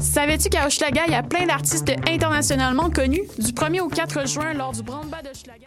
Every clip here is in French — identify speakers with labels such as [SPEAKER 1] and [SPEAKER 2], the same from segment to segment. [SPEAKER 1] Savais-tu qu'à Hochelaga, il y a plein d'artistes internationalement connus du 1er au 4 juin lors du Brandba d'Hochelaga?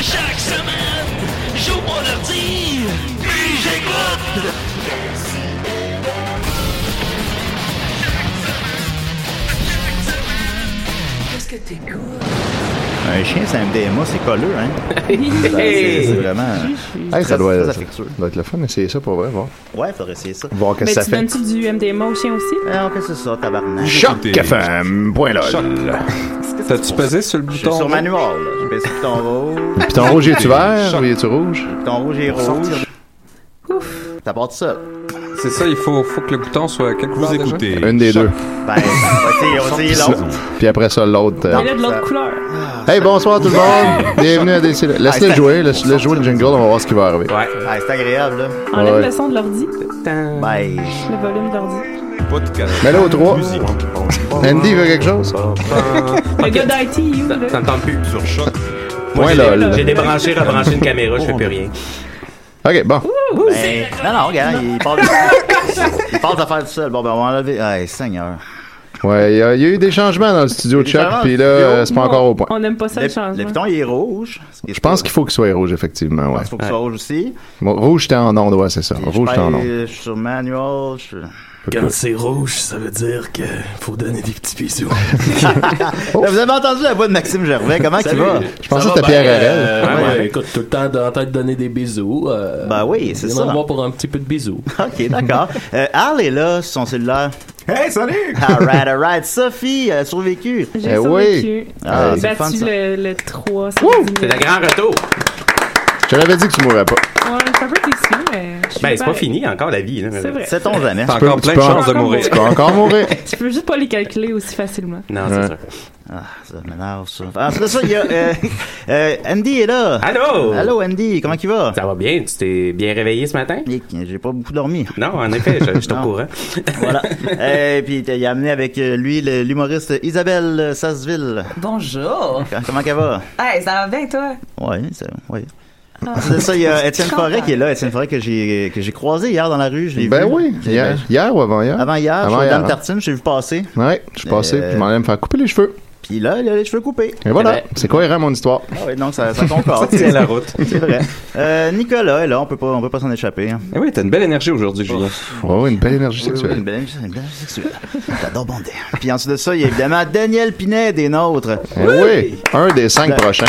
[SPEAKER 2] Chaque semaine, j'ouvre mon ordi, puis j'écoute. Qu'est-ce que t'écoutes?
[SPEAKER 3] Un chien, c'est un MDMA, c'est colleux, hein? Ça, c'est c'est vraiment. euh,
[SPEAKER 4] Hey, ça,
[SPEAKER 3] très-
[SPEAKER 4] doit,
[SPEAKER 3] très
[SPEAKER 4] ça,
[SPEAKER 3] affectueux.
[SPEAKER 4] ça doit être le fun, essayer ça pour vrai, voir.
[SPEAKER 3] Ouais, faudrait essayer ça.
[SPEAKER 4] Voir que
[SPEAKER 5] Mais
[SPEAKER 4] ça
[SPEAKER 5] tu
[SPEAKER 4] fait.
[SPEAKER 5] donnes-tu du MDMA au chien aussi?
[SPEAKER 3] Ah, ok, c'est ça, tabarnak.
[SPEAKER 4] Choc FM, point là.
[SPEAKER 6] T'as-tu pesé sur le
[SPEAKER 3] Je suis
[SPEAKER 6] bouton?
[SPEAKER 3] sur manuel, là. Je pèse le bouton rouge,
[SPEAKER 4] Puis ton rouge est-tu vert ou est-tu rouge?
[SPEAKER 3] le bouton rouge et rouge. Ouf. T'as pas de ça.
[SPEAKER 6] C'est ça, il faut, faut que le bouton soit quelque part.
[SPEAKER 7] Vous
[SPEAKER 6] déjà.
[SPEAKER 7] écoutez.
[SPEAKER 4] Une des deux.
[SPEAKER 3] Ben, on va essayer l'autre.
[SPEAKER 4] Puis après ça, l'autre. euh,
[SPEAKER 5] Mais là, de l'autre couleur.
[SPEAKER 4] Hey, bonsoir tout le monde. Bienvenue à DC. Laisse-le jouer, laisse-le jouer le jingle, on va voir ce qui va arriver.
[SPEAKER 6] Ouais.
[SPEAKER 3] Ah, c'est agréable, là.
[SPEAKER 5] Enlève
[SPEAKER 4] Ouais.
[SPEAKER 5] le son de l'ordi,
[SPEAKER 3] Ben,
[SPEAKER 5] le volume de l'ordi.
[SPEAKER 7] Podcast.
[SPEAKER 4] Mais là, au trois.
[SPEAKER 7] Musique.
[SPEAKER 4] Andy veut quelque chose?
[SPEAKER 6] Euh,
[SPEAKER 5] Le gars d'IT, you,
[SPEAKER 6] Ça- Ça
[SPEAKER 5] là.
[SPEAKER 6] me tente plus.
[SPEAKER 7] Sur Choc.
[SPEAKER 4] Point lol.
[SPEAKER 8] J'ai débranché, rebranché une caméra, je
[SPEAKER 4] Oh,
[SPEAKER 8] fais plus rien.
[SPEAKER 4] Ok, bon.
[SPEAKER 3] ben, non, non, regarde, il parle Il parle de faire tout seul. Bon, ben, on va enlever. Ah, seigneur.
[SPEAKER 4] Ouais, il y, a il y a eu des changements dans le studio de
[SPEAKER 3] Des
[SPEAKER 4] choc,
[SPEAKER 3] changements
[SPEAKER 4] puis là,
[SPEAKER 3] dans le studio?
[SPEAKER 4] euh, c'est pas encore au point.
[SPEAKER 5] On n'aime pas ça,
[SPEAKER 3] Le,
[SPEAKER 5] le
[SPEAKER 3] le
[SPEAKER 5] changement.
[SPEAKER 3] bouton, il est rouge.
[SPEAKER 4] Je pense qu'il faut qu'il soit rouge, effectivement, ouais.
[SPEAKER 3] Il faut que ce soit rouge Ben, aussi.
[SPEAKER 4] Bon, rouge, t'es en onde, ouais, c'est ça. Rouge, t'es en onde.
[SPEAKER 3] Je suis sur manuel. Je suis...
[SPEAKER 8] Quand c'est rouge, ça veut dire que faut donner des petits bisous.
[SPEAKER 3] Là, vous avez entendu la voix de Maxime Gervais, comment qu'il va?
[SPEAKER 4] Oh. Je pensais que c'était Pierre Harel.
[SPEAKER 8] Euh,
[SPEAKER 3] Ouais,
[SPEAKER 8] ouais,
[SPEAKER 3] ouais.
[SPEAKER 8] Écoute, tout le temps dans la tête donner des bisous. Euh,
[SPEAKER 3] Ben oui, c'est ça.
[SPEAKER 8] Venez me voir pour un petit peu de bisous.
[SPEAKER 3] Ok, d'accord. Euh, Al est là sur son cellulaire.
[SPEAKER 7] Hey, salut!
[SPEAKER 3] Alright, alright. Sophie, elle a survécu.
[SPEAKER 5] J'ai
[SPEAKER 4] Eh
[SPEAKER 5] survécu.
[SPEAKER 3] Ah,
[SPEAKER 5] J'ai
[SPEAKER 3] c'est fun,
[SPEAKER 5] battu
[SPEAKER 3] ça.
[SPEAKER 5] le, le 3.
[SPEAKER 8] C'est le grand retour.
[SPEAKER 4] Je te l'avais dit que tu mourrais pas.
[SPEAKER 5] Ouais, je suis un peu déçu, mais. je suis
[SPEAKER 8] Ben, c'est pas
[SPEAKER 5] pareil.
[SPEAKER 8] fini encore la vie. Là.
[SPEAKER 5] C'est vrai.
[SPEAKER 3] Sait-on jamais?
[SPEAKER 6] T'as
[SPEAKER 4] peux-
[SPEAKER 6] encore
[SPEAKER 4] tu
[SPEAKER 6] plein de
[SPEAKER 4] peux
[SPEAKER 6] chances de
[SPEAKER 5] encore
[SPEAKER 6] mourir.
[SPEAKER 4] Tu peux encore mourir.
[SPEAKER 5] Tu peux juste pas les calculer aussi facilement.
[SPEAKER 8] Non, c'est
[SPEAKER 4] Ouais.
[SPEAKER 8] sûr.
[SPEAKER 3] Ah, ça m'énerve, ça. Ah, c'est ça, il y a. euh, euh, Andy est là.
[SPEAKER 8] Allô?
[SPEAKER 3] Allô, Andy, comment il va?
[SPEAKER 8] Ça va bien? Tu t'es bien réveillé ce matin?
[SPEAKER 3] Nick, J'ai pas beaucoup dormi.
[SPEAKER 8] Non, en effet, je, je suis au
[SPEAKER 3] Non.
[SPEAKER 8] courant.
[SPEAKER 3] Voilà. Et puis, il a amené avec euh, lui le- l'humoriste Isabelle euh, Sasseville.
[SPEAKER 5] Bonjour!
[SPEAKER 3] Qu- Comment qu'elle va?
[SPEAKER 5] Hey, ça va bien, toi?
[SPEAKER 3] Ouais, c'est ouais.
[SPEAKER 5] Ah.
[SPEAKER 3] C'est ça, il y a Étienne Forêt qui est là. Étienne Forêt que j'ai que j'ai croisé hier dans la rue. Je l'ai
[SPEAKER 4] Ben
[SPEAKER 3] vu.
[SPEAKER 4] oui,
[SPEAKER 3] J'ai-
[SPEAKER 4] hier, hier ou avant-hier?
[SPEAKER 3] Avant hier, je suis
[SPEAKER 4] Avant-hier,
[SPEAKER 3] au Dame
[SPEAKER 4] hein.
[SPEAKER 3] Tartine, j'ai vu passer.
[SPEAKER 4] Ouais, je suis passé,
[SPEAKER 3] Euh,
[SPEAKER 4] puis je m'en allais me faire couper les cheveux.
[SPEAKER 3] Puis là, il a les cheveux coupés.
[SPEAKER 4] Et voilà,
[SPEAKER 8] ben.
[SPEAKER 4] c'est cohérent mon histoire.
[SPEAKER 3] Ah oui, donc ça, ça concorde.
[SPEAKER 6] Tiens la route.
[SPEAKER 3] C'est vrai. Euh, Nicolas est là, on peut pas, on peut pas s'en échapper. hein.
[SPEAKER 6] Eh oui, t'as une belle énergie aujourd'hui, Julien.
[SPEAKER 4] Oh, une belle énergie
[SPEAKER 3] Oui, oui, une
[SPEAKER 4] sexuelle.
[SPEAKER 3] belle une belle sexuelle. J'adore bander. hein. Puis ensuite de ça, il y a évidemment Daniel Pinet des nôtres.
[SPEAKER 4] Eh oui, un des cinq
[SPEAKER 3] Ben,
[SPEAKER 4] prochains.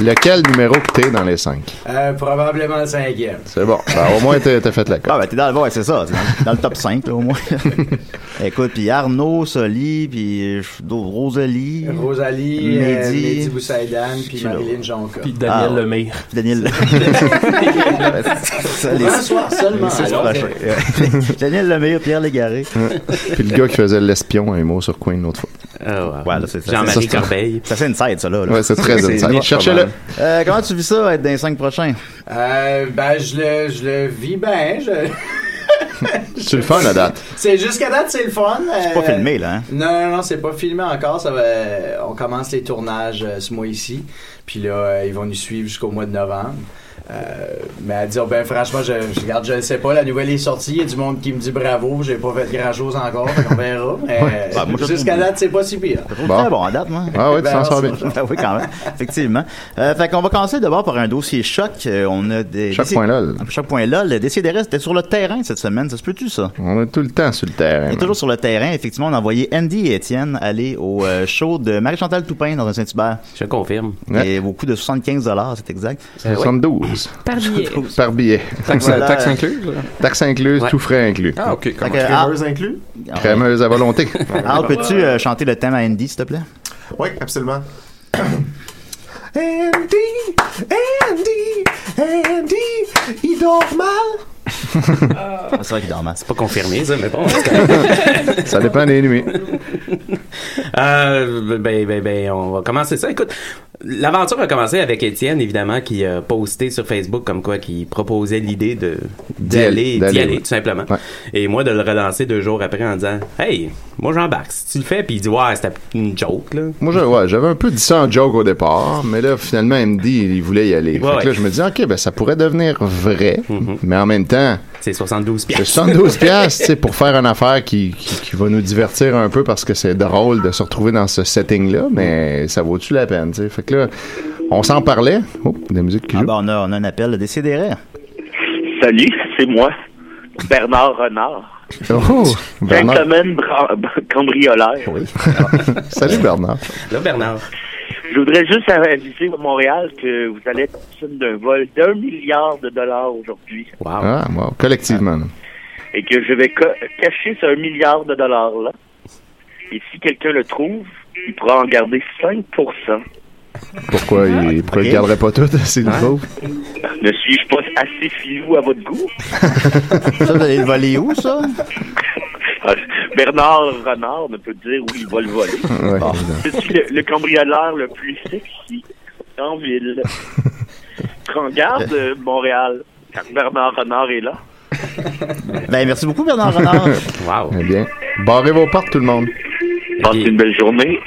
[SPEAKER 4] Lequel numéro que t'es dans les cinq?
[SPEAKER 7] Euh,
[SPEAKER 8] probablement le cinquième.
[SPEAKER 4] C'est bon, Ben, au moins t'as t'as fait la
[SPEAKER 3] Ah
[SPEAKER 4] cote.
[SPEAKER 3] ben t'es dans le ouais, c'est ça, c'est dans, dans le top 5 là, au moins. Écoute, puis Arnaud, Soli, puis euh, Rosalie,
[SPEAKER 8] Rosalie,
[SPEAKER 7] euh,
[SPEAKER 3] Mehdi. Mehdi
[SPEAKER 8] Boussaïdan,
[SPEAKER 3] Puis là. Marilyn
[SPEAKER 8] Jonca. Puis Daniel
[SPEAKER 3] Ah.
[SPEAKER 8] Lemire.
[SPEAKER 3] Daniel. Ça, les-
[SPEAKER 8] soir seulement.
[SPEAKER 3] les six prochains. Daniel Lemire, Pierre Légaré.
[SPEAKER 4] Puis le gars qui faisait l'espion, un mot sur Queen l'autre fois.
[SPEAKER 3] Ouais, là, c'est-
[SPEAKER 7] Jean-Marie
[SPEAKER 3] ça, c'est-
[SPEAKER 7] Corbeille.
[SPEAKER 3] Ça fait une side, ça, là. là.
[SPEAKER 4] Ouais, c'est très C'est inside.
[SPEAKER 7] niche Cherchez-le. pas mal.
[SPEAKER 3] Euh, comment tu vis ça, être dans les cinq prochains?
[SPEAKER 7] Euh, ben, je le, je le vis bien. je-
[SPEAKER 4] C'est le fun, la date.
[SPEAKER 7] C'est jusqu'à date, c'est le fun. euh,
[SPEAKER 4] C'est pas filmé, là, hein?
[SPEAKER 7] Non, non, non, c'est pas filmé encore. Ça va- On commence les tournages euh, ce mois-ci. Puis là, euh, ils vont nous suivre jusqu'au mois de novembre. Euh, mais à dire, ben franchement, je, je regarde, je ne sais pas, la nouvelle est sortie, il y a du monde qui me dit bravo, j'ai pas fait grand chose encore, on verra. Mais
[SPEAKER 3] Ouais. Bah, moi, je
[SPEAKER 7] jusqu'à
[SPEAKER 3] trouve-
[SPEAKER 7] date, c'est pas si pire.
[SPEAKER 3] Je trouve Très bon à date, hein. moi.
[SPEAKER 7] Ah ouais, tu Ben, t'en sors bien.
[SPEAKER 3] Ah oui, quand même. Effectivement. Euh, fait qu'on va commencer d'abord par un dossier choc. Euh, on a des.
[SPEAKER 4] Choc
[SPEAKER 3] des-
[SPEAKER 4] point lol.
[SPEAKER 3] Choc point lol. Décidérez, c'était sur le terrain cette semaine. Ça se peut-tu, ça?
[SPEAKER 4] On est tout le temps sur le terrain.
[SPEAKER 3] On est toujours sur le terrain. Effectivement, on a envoyé Andy et Étienne aller au euh, show de Marie-Chantal Toupin dans un Saint-Hubert.
[SPEAKER 7] Je confirme.
[SPEAKER 3] Et au coût de 75 c'est exact.
[SPEAKER 4] Euh, ouais. 72.
[SPEAKER 5] Par billet.
[SPEAKER 4] Par billet.
[SPEAKER 3] Taxe- Voilà. taxe incluse, là?
[SPEAKER 4] Taxe incluse,
[SPEAKER 3] Ouais.
[SPEAKER 4] tout frais inclus.
[SPEAKER 3] Ah, ok, Fait comment- que, Crémeuse Al-
[SPEAKER 9] inclus?
[SPEAKER 4] Crémeuse à volonté.
[SPEAKER 3] Ah, Al, peux-tu euh, chanter le thème à Andy, s'il te plaît?
[SPEAKER 9] Oui, absolument. Andy, Andy, Andy, il dort mal.
[SPEAKER 3] Ah, C'est vrai qu'il dort mal.
[SPEAKER 7] C'est pas confirmé, ça, mais bon.
[SPEAKER 4] Ça dépend des nuits.
[SPEAKER 7] Euh,
[SPEAKER 10] ben, ben, ben, on va commencer ça. Écoute, l'aventure a commencé avec Étienne, évidemment, qui a posté sur Facebook comme quoi qui proposait l'idée de
[SPEAKER 4] D'y aller,
[SPEAKER 10] d'aller, d'y
[SPEAKER 4] d'aller,
[SPEAKER 10] aller,
[SPEAKER 4] ouais.
[SPEAKER 10] tout simplement. Et moi, de le relancer deux jours après en disant, hey, moi j'embarque. Si tu le fais, puis il dit, ouais, c'était une joke, là.
[SPEAKER 4] Moi, je- ouais, j'avais un peu dit ça en joke au départ, mais là, finalement, il me dit il voulait y aller. fait que
[SPEAKER 10] ouais. Mhm.
[SPEAKER 4] là, je me dis, OK, ben, ça pourrait devenir vrai, mais en même temps,
[SPEAKER 10] C'est 72
[SPEAKER 4] c'est
[SPEAKER 10] piastres.
[SPEAKER 4] 72 piastres, tu sais, pour faire une affaire qui, qui, qui va nous divertir un peu parce que c'est drôle de se retrouver dans ce setting-là, mais ça vaut-tu la peine, tu sais? Fait que là, on s'en parlait. Oh, de la musique qui joue.
[SPEAKER 3] Ah, ben, on, a, on a un appel de Décidérez.
[SPEAKER 11] Salut, c'est moi, Bernard Renard.
[SPEAKER 4] Oh, Bernard.
[SPEAKER 11] Gentleman bra- cambrioleur.
[SPEAKER 4] Salut, Bernard.
[SPEAKER 10] Là, Bernard.
[SPEAKER 11] Je voudrais juste aviser à Montréal que vous allez être victime d'un vol d'un milliard de dollars aujourd'hui
[SPEAKER 4] Ah, wow, collectivement. là.
[SPEAKER 11] et que je vais ca- cacher ce milliard de dollars-là. Et si quelqu'un le trouve, il pourra en garder 5
[SPEAKER 4] Pourquoi
[SPEAKER 3] Ah,
[SPEAKER 4] il ne
[SPEAKER 11] Ok.
[SPEAKER 4] garderait pas tout, c'est le
[SPEAKER 11] Hein?
[SPEAKER 4] pauvre?
[SPEAKER 11] Ne suis-je pas assez filou à votre goût?
[SPEAKER 3] Ça, vous allez le voler où, ça?
[SPEAKER 11] Ah, Bernard Renard ne peut dire où il va le voler.
[SPEAKER 4] Ouais,
[SPEAKER 11] Bon.
[SPEAKER 4] évidemment.
[SPEAKER 11] Je suis le, le cambrioleur le plus sexy en ville. Prends garde, euh, Montréal, car Bernard Renard est là.
[SPEAKER 3] Ben, merci beaucoup, Bernard Renard.
[SPEAKER 10] wow.
[SPEAKER 4] Eh bien, barrez vos portes, tout le monde.
[SPEAKER 10] Passez
[SPEAKER 11] une belle journée.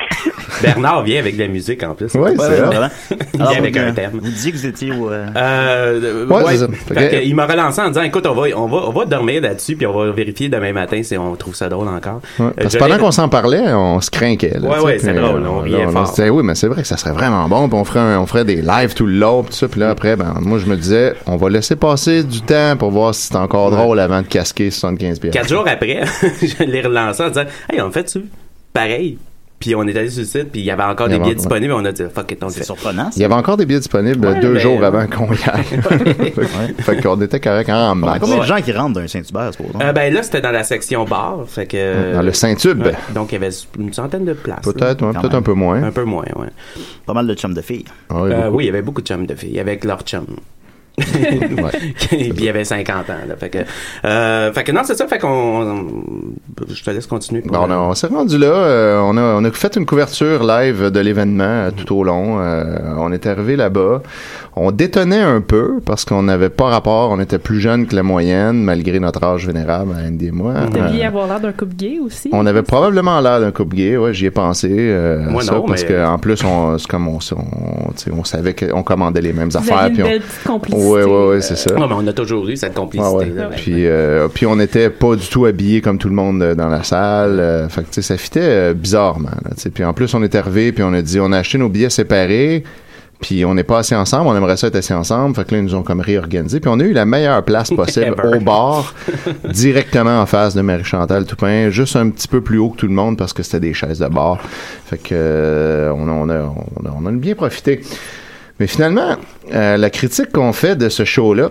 [SPEAKER 10] Bernard vient avec de la musique en plus.
[SPEAKER 4] Ouais,
[SPEAKER 10] vrai.
[SPEAKER 4] c'est vrai.
[SPEAKER 10] Il vient
[SPEAKER 3] Alors,
[SPEAKER 10] avec
[SPEAKER 3] vous,
[SPEAKER 10] un
[SPEAKER 3] euh,
[SPEAKER 10] thème.
[SPEAKER 3] Vous disiez que vous étiez au. euh,
[SPEAKER 10] Euh,
[SPEAKER 3] Ouais,
[SPEAKER 10] ouais,
[SPEAKER 3] c'est ça.
[SPEAKER 10] Fait
[SPEAKER 3] Fait que-
[SPEAKER 10] que il m'a relancé en disant écoute on va on va on va dormir là-dessus puis on va vérifier demain matin si on trouve ça drôle encore.
[SPEAKER 4] Ouais,
[SPEAKER 10] Euh,
[SPEAKER 4] parce
[SPEAKER 10] je
[SPEAKER 4] que pendant
[SPEAKER 10] l'ai-
[SPEAKER 4] qu'on s'en parlait, on se crainquait. là,
[SPEAKER 10] Ouais,
[SPEAKER 4] tu sais,
[SPEAKER 10] ouais, c'est
[SPEAKER 4] puis,
[SPEAKER 10] drôle, on riait fort.
[SPEAKER 4] se disait, oui, mais c'est vrai que ça serait vraiment bon. Puis on ferait, un- on ferait des lives tout le long. Puis, ça, puis là, après, ben, moi, je me disais, on va laisser passer du temps pour voir si c'est encore drôle avant de casquer 75 pièces.
[SPEAKER 10] Quatre jours après, je l'ai relancé en disant Hey, on fait tu pareil. Puis on est allé sur le site, puis il y avait encore
[SPEAKER 4] Il y
[SPEAKER 10] des
[SPEAKER 4] avait
[SPEAKER 10] billets
[SPEAKER 4] encore-
[SPEAKER 10] disponibles, on a dit fuck it, on C'est
[SPEAKER 3] surprenant.
[SPEAKER 4] Il y avait encore des billets disponibles
[SPEAKER 10] Ouais,
[SPEAKER 4] deux
[SPEAKER 10] ben,
[SPEAKER 4] jours
[SPEAKER 10] ouais.
[SPEAKER 4] avant qu'on y aille. fait qu'on était correct en
[SPEAKER 3] Il y a
[SPEAKER 4] masse.
[SPEAKER 3] combien de gens qui rentrent d'un Saint-Hubert, c'est pour ça?
[SPEAKER 10] ben là, c'était dans la section bar, fait que.
[SPEAKER 4] Dans le Saint-Tube.
[SPEAKER 10] Ouais, donc il y avait une centaine de places.
[SPEAKER 4] Peut-être,
[SPEAKER 10] là.
[SPEAKER 4] ouais, peut-être un peu moins.
[SPEAKER 10] Un peu moins, ouais.
[SPEAKER 3] Pas mal de chums de filles.
[SPEAKER 10] Euh,
[SPEAKER 4] beaucoup.
[SPEAKER 10] oui, il y avait beaucoup de chums de filles, avec leurs chums. Et puis il y avait 50 ans. Là, fait, que, euh, fait que non, c'est ça. Fait qu'on. Je te laisse continuer. pour-
[SPEAKER 4] Bon, on a- on s'est rendu là. euh, on, a, on a fait une couverture live de l'événement euh, tout au long. euh, on est arrivé là-bas. On détonnait un peu parce qu'on n'avait pas rapport. On était plus jeunes que la moyenne, malgré notre âge vénérable, Andy et moi.
[SPEAKER 5] Vous deviez
[SPEAKER 4] Euh,
[SPEAKER 5] avoir l'air d'un couple gay aussi.
[SPEAKER 4] on avait probablement l'air d'un couple gay, ouais, j'y ai pensé. euh, à
[SPEAKER 5] Moi
[SPEAKER 4] ça,
[SPEAKER 5] non,
[SPEAKER 4] parce
[SPEAKER 5] mais-
[SPEAKER 4] que en plus, on, c'est comme on, s- on, tu sais, on savait qu'on commandait les mêmes
[SPEAKER 10] Vous aviez
[SPEAKER 4] affaires.
[SPEAKER 10] une
[SPEAKER 4] puis on-
[SPEAKER 10] belle petite complicité. euh.
[SPEAKER 4] Ouais, ouais, ouais, c'est ça.
[SPEAKER 5] Ah,
[SPEAKER 10] Ouais, mais on a toujours eu cette complicité.
[SPEAKER 4] Ah Ouais, ouais.
[SPEAKER 10] là, ouais.
[SPEAKER 4] Puis, euh, puis on n'était pas du tout habillés comme tout le monde euh, dans la salle. Euh, fait que, tu sais, ça fitait euh, bizarrement. là, tu sais. puis en plus, on est arrivé, puis on a dit, on a acheté nos billets séparés, puis on n'est pas assis ensemble, on aimerait ça être assis ensemble. Fait que là, ils nous ont comme réorganisé. Puis on a eu la meilleure place possible
[SPEAKER 10] Ever.
[SPEAKER 4] au bar, directement en face de Marie-Chantal Toupin, juste un petit peu plus haut que tout le monde parce que c'était des chaises de bar. Fait que euh, on, a, on, a, on, a, on a bien profité. Mais finalement, euh, la critique qu'on fait de ce show-là,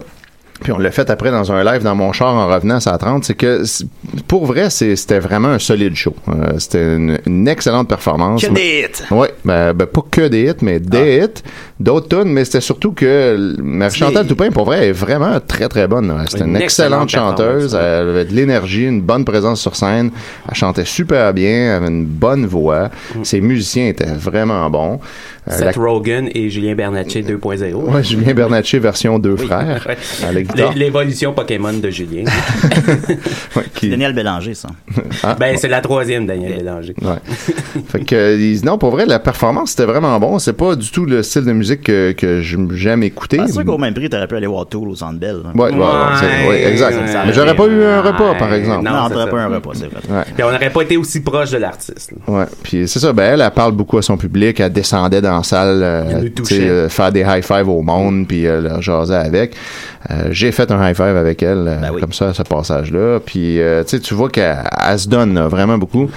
[SPEAKER 4] puis on l'a fait après dans un live dans mon char en revenant à 30, c'est que c'est- pour vrai, c'est- c'était vraiment un solide show. Euh, c'était une, une excellente performance.
[SPEAKER 9] Que des hits.
[SPEAKER 4] Oui, ben, ben, pas que des hits, mais des hits, d'autres tunes, mais c'était surtout que Marie-Chantal Toupin, pour vrai, est vraiment très très bonne. là. C'était une,
[SPEAKER 10] Une
[SPEAKER 4] excellente,
[SPEAKER 10] excellente
[SPEAKER 4] chanteuse, elle avait de l'énergie, une bonne présence sur scène, elle chantait super bien, elle avait une bonne voix, ses musiciens étaient vraiment bons. Euh, la-
[SPEAKER 10] Seth Rogen et Julien Bernatchez 2.0.
[SPEAKER 4] Ouais, Julien Bernatchez version deux frères.
[SPEAKER 10] Ouais.
[SPEAKER 4] à la guitare.
[SPEAKER 10] L'é- L'évolution Pokémon de Julien.
[SPEAKER 3] Daniel Bélanger, ça.
[SPEAKER 4] Ah,
[SPEAKER 10] ben, c'est la troisième, Daniel Bélanger.
[SPEAKER 4] Ouais. fait que, euh, ils- non, pour vrai, la performance, c'était vraiment bon. C'est pas du tout le style de musique que, que j'aime j'aime écouter.
[SPEAKER 3] C'est sûr qu'au même prix, t'aurais pu aller voir Tool au Centre Bell. hein.
[SPEAKER 4] Ouais, ouais, ouais, c'est- ouais, exact.
[SPEAKER 10] Ouais.
[SPEAKER 4] Mais j'aurais pas eu un repas, par exemple.
[SPEAKER 3] Non,
[SPEAKER 10] c'est
[SPEAKER 3] t'aurais
[SPEAKER 10] ça.
[SPEAKER 3] pas eu un repas, c'est vrai.
[SPEAKER 4] Ouais.
[SPEAKER 10] Puis on n'aurait pas été aussi proche de l'artiste. là.
[SPEAKER 4] Ouais, puis c'est ça, ben elle, elle parle beaucoup à son public, elle descendait dans la salle, euh,
[SPEAKER 10] Elle nous
[SPEAKER 4] tu
[SPEAKER 10] touchait.
[SPEAKER 4] sais, euh, faire des high five au monde, puis elle leur jasait avec. Euh, J'ai fait un high five avec elle,
[SPEAKER 3] Ben
[SPEAKER 4] euh, comme ça, à ce passage-là, puis euh, tu sais, tu vois qu'elle elle se donne là, vraiment beaucoup.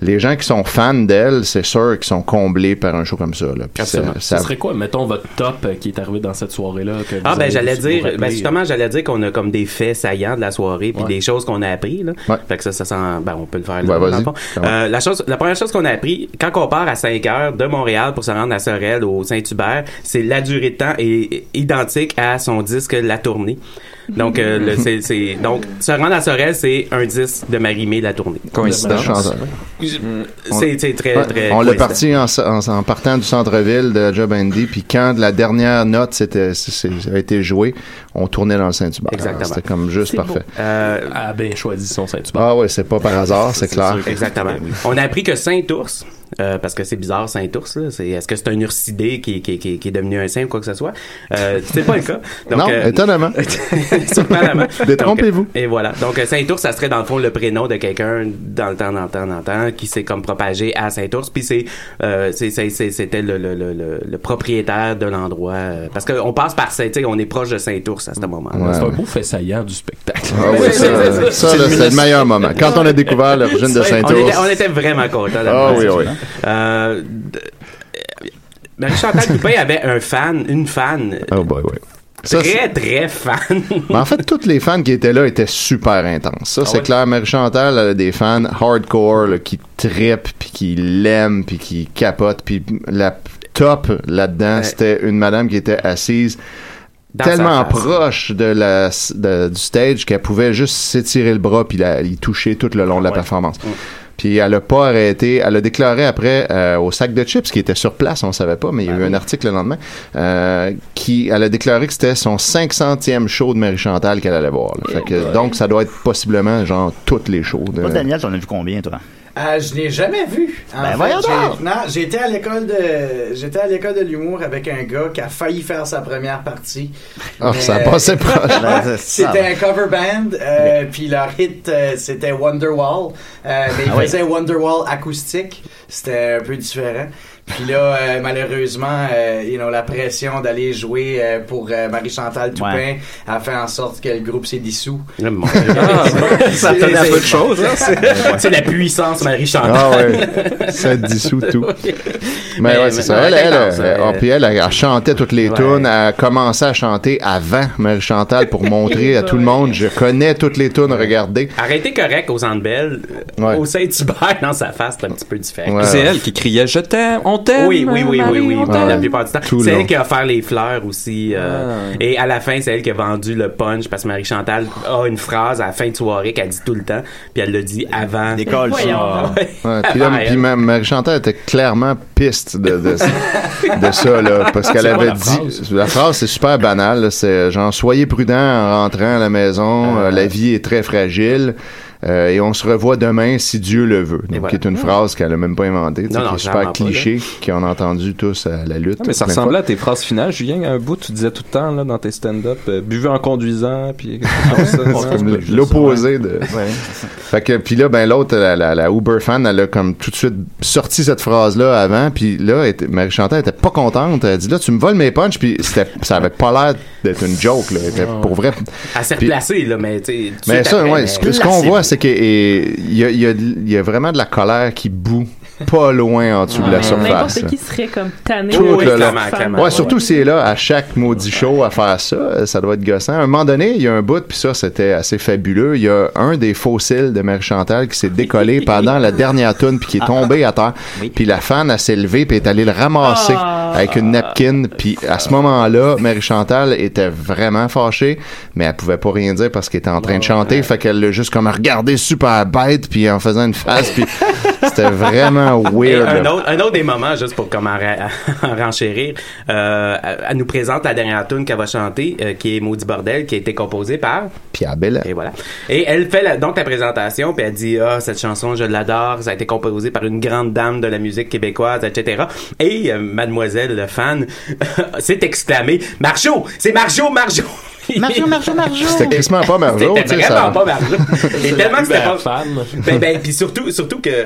[SPEAKER 4] Les gens qui sont fans d'elle, c'est sûr qu'ils sont comblés par un show comme ça. Là. Puis
[SPEAKER 8] Absolument.
[SPEAKER 4] ça-
[SPEAKER 8] Ça
[SPEAKER 4] ça-
[SPEAKER 8] serait quoi, mettons, votre top euh, qui est arrivé dans cette soirée-là? que
[SPEAKER 10] Ah
[SPEAKER 8] vous
[SPEAKER 10] ben
[SPEAKER 8] avez
[SPEAKER 10] j'allais
[SPEAKER 8] su vous
[SPEAKER 10] dire,
[SPEAKER 8] rappeler,
[SPEAKER 10] ben,
[SPEAKER 8] euh,
[SPEAKER 10] justement j'allais dire qu'on a comme des faits saillants de la soirée puis
[SPEAKER 8] Ouais.
[SPEAKER 10] des choses qu'on a appris là.
[SPEAKER 4] Ouais.
[SPEAKER 10] Fait que ça ça sent ben on peut le faire là,
[SPEAKER 4] Ouais, vas-y.
[SPEAKER 10] dans le fond.
[SPEAKER 4] Ouais.
[SPEAKER 10] Euh, la chose la première chose qu'on a appris quand on part à 5 heures de Montréal pour se rendre à Sorel au Saint-Hubert, c'est la durée de temps est identique à son disque La Tournée. Donc euh, le- c'est c'est- donc se rendre à Sorel c'est un disque de Marie-Mé La Tournée.
[SPEAKER 4] Coïncidence. Chanteur.
[SPEAKER 10] C'est c'est très
[SPEAKER 4] Ouais,
[SPEAKER 10] très
[SPEAKER 4] on l'a
[SPEAKER 10] coïncident.
[SPEAKER 4] parti en, en- en partant du centre-ville de Job Andy, puis quand la dernière note c'était, c'est- c'est- a été jouée, on tournait dans le Saint-Hubert.
[SPEAKER 10] Exactement.
[SPEAKER 4] C'était comme juste parfait.
[SPEAKER 8] Euh,
[SPEAKER 10] Euh,
[SPEAKER 8] a bien choisi son Saint-Hubert.
[SPEAKER 4] Ah ouais, c'est pas par hasard, c'est clair.
[SPEAKER 10] Exactement. On a appris que Saint-Ours, euh, parce que c'est bizarre Saint-Ours, là, c'est, est-ce que c'est un ursidé qui, qui, qui, qui est devenu un saint ou quoi que ce soit? Euh, c'est pas le cas. Donc,
[SPEAKER 4] non,
[SPEAKER 10] euh,
[SPEAKER 4] étonnamment.
[SPEAKER 10] surprenamment.
[SPEAKER 4] Détrompez-vous.
[SPEAKER 10] Donc, euh, Et voilà. Donc, euh, Saint-Ours, ça serait dans le fond le prénom de quelqu'un dans le temps, dans le temps, dans le temps, qui s'est comme propagé à Saint-Ours. Puis c'est, euh, c'est- c'est- c'est- c'était le, le, le, le- le propriétaire de l'endroit. euh, Parce qu'on passe par Saint, tu sais, on est proche de Saint-Ours à ce moment-là.
[SPEAKER 4] Ouais.
[SPEAKER 8] C'est un beau fait saillant du spectacle.
[SPEAKER 4] Ah ouais, ça, ça, là, c'est le meilleur moment. Quand on a découvert l'origine de
[SPEAKER 10] Ouais, on
[SPEAKER 4] Saint-Ours.
[SPEAKER 10] était- On était vraiment contents.
[SPEAKER 4] Ah
[SPEAKER 10] d'avoir
[SPEAKER 4] oui,
[SPEAKER 10] ça.
[SPEAKER 4] oui.
[SPEAKER 10] Euh, d- euh, Marie-Chantal Toupin avait un fan, une fan,
[SPEAKER 4] Oh boy, oui. Ça,
[SPEAKER 10] très, très fan.
[SPEAKER 4] Mais en fait, toutes les fans qui étaient là étaient super intenses. Ça,
[SPEAKER 10] Ah
[SPEAKER 4] c'est
[SPEAKER 10] ouais?
[SPEAKER 4] clair. Marie-Chantal, elle a des fans hardcore là, qui trippent, puis qui l'aiment, puis qui capotent. Puis la top là-dedans,
[SPEAKER 10] Ouais.
[SPEAKER 4] c'était une madame qui était assise
[SPEAKER 10] Dans sa
[SPEAKER 4] tellement
[SPEAKER 10] face.
[SPEAKER 4] proche de la, de- du stage qu'elle pouvait juste s'étirer le bras puis la, y toucher tout le long de la performance.
[SPEAKER 3] Mm.
[SPEAKER 4] Puis elle a pas arrêté. Elle a déclaré après euh, au sac de chips qui était sur place, on savait pas, mais il
[SPEAKER 3] Ah
[SPEAKER 4] y a eu un article le lendemain euh, qui elle a déclaré que c'était son 500e show de Marie Chantal qu'elle allait voir. là. Fait que, donc ça doit être possiblement genre toutes les shows. De...
[SPEAKER 3] Eh Toi, Daniel, t'en as vu combien, toi?
[SPEAKER 7] Ah, je n'ai jamais vu. En
[SPEAKER 3] Ben,
[SPEAKER 7] fait,
[SPEAKER 3] voyons
[SPEAKER 7] j'ai-
[SPEAKER 3] donc.
[SPEAKER 7] Non, j'étais à l'école de j'étais à l'école de l'humour avec un gars qui a failli faire sa première partie.
[SPEAKER 4] Ah,
[SPEAKER 7] Mais,
[SPEAKER 4] ça
[SPEAKER 7] euh,
[SPEAKER 4] passait pas. Ben, c'est ça.
[SPEAKER 7] C'était un cover band, euh, puis leur hit euh, c'était Wonderwall, euh, mais ils
[SPEAKER 3] Ah oui.
[SPEAKER 7] faisaient Wonderwall acoustique. C'était un peu différent. Puis là, euh, malheureusement, euh, you know, la pression d'aller jouer euh, pour euh, Marie-Chantal Toupin
[SPEAKER 10] Ouais.
[SPEAKER 7] a fait en sorte que le groupe s'est dissous.
[SPEAKER 10] Ah,
[SPEAKER 7] Ah,
[SPEAKER 4] Ah,
[SPEAKER 10] ça tenait à peu de choses. hein.
[SPEAKER 7] Ouais.
[SPEAKER 10] C'est c'est la puissance Marie-Chantal.
[SPEAKER 4] Ah ouais, ça dissout tout. Mais, ouais, c'est ça. Elle, elle,
[SPEAKER 10] intense,
[SPEAKER 4] elle,
[SPEAKER 10] euh,
[SPEAKER 4] oh, puis elle, elle chantait toutes les tunes. Elle commençait à chanter avant Marie-Chantal pour montrer à tout le monde, je connais toutes les tunes, regardez.
[SPEAKER 10] Arrêtez correct aux Andes-Belles, euh,
[SPEAKER 4] Ouais.
[SPEAKER 10] au Saint-Hubert, dans sa face, c'est un petit peu différent.
[SPEAKER 4] Ouais. C'est elle
[SPEAKER 10] qui criait Je t'aime, on t'aime. Oui, oui, oui,
[SPEAKER 6] Marie,
[SPEAKER 10] oui, oui,
[SPEAKER 6] on
[SPEAKER 10] oui, la
[SPEAKER 6] t'aime.
[SPEAKER 10] plupart du temps.
[SPEAKER 6] Tout
[SPEAKER 10] C'est
[SPEAKER 6] long.
[SPEAKER 10] elle qui a offert les fleurs aussi. euh, Et à la fin, c'est elle qui a vendu le punch parce que Marie-Chantal a une phrase à la fin de soirée qu'elle dit tout le temps, puis elle le dit avant.
[SPEAKER 3] Décolle, ça.
[SPEAKER 10] Ah, ouais.
[SPEAKER 4] Ouais, puis là,
[SPEAKER 10] Avant
[SPEAKER 4] puis
[SPEAKER 10] elle.
[SPEAKER 4] ma- Marie-Chantal était clairement piste de, de, de ça, là, parce qu'elle
[SPEAKER 10] C'est quoi
[SPEAKER 4] avait
[SPEAKER 10] la
[SPEAKER 4] dit... La phrase, c'est super banal, là, c'est euh, genre « Soyez prudent en rentrant à la
[SPEAKER 6] Ah,
[SPEAKER 4] maison, euh, la vie est très fragile, euh, et on se revoit demain si Dieu le veut. » Donc, qui est une phrase qu'elle a même pas inventée, tu sais,
[SPEAKER 6] Non, non,
[SPEAKER 4] qui est
[SPEAKER 6] clairement
[SPEAKER 4] super
[SPEAKER 6] pas, là.
[SPEAKER 4] cliché, qu'on a entendu tous à la lutte.
[SPEAKER 6] Ah, mais ça
[SPEAKER 4] plein de fois.
[SPEAKER 6] ressemblait à tes phrases finales, Julien. À un bout, tu disais tout le temps là, dans tes stand-up, euh, buvez en conduisant, puis quelque chose comme ça.
[SPEAKER 4] C'est comme l'opposé de. Fait que puis là ben l'autre la, la- la Uber fan elle a comme tout de suite sorti cette phrase là avant puis là Marie Chantal était pas contente elle dit là tu me voles mes punches puis c'était ça avait pas l'air d'être une joke là Elle était pour vrai
[SPEAKER 10] Elle s'est
[SPEAKER 4] Puis-
[SPEAKER 10] replacée, là, mais tu sais, tout de
[SPEAKER 4] mais
[SPEAKER 10] suite
[SPEAKER 4] ça
[SPEAKER 10] après,
[SPEAKER 4] ouais
[SPEAKER 10] mais-
[SPEAKER 4] ce que- ce qu'on voit c'est que et, il y a, il y a- il y a vraiment de la colère qui bout pas loin en dessous de la surface.
[SPEAKER 5] N'importe qui serait comme tanné.
[SPEAKER 4] Tout
[SPEAKER 5] de
[SPEAKER 4] le
[SPEAKER 5] cette
[SPEAKER 4] long.
[SPEAKER 5] femme.
[SPEAKER 4] Ouais, surtout si c'est là à chaque maudit show à faire ça, euh, ça doit être gossant. À un moment donné, il y a un bout, puis ça, c'était assez fabuleux. Il y a un des fossiles de Mère Chantal qui s'est décollé pendant la dernière tune puis qui est tombé à terre. Puis la fan, elle s'est levée, puis est allée le ramasser avec une napkin. Puis à ce moment-là, Mère Chantal était vraiment fâchée, mais elle pouvait pas rien dire parce qu'elle était en train de chanter. Fait qu'elle l'a juste comme regardé super bête, puis en faisant une face, puis c'était vraiment
[SPEAKER 10] Et
[SPEAKER 4] weird.
[SPEAKER 10] un,
[SPEAKER 4] là.
[SPEAKER 10] autre, un autre des moments, juste pour comment renchérir, euh, elle- elle nous présente la dernière tune qu'elle va chanter, euh, qui est Maudit Bordel, qui a été composée par
[SPEAKER 4] Pierre Bella.
[SPEAKER 10] Et voilà. Et elle fait la- donc la présentation, puis elle dit Ah, cette chanson, je l'adore, ça a été composé par une grande dame de la musique québécoise, etc. Et euh, mademoiselle, le fan, s'est exclamée Marjo C'est Marjo, Marjo
[SPEAKER 3] Marjo, Marjo, Marjo!
[SPEAKER 4] C'était crissement pas Marjo,
[SPEAKER 10] C'était
[SPEAKER 4] Oh, tu sais,
[SPEAKER 10] vraiment
[SPEAKER 4] ça.
[SPEAKER 10] pas Marjo. Et
[SPEAKER 4] C'est
[SPEAKER 10] tellement
[SPEAKER 4] la
[SPEAKER 10] que c'était pas
[SPEAKER 4] Uber
[SPEAKER 10] femme. Ben, ben, puis surtout, surtout que euh,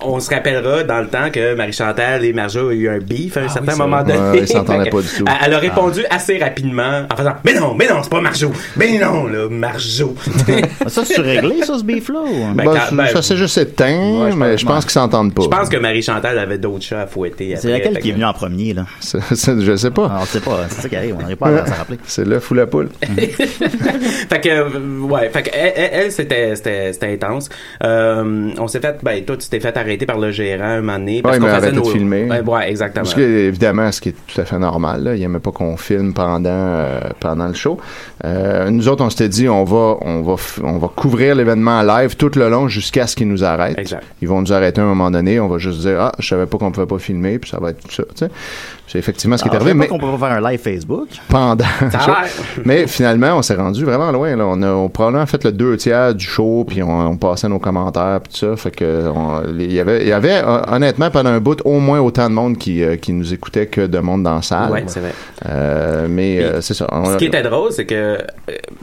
[SPEAKER 10] on se rappellera dans le temps que Marie-Chantal et Marjo ont eu un beef
[SPEAKER 4] Ah
[SPEAKER 10] à un certain
[SPEAKER 4] c'est
[SPEAKER 10] moment
[SPEAKER 4] vrai.
[SPEAKER 10] donné.
[SPEAKER 4] Ouais, ils s'entendaient
[SPEAKER 10] Fait que
[SPEAKER 4] pas du tout.
[SPEAKER 10] Elle, elle a
[SPEAKER 4] Ah.
[SPEAKER 10] répondu assez rapidement en faisant Mais non, mais non, c'est pas Marjo. Mais non, là, Marjo.
[SPEAKER 4] Ah,
[SPEAKER 3] Ça, c'est réglé, ça, ce beef-là? ou-
[SPEAKER 10] Ben,
[SPEAKER 4] Bah,
[SPEAKER 10] quand-
[SPEAKER 4] ça-
[SPEAKER 10] ben,
[SPEAKER 4] ça s'est juste éteint, mais je pense qu'ils s'entendent pas.
[SPEAKER 10] Je pense que Marie-Chantal avait d'autres chats à fouetter.
[SPEAKER 4] C'est laquelle qui est
[SPEAKER 3] venue en premier, là? Ah,
[SPEAKER 4] je sais pas.
[SPEAKER 3] on sait pas. C'est ça qui arrive. On n'arrive pas à s'en rappeler.
[SPEAKER 4] C'est le fou la poule.
[SPEAKER 10] fait que, euh, ouais, fait que, elle, elle, elle, c'était, c'était, c'était intense. Euh, on s'est fait, ben, toi, tu t'es fait arrêter par le gérant un moment donné.
[SPEAKER 4] Ouais, il
[SPEAKER 10] qu'on
[SPEAKER 4] m'a
[SPEAKER 10] faisait
[SPEAKER 4] arrêté de filmer.
[SPEAKER 10] Ouais, ouais, exactement.
[SPEAKER 4] Parce que, évidemment, ce qui est tout à fait normal, là, il n'aimait pas qu'on filme pendant, euh, pendant le show. Euh, nous autres, on s'était dit, on va, on va, f- on va couvrir l'événement en live tout le long jusqu'à ce qu'ils nous arrêtent. Ils vont nous arrêter à un moment donné, on va juste dire, ah, je savais pas qu'on pouvait pas filmer, puis ça va être ça, tu sais. C'est effectivement ce qui est
[SPEAKER 10] Ah,
[SPEAKER 3] Alors, je
[SPEAKER 4] arrivé,
[SPEAKER 3] sais
[SPEAKER 4] mais
[SPEAKER 3] Ah, pas qu'on peut pas faire un live Facebook.
[SPEAKER 4] pendant le
[SPEAKER 3] Ça a
[SPEAKER 4] show.
[SPEAKER 3] l'air.
[SPEAKER 4] Mais finalement, on s'est rendu vraiment loin. Là. On a on a probablement fait le deux tiers du show, puis on, on passait nos commentaires, puis tout ça. Fait que on- il y avait, il y avait euh, honnêtement pendant un bout au moins autant de monde qui, euh, qui nous écoutait que de monde dans la salle.
[SPEAKER 10] Ouais, c'est vrai.
[SPEAKER 4] Euh, mais euh, c'est ça. On-
[SPEAKER 10] Ce qui était drôle, c'est que euh,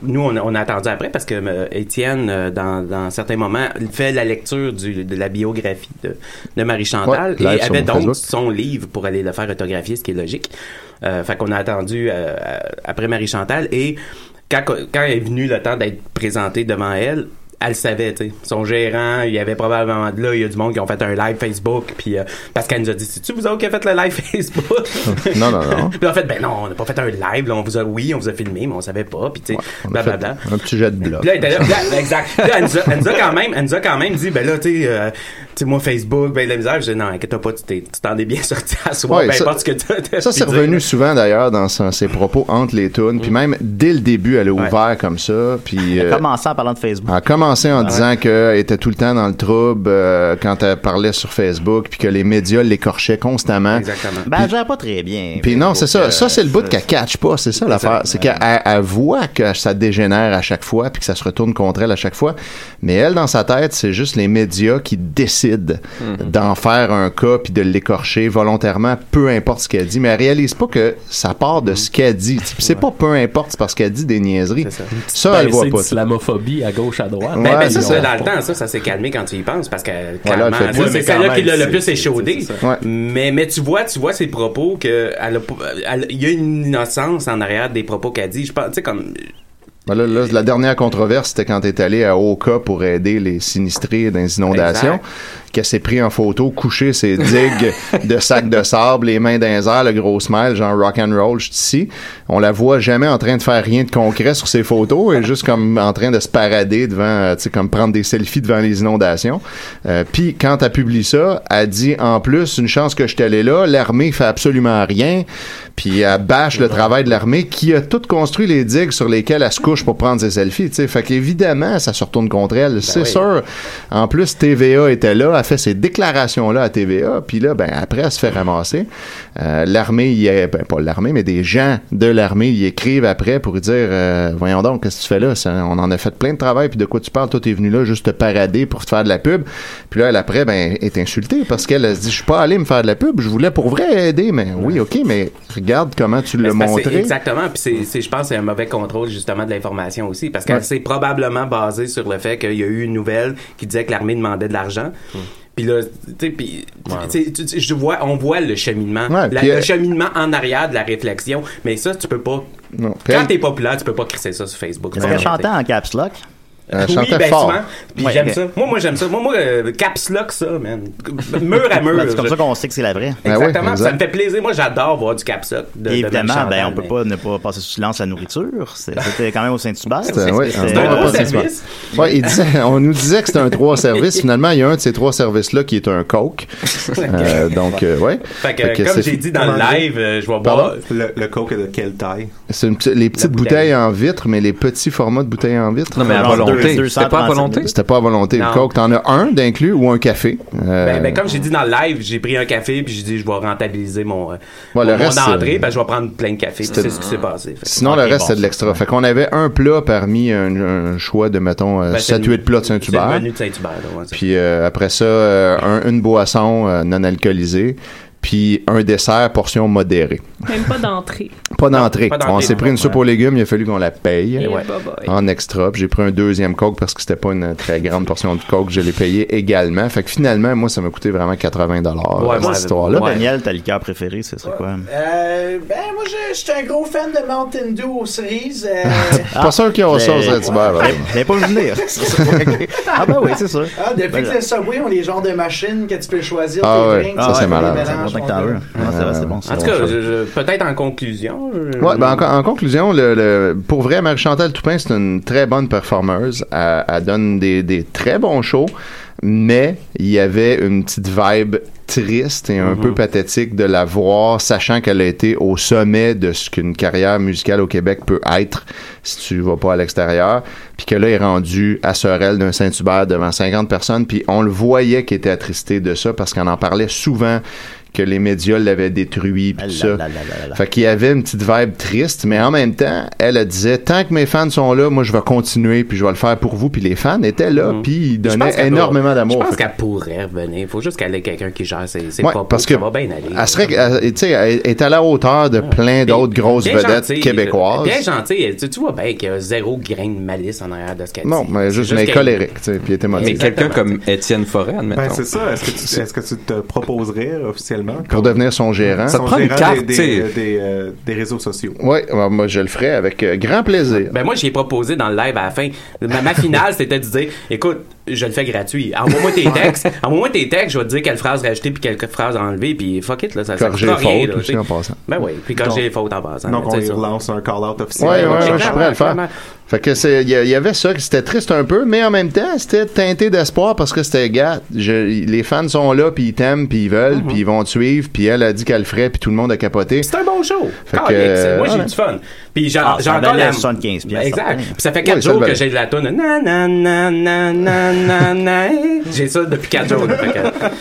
[SPEAKER 10] nous, on, a- on a attendu après parce que euh, Étienne, euh, dans, dans certains moments, il fait la lecture du- de la biographie de, de Marie-Chantal
[SPEAKER 4] Ouais, live
[SPEAKER 10] et avait
[SPEAKER 4] sur
[SPEAKER 10] donc
[SPEAKER 4] Facebook.
[SPEAKER 10] son livre pour aller le faire autographier, ce qui est logique. Euh, fait qu'on a attendu euh, euh, après Marie-Chantal et quand, quand est venu le temps d'être présenté devant elle, elle le savait, tu sais. Son gérant, il y avait probablement de là, il y a du monde qui ont fait un live Facebook, puis euh, parce qu'elle nous a dit, c'est-tu vous autres qui avez fait le live Facebook?
[SPEAKER 4] Non, non, non.
[SPEAKER 10] Puis en fait, ben non, on n'a pas fait un live. là, on vous a, oui, on vous a filmé, mais on savait pas. Puis tu sais, blablabla.
[SPEAKER 4] Un petit jet de bloc.
[SPEAKER 10] Puis là, elle était là, puis là, ben, exact. Puis là, elle nous a, elle nous a quand même, elle nous a quand même dit, ben là, tu sais, euh, tu sais, moi, Facebook, ben de la misère. Je dis, non, inquiète-toi pas, tu t'es- tu t'en es bien sorti à soi,
[SPEAKER 4] Ouais,
[SPEAKER 10] peu
[SPEAKER 4] ça-
[SPEAKER 10] importe ce que tu as
[SPEAKER 4] Ça, c'est revenu souvent d'ailleurs dans son- ses propos entre les tunes,
[SPEAKER 10] Mm.
[SPEAKER 4] puis même dès le début, elle a ouvert comme ça. Puis,
[SPEAKER 3] Elle
[SPEAKER 4] euh,
[SPEAKER 3] a commencé en parlant de Facebook.
[SPEAKER 4] Elle a commencé en
[SPEAKER 3] Ah ouais.
[SPEAKER 4] disant qu'elle était tout le temps dans le trouble euh, quand elle parlait sur Facebook, puis que les médias l'écorchaient constamment.
[SPEAKER 10] Exactement.
[SPEAKER 3] Ben, elle gère pas très bien.
[SPEAKER 4] hein? Puis non, c'est ça.
[SPEAKER 3] Facebook,
[SPEAKER 4] Ça, c'est le
[SPEAKER 3] euh,
[SPEAKER 4] bout qu'elle catch pas. C'est ça l'affaire. C'est qu'elle elle voit que ça dégénère à chaque fois puis que ça se retourne contre elle à chaque fois. Mais elle, dans sa tête, c'est juste les médias qui décident
[SPEAKER 12] Mhm.
[SPEAKER 4] d'en faire un cas puis de l'écorcher volontairement, peu importe ce qu'elle dit. Mais elle réalise pas que ça part de ce qu'elle dit. Puis c'est pas peu importe, c'est parce qu'elle dit des niaiseries. Ça,
[SPEAKER 12] Ben,
[SPEAKER 4] elle voit pas.
[SPEAKER 12] l'islamophobie à gauche, à droite.
[SPEAKER 10] Ben, ben, ça, ça, dans le temps, ça, ça s'est calmé quand tu y penses, parce que clairement,
[SPEAKER 12] elle fait
[SPEAKER 10] ça,
[SPEAKER 12] plus,
[SPEAKER 10] c'est
[SPEAKER 12] mais
[SPEAKER 10] celle-là
[SPEAKER 12] quand
[SPEAKER 10] qui l'a
[SPEAKER 12] même,
[SPEAKER 10] le plus
[SPEAKER 12] c'est-
[SPEAKER 10] échaudé. Mais, mais tu vois, tu vois ses propos que elle a pas- elle- il y a une innocence en arrière des propos qu'elle dit. Je pense, tu sais, comme
[SPEAKER 4] Ben là, là, la dernière controverse, c'était quand t'es allé à Oka pour aider les sinistrés dans les inondations,
[SPEAKER 10] Exact.
[SPEAKER 4] qu'elle s'est pris en photo, couché ses digues de sacs de sable, les mains dans les airs, le gros smile, genre rock and roll, je suis ici. On la voit jamais en train de faire rien de concret sur ses photos, elle est juste comme en train de se parader devant, euh, tu sais, comme prendre des selfies devant les inondations. Euh, Puis quand elle publie ça, elle dit en plus une chance que je suis allé là, l'armée fait absolument rien. Puis elle bâche le travail de l'armée qui a tout construit les digues sur lesquelles elle se couche pour prendre ses selfies. tu sais. Fait qu'évidemment, ça se retourne contre elle, c'est
[SPEAKER 12] oui.
[SPEAKER 4] sûr. En plus, TVA était là, a fait ces déclarations-là à TVA, puis là, ben après, elle se fait ramasser. Euh, l'armée, y est, ben, pas l'armée, mais des gens de l'armée y écrivent après pour dire euh, Voyons donc, qu'est-ce que tu fais là? Ça, on en a fait plein de travail, puis de quoi tu parles, toi t'es venu là juste te parader pour te faire de la pub. Puis là, elle après, ben, est insultée parce qu'elle elle se dit Je suis pas allé me faire de la pub, je voulais pour vrai aider, mais oui, ok, mais regarde comment tu l'as
[SPEAKER 10] Ben, C'est parce que c'est-
[SPEAKER 4] montré.
[SPEAKER 10] Exactement. Puis c'est- c'est- je pense que c'est un mauvais contrôle justement de l'information aussi. Parce
[SPEAKER 4] Ouais.
[SPEAKER 10] qu'elle s'est probablement basée sur le fait qu'il y a eu une nouvelle qui disait que l'armée demandait de l'argent. Puis là, tu sais, puis, tu- tu- tu- tu- je vois, on voit le cheminement,
[SPEAKER 4] Ouais,
[SPEAKER 10] La-
[SPEAKER 4] puis euh,
[SPEAKER 10] le
[SPEAKER 4] elle-
[SPEAKER 10] cheminement en arrière de la réflexion. Mais ça, tu peux pas.
[SPEAKER 4] Non. Puis
[SPEAKER 10] Quand
[SPEAKER 4] elle-
[SPEAKER 10] t'es populaire, tu peux pas crisser ça sur Facebook.
[SPEAKER 3] Est-ce
[SPEAKER 10] Ouais.
[SPEAKER 3] qu'elle chantait en caps lock?
[SPEAKER 4] Elle
[SPEAKER 10] oui,
[SPEAKER 4] Euh, chantait
[SPEAKER 10] ben,
[SPEAKER 4] fort.
[SPEAKER 10] souvent. Puis
[SPEAKER 3] Ouais.
[SPEAKER 10] j'aime ça. Moi, moi j'aime ça. Moi, moi euh, caps lock ça, man. Mur à mur.
[SPEAKER 3] Ben, c'est comme
[SPEAKER 10] je-
[SPEAKER 3] ça qu'on sait que c'est la vraie.
[SPEAKER 4] Ben
[SPEAKER 10] Exactement. Ça me fait plaisir. Moi, j'adore voir du caps lock. de- de
[SPEAKER 3] Évidemment,
[SPEAKER 10] Marie
[SPEAKER 3] ben, on
[SPEAKER 10] Chantal,
[SPEAKER 3] peut
[SPEAKER 10] mais-
[SPEAKER 3] pas ne pas passer sous silence la nourriture. C'est- C'était quand même au Saint-Hubert.
[SPEAKER 4] C'était- ouais, bon repas de service. Ouais, il disait- on nous disait que c'était un trois services. Finalement, il y a un de ces trois services-là qui est un Coke. Euh, donc, euh, ouais.
[SPEAKER 10] Fait que,
[SPEAKER 4] Fait que
[SPEAKER 10] comme
[SPEAKER 4] c'est-
[SPEAKER 10] j'ai dit dans le live, euh, je vais boire.
[SPEAKER 9] Le, le coke est de quelle taille?
[SPEAKER 4] C'est une petite- les petites
[SPEAKER 9] bouteille.
[SPEAKER 4] bouteilles en vitre, mais les petits formats de bouteilles en vitre.
[SPEAKER 9] Non, mais à
[SPEAKER 4] Genre
[SPEAKER 9] volonté.
[SPEAKER 4] deux-
[SPEAKER 9] C'était pas à
[SPEAKER 4] 237.
[SPEAKER 9] volonté?
[SPEAKER 4] C'était pas à volonté.
[SPEAKER 10] Non.
[SPEAKER 4] Le Coke, t'en as un d'inclus ou un café. Euh,
[SPEAKER 10] Ben, ben, comme j'ai dit dans le live, j'ai pris un café puis j'ai dit je vais rentabiliser mon, euh,
[SPEAKER 4] Ouais, le
[SPEAKER 10] mon
[SPEAKER 4] reste,
[SPEAKER 10] entrée,
[SPEAKER 4] euh,
[SPEAKER 10] ben, je vais prendre plein de café. Puis
[SPEAKER 4] c'était-
[SPEAKER 10] C'est ce qui s'est passé. Fait que-
[SPEAKER 4] Sinon, le reste, c'est de l'extra. Fait qu'on avait un plat parmi un, un choix de, mettons,
[SPEAKER 10] Ben, c'est
[SPEAKER 4] 7-8
[SPEAKER 10] le-
[SPEAKER 4] euh, plats de
[SPEAKER 10] C'est le
[SPEAKER 4] Saint-Hubert.
[SPEAKER 10] menu de Saint-Hubert. là, ouais, c'est-
[SPEAKER 4] Puis euh, après ça, euh, un- une boisson euh, non alcoolisée. Puis un dessert, portion modérée.
[SPEAKER 5] Même pas d'entrée.
[SPEAKER 4] Pas d'entrée.
[SPEAKER 5] pas d'entrée,
[SPEAKER 4] On s'est
[SPEAKER 5] non,
[SPEAKER 4] pris une soupe aux légumes, il a fallu qu'on la paye
[SPEAKER 5] Et ouais. bye bye.
[SPEAKER 4] en extra. Puis j'ai pris un deuxième coke parce que c'était pas une très grande portion de coke. Je l'ai payé également. Fait que finalement, moi, ça m'a coûté vraiment 80 dollars ah, euh, cette histoire-là. ben,
[SPEAKER 3] Toi, Daniel, ta liqueur préférée, ce serait quoi?
[SPEAKER 7] Euh, ben, moi, je je suis un gros fan de Mountain Dew aux cerises. euh,
[SPEAKER 4] pas sûr qu'il y
[SPEAKER 3] Ah,
[SPEAKER 4] aura ça aux Saint-Hubert. par exemple.
[SPEAKER 3] Mais pas venir. ah, ben oui, c'est sûr.
[SPEAKER 7] Ah, depuis
[SPEAKER 3] Ben,
[SPEAKER 7] que c'est le Subway, on est les genres de machines que tu peux choisir
[SPEAKER 4] Ah
[SPEAKER 7] tes
[SPEAKER 4] ouais,
[SPEAKER 7] drinks.
[SPEAKER 4] ça,
[SPEAKER 7] tu
[SPEAKER 4] c'est
[SPEAKER 7] peux les
[SPEAKER 4] malade.
[SPEAKER 7] mélanges,
[SPEAKER 3] C'est bon,
[SPEAKER 7] mon
[SPEAKER 3] tant que
[SPEAKER 7] gars.
[SPEAKER 3] Ah, t'as eu. Non, ça va, c'est bon.
[SPEAKER 10] En tout cas, je- je- peut-être en conclusion. je-
[SPEAKER 4] Ouais, ben, en, en conclusion, le, le- pour vrai, Marie-Chantal Toupin, c'est une très bonne performeuse. Elle, elle donne des, des très bons shows, mais il y avait une petite vibe triste et un peu pathétique de la voir, sachant qu'elle a été au sommet de ce qu'une carrière musicale au Québec peut être si tu vas pas à l'extérieur, puis que là, il est rendu à Sorel d'un Saint-Hubert devant 50 personnes, puis on le voyait qu'il était attristé de ça parce qu'on en parlait souvent que les médias l'avaient détruit, puis tout
[SPEAKER 10] Ah,
[SPEAKER 4] ça. Fait qu'il y avait une petite vibe triste, mais en même temps, elle elle disait tant que mes fans sont là, moi je vais continuer puis je vais le faire pour vous. Puis les fans étaient là, puis ils
[SPEAKER 10] Mhm. Je pense
[SPEAKER 4] donnaient
[SPEAKER 10] qu'elle
[SPEAKER 4] énormément
[SPEAKER 10] doit-
[SPEAKER 4] d'amour.
[SPEAKER 10] Je pense
[SPEAKER 4] Fait
[SPEAKER 10] qu'elle pourrait revenir. Il faut juste qu'elle ait quelqu'un qui gère ses, ses
[SPEAKER 4] Ouais,
[SPEAKER 10] propos,
[SPEAKER 4] parce que
[SPEAKER 10] ça va bien aller. Ah.
[SPEAKER 4] elle serait, elle- tu sais, elle est à la hauteur de plein d'autres grosses
[SPEAKER 10] Bien
[SPEAKER 4] vedettes
[SPEAKER 10] gentille,
[SPEAKER 4] québécoises.
[SPEAKER 10] Bien gentille. Tu, tu vois bien qu'il y a zéro grain de malice en arrière de ce qu'elle dit.
[SPEAKER 4] Non, mais juste,
[SPEAKER 10] C'est
[SPEAKER 4] mais
[SPEAKER 10] qu'elle-
[SPEAKER 4] colérique, tu sais, puis elle était motivée.
[SPEAKER 6] Mais quelqu'un comme Étienne Forêt, admettons.
[SPEAKER 9] Ben, c'est ça. Est-ce que, tu, est-ce que tu te proposerais euh, officiellement
[SPEAKER 4] Pour devenir son gérant.
[SPEAKER 9] Son gérant des, des, des, euh, des réseaux sociaux?
[SPEAKER 4] Oui, moi je le ferais avec euh, grand plaisir.
[SPEAKER 10] Ben moi, j'ai proposé dans le live à la fin. Ma, ma finale, c'était de dire, écoute, je le fais gratuit. Envoie-moi tes textes. Envoie-moi tes textes, je vais te dire quelle phrase rajouter puis quelle phrase enlever puis fuck it là, ça ça
[SPEAKER 4] Corriger
[SPEAKER 10] coûtera
[SPEAKER 4] les
[SPEAKER 10] rien,
[SPEAKER 4] fautes
[SPEAKER 10] là, tu
[SPEAKER 4] aussi,
[SPEAKER 10] sais.
[SPEAKER 4] en passant.
[SPEAKER 10] Ben oui, puis corriger
[SPEAKER 9] Donc-
[SPEAKER 10] les fautes en passant.
[SPEAKER 9] Donc,
[SPEAKER 10] là,
[SPEAKER 9] on
[SPEAKER 10] tu sais,
[SPEAKER 9] lui
[SPEAKER 10] ça.
[SPEAKER 9] relance un call-out officiel.
[SPEAKER 4] Ouais, ouais,
[SPEAKER 10] clairement,
[SPEAKER 4] je suis
[SPEAKER 9] hein,
[SPEAKER 4] prêt à le faire.
[SPEAKER 10] clairement.
[SPEAKER 4] Fait que c'est, il y, a- il y avait ça, que c'était triste un peu, mais en même temps, c'était teinté d'espoir parce que c'était, gars, je- les fans sont là, puis ils t'aiment, puis ils veulent, puis ils vont te suivre, puis elle a dit qu'elle le ferait, puis tout le monde a capoté.
[SPEAKER 10] C'est un bon show.
[SPEAKER 4] Fait
[SPEAKER 10] Calique,
[SPEAKER 4] que,
[SPEAKER 10] c'est- moi, j'ai
[SPEAKER 4] voilà.
[SPEAKER 10] eu du fun. Puis j'ai
[SPEAKER 4] Ah,
[SPEAKER 10] j'ai
[SPEAKER 4] ça
[SPEAKER 10] encore
[SPEAKER 4] valait
[SPEAKER 10] la... Ben,
[SPEAKER 4] 75 piastres,
[SPEAKER 10] Exact.
[SPEAKER 4] certain.
[SPEAKER 10] Puis ça fait 4
[SPEAKER 4] Oui, ça
[SPEAKER 10] jours
[SPEAKER 4] le
[SPEAKER 10] que
[SPEAKER 4] valait.
[SPEAKER 10] j'ai de la toune. Na, na, na, na, na, na, na. J'ai ça depuis 4 jours. Fait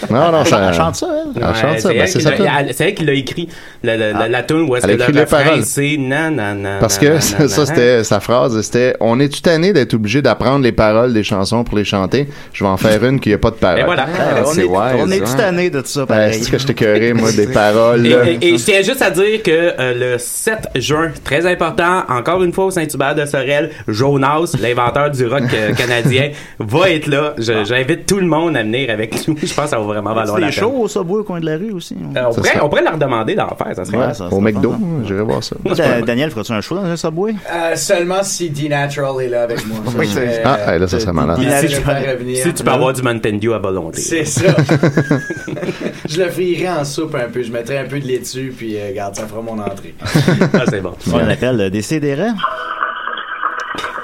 [SPEAKER 10] que-
[SPEAKER 4] Non, non, ça-
[SPEAKER 10] Ouais,
[SPEAKER 4] Elle chante ça, elle? Elle chante
[SPEAKER 10] c'est
[SPEAKER 4] ça, ben,
[SPEAKER 10] elle
[SPEAKER 4] c'est
[SPEAKER 10] qui
[SPEAKER 4] sa
[SPEAKER 10] l'a-
[SPEAKER 4] toune.
[SPEAKER 10] elle- C'est elle qui l'a écrit. La, la, la, la toune où est-ce que
[SPEAKER 4] Elle a écrit
[SPEAKER 10] le
[SPEAKER 4] les
[SPEAKER 10] refrain,
[SPEAKER 4] paroles.
[SPEAKER 10] c'est na, na, na,
[SPEAKER 4] Parce
[SPEAKER 10] na,
[SPEAKER 4] que
[SPEAKER 10] na,
[SPEAKER 4] ça,
[SPEAKER 10] na,
[SPEAKER 4] ça,
[SPEAKER 10] na.
[SPEAKER 4] c'était sa phrase, c'était On est-tu tanné d'être obligé d'apprendre les paroles des chansons pour les chanter Je vais en faire une qui a pas de paroles.
[SPEAKER 10] Et voilà.
[SPEAKER 3] Ah, on
[SPEAKER 4] c'est
[SPEAKER 3] est-
[SPEAKER 4] wise,
[SPEAKER 3] on est
[SPEAKER 4] hein.
[SPEAKER 3] tout tanné de tout ça,
[SPEAKER 4] Ben,
[SPEAKER 3] pareil.
[SPEAKER 4] c'est que je t'écœurais, moi, des paroles.
[SPEAKER 10] Et,
[SPEAKER 4] là.
[SPEAKER 10] et- et je tiens juste à dire que euh, le 7 juin, très important, encore une fois au Saint-Hubert de Sorel, Jonas, l'inventeur du rock euh, canadien, va être là.
[SPEAKER 3] Ah.
[SPEAKER 10] Je- J'invite tout le monde à venir avec nous. Je pense que ça va vraiment valoir
[SPEAKER 3] C'est
[SPEAKER 10] la
[SPEAKER 3] des
[SPEAKER 10] peine.
[SPEAKER 3] shows au Subway au coin de la rue aussi.
[SPEAKER 10] Euh, on,
[SPEAKER 3] Ça
[SPEAKER 10] pourrait,
[SPEAKER 3] serait-
[SPEAKER 10] on pourrait leur demander d'en faire, ça serait
[SPEAKER 3] Ouais,
[SPEAKER 10] bien.
[SPEAKER 3] ça
[SPEAKER 4] Au McDo, j'irai voir ça.
[SPEAKER 3] Toi, Da- Daniel, ferais-tu un show dans un Subway?
[SPEAKER 7] Euh, seulement si D-Natural est là avec moi.
[SPEAKER 3] Oui,
[SPEAKER 7] Euh,
[SPEAKER 4] Ah, hey, là, ça serait malade.
[SPEAKER 7] Puis
[SPEAKER 10] Si
[SPEAKER 7] si
[SPEAKER 10] tu,
[SPEAKER 7] je vais revenir.
[SPEAKER 10] si tu peux avoir du Mountain Dew à volonté.
[SPEAKER 7] C'est ça. je le frierai en soupe un peu. Je mettrai un peu de laitue, puis euh, regarde, ça fera mon entrée.
[SPEAKER 10] Ah, c'est bon.
[SPEAKER 3] On appelle euh, des CDR.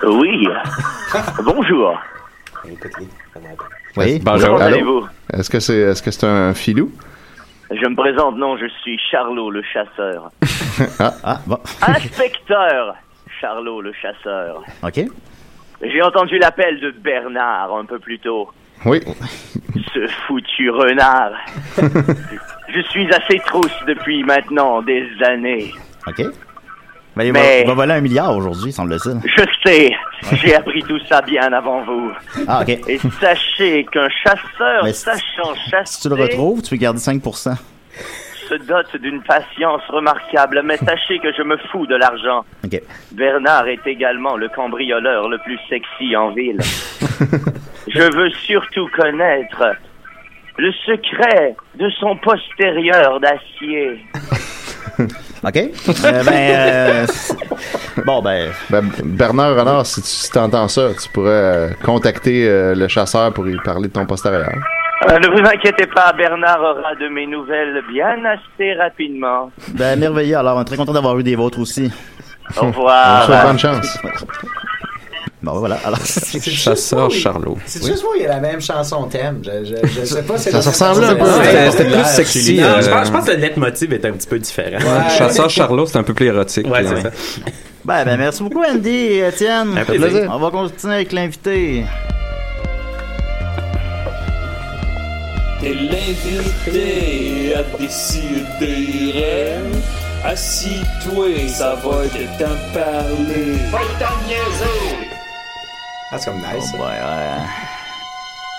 [SPEAKER 11] Oui. Bonjour.
[SPEAKER 4] Oui.
[SPEAKER 11] Bonjour. Comment allez-vous?
[SPEAKER 4] Est-ce que c'est est-ce que c'est un filou?
[SPEAKER 11] Je me présente, non, je suis Charlot le chasseur.
[SPEAKER 4] ah. bon.
[SPEAKER 11] Inspecteur Charlot le chasseur.
[SPEAKER 3] OK.
[SPEAKER 11] J'ai entendu l'appel de Bernard un peu plus tôt.
[SPEAKER 4] Oui.
[SPEAKER 11] Ce foutu renard. je suis à ses trousses depuis maintenant des années.
[SPEAKER 3] OK. Ben, il va-
[SPEAKER 11] Mais-
[SPEAKER 3] il va voler un milliard aujourd'hui, semble-t-il.
[SPEAKER 11] Je sais, j'ai appris tout ça bien avant vous.
[SPEAKER 3] Ah, ok.
[SPEAKER 11] Et sachez qu'un chasseur
[SPEAKER 3] Mais si-
[SPEAKER 11] sachant chasser
[SPEAKER 3] Si tu le retrouves, tu peux garder 5
[SPEAKER 11] se dote d'une patience remarquable, mais sachez que je me fous de l'argent.
[SPEAKER 3] OK.
[SPEAKER 11] Bernard est également le cambrioleur le plus sexy en ville. je veux surtout connaître le secret de son postérieur d'acier.
[SPEAKER 3] OK? Euh, ben, euh, bon, ben.
[SPEAKER 4] Bernard Renard, si tu si t'entends ça, tu pourrais euh, contacter euh, le chasseur pour lui parler de ton postérieur.
[SPEAKER 11] Euh, ne vous inquiétez pas, Bernard aura de mes nouvelles bien assez rapidement.
[SPEAKER 3] ben, merveilleux. Alors, on est très content d'avoir eu des vôtres aussi.
[SPEAKER 11] Au revoir.
[SPEAKER 4] Bonne chance, bonne chance.
[SPEAKER 3] Bon, ben, voilà. Alors,
[SPEAKER 6] Chasseur Charlot.
[SPEAKER 7] C'est juste moi, il y a la même chanson thème. Je, je, je sais pas. c'est-
[SPEAKER 6] C'était c'était plus sexy.
[SPEAKER 10] Non, je,
[SPEAKER 6] euh,
[SPEAKER 10] pense, je pense que le leitmotiv est un petit peu différent.
[SPEAKER 6] ouais, Chasseur Charlot, c'est un peu plus érotique. hein.
[SPEAKER 10] Ouais, c'est ça.
[SPEAKER 3] Ben, ben, merci beaucoup, Andy et Étienne.
[SPEAKER 6] Ça fait plaisir.
[SPEAKER 3] On va continuer avec l'invité.
[SPEAKER 2] T'es l'invité à décider. hein? Assis-toi, ça va être t'en parler. Va t'en niaiser!
[SPEAKER 7] Ah, c'est comme
[SPEAKER 6] Oh,
[SPEAKER 7] nice.
[SPEAKER 3] ouais, ouais.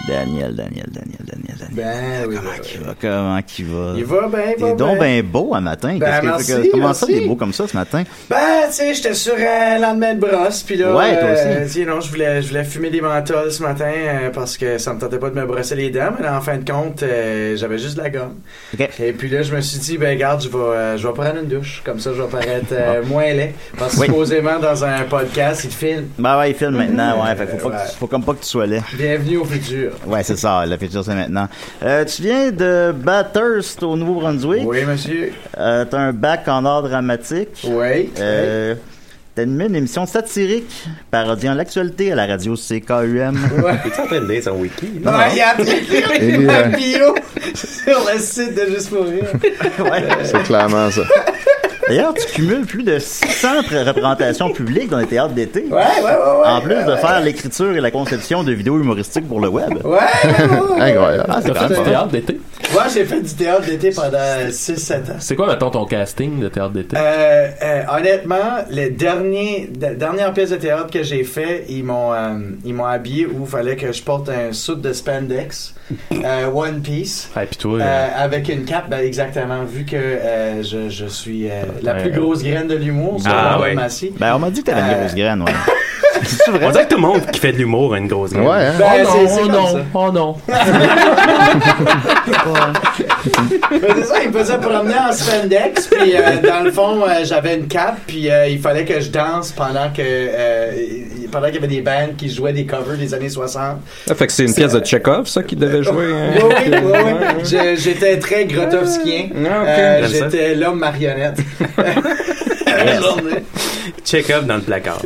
[SPEAKER 3] Daniel, Daniel, Daniel, Daniel, Daniel.
[SPEAKER 7] Ben oui.
[SPEAKER 3] Comment qu'il va? Comment qu'il va?
[SPEAKER 7] Il va bien, il
[SPEAKER 3] T'es
[SPEAKER 7] va
[SPEAKER 3] donc
[SPEAKER 7] bien.
[SPEAKER 3] bien beau à matin.
[SPEAKER 7] Ben,
[SPEAKER 3] Qu'est-ce que-
[SPEAKER 7] merci,
[SPEAKER 3] comment ça,
[SPEAKER 7] merci.
[SPEAKER 3] t'es beau comme ça ce matin?
[SPEAKER 7] Ben, tu sais, j'étais sur un lendemain de brosse, puis là,
[SPEAKER 3] Ouais, toi
[SPEAKER 7] euh, tu sais, non, je voulais, je voulais fumer des menthols ce matin euh, parce que ça me tentait pas de me brosser les dents, mais là, en fin de compte, euh, j'avais juste de la gomme. Et puis là, je me suis dit, ben garde, je vais, euh, je vais prendre une douche, comme ça, je vais paraître
[SPEAKER 6] Ah.
[SPEAKER 7] euh, moins laid. Parce que
[SPEAKER 3] Oui.
[SPEAKER 7] supposément, dans un podcast, ils filment.
[SPEAKER 3] Ben ouais, il filme maintenant, ouais. Fait que faut, pas
[SPEAKER 7] Ouais.
[SPEAKER 3] que tu- faut comme pas que tu sois là.
[SPEAKER 7] Bienvenue au futur.
[SPEAKER 3] Ouais, c'est ça, la future c'est maintenant. Euh, tu viens de Bathurst au Nouveau-Brunswick.
[SPEAKER 7] Oui, monsieur.
[SPEAKER 3] Euh, t'as un bac en art dramatique.
[SPEAKER 7] Oui.
[SPEAKER 3] Euh, T'as animé une émission satirique parodiant l'actualité à la radio CKUM.
[SPEAKER 7] Ouais.
[SPEAKER 10] Es-tu en train de lire son wiki?
[SPEAKER 3] Non, non.
[SPEAKER 7] il y a appliqué
[SPEAKER 3] Et,
[SPEAKER 7] ma
[SPEAKER 3] euh,
[SPEAKER 7] bio sur le site de Juste pour rire.
[SPEAKER 4] euh, C'est clairement ça.
[SPEAKER 3] D'ailleurs, tu cumules plus de 600 pré- représentations publiques dans les théâtres d'été.
[SPEAKER 7] Ouais, ouais, ouais, ouais.
[SPEAKER 3] En plus de faire l'écriture et la conception de vidéos humoristiques pour le web.
[SPEAKER 7] Ouais, ouais, ouais, ouais.
[SPEAKER 3] Incroyable.
[SPEAKER 12] Ah, t'as
[SPEAKER 3] quand
[SPEAKER 12] fait
[SPEAKER 3] même
[SPEAKER 12] du
[SPEAKER 3] pas
[SPEAKER 12] théâtre
[SPEAKER 3] mal.
[SPEAKER 12] d'été?
[SPEAKER 7] Moi, j'ai fait du théâtre d'été pendant 6-7 ans.
[SPEAKER 12] C'est quoi, mettons, ton casting de théâtre d'été?
[SPEAKER 7] Euh, euh, honnêtement, les derniers, de- dernières pièces de théâtre que j'ai fait, ils m'ont, euh, ils m'ont habillé où il fallait que je porte un soute de spandex, euh, One Piece,
[SPEAKER 12] Ah, puis toi,
[SPEAKER 7] euh,
[SPEAKER 12] euh,
[SPEAKER 7] avec une cape, ben, exactement, vu que euh, je, je suis euh, la
[SPEAKER 12] Ouais.
[SPEAKER 7] plus grosse graine de l'humour, c'est
[SPEAKER 10] Ah,
[SPEAKER 7] Laurent
[SPEAKER 10] ouais.
[SPEAKER 7] Massy.
[SPEAKER 3] Ben, on m'a dit que t'avais
[SPEAKER 7] Euh,
[SPEAKER 3] une grosse graine, ouais.
[SPEAKER 10] On dirait que tout le monde qui fait de l'humour a une grosse gueule.
[SPEAKER 3] Ouais, hein?
[SPEAKER 7] Ben,
[SPEAKER 12] oh
[SPEAKER 7] c'est-
[SPEAKER 12] non,
[SPEAKER 7] c'est
[SPEAKER 12] oh
[SPEAKER 7] comme ça.
[SPEAKER 12] non, oh non.
[SPEAKER 7] Ben, c'est ça, il me faisait promener en spandex, puis euh, dans le fond, euh, j'avais une cape, puis euh, il fallait que je danse pendant que euh, il- pendant qu'il y avait des bands qui jouaient des covers des années 60.
[SPEAKER 6] Ah, fait que c'est une pièce de Chekhov, ça, qu'il devait jouer. hein?
[SPEAKER 7] Oui, oui, oui, oui. Je- J'étais très Grotowskien. Euh,
[SPEAKER 10] J'aime ça.
[SPEAKER 7] J'étais l'homme marionnette.
[SPEAKER 10] Check-up dans le placard.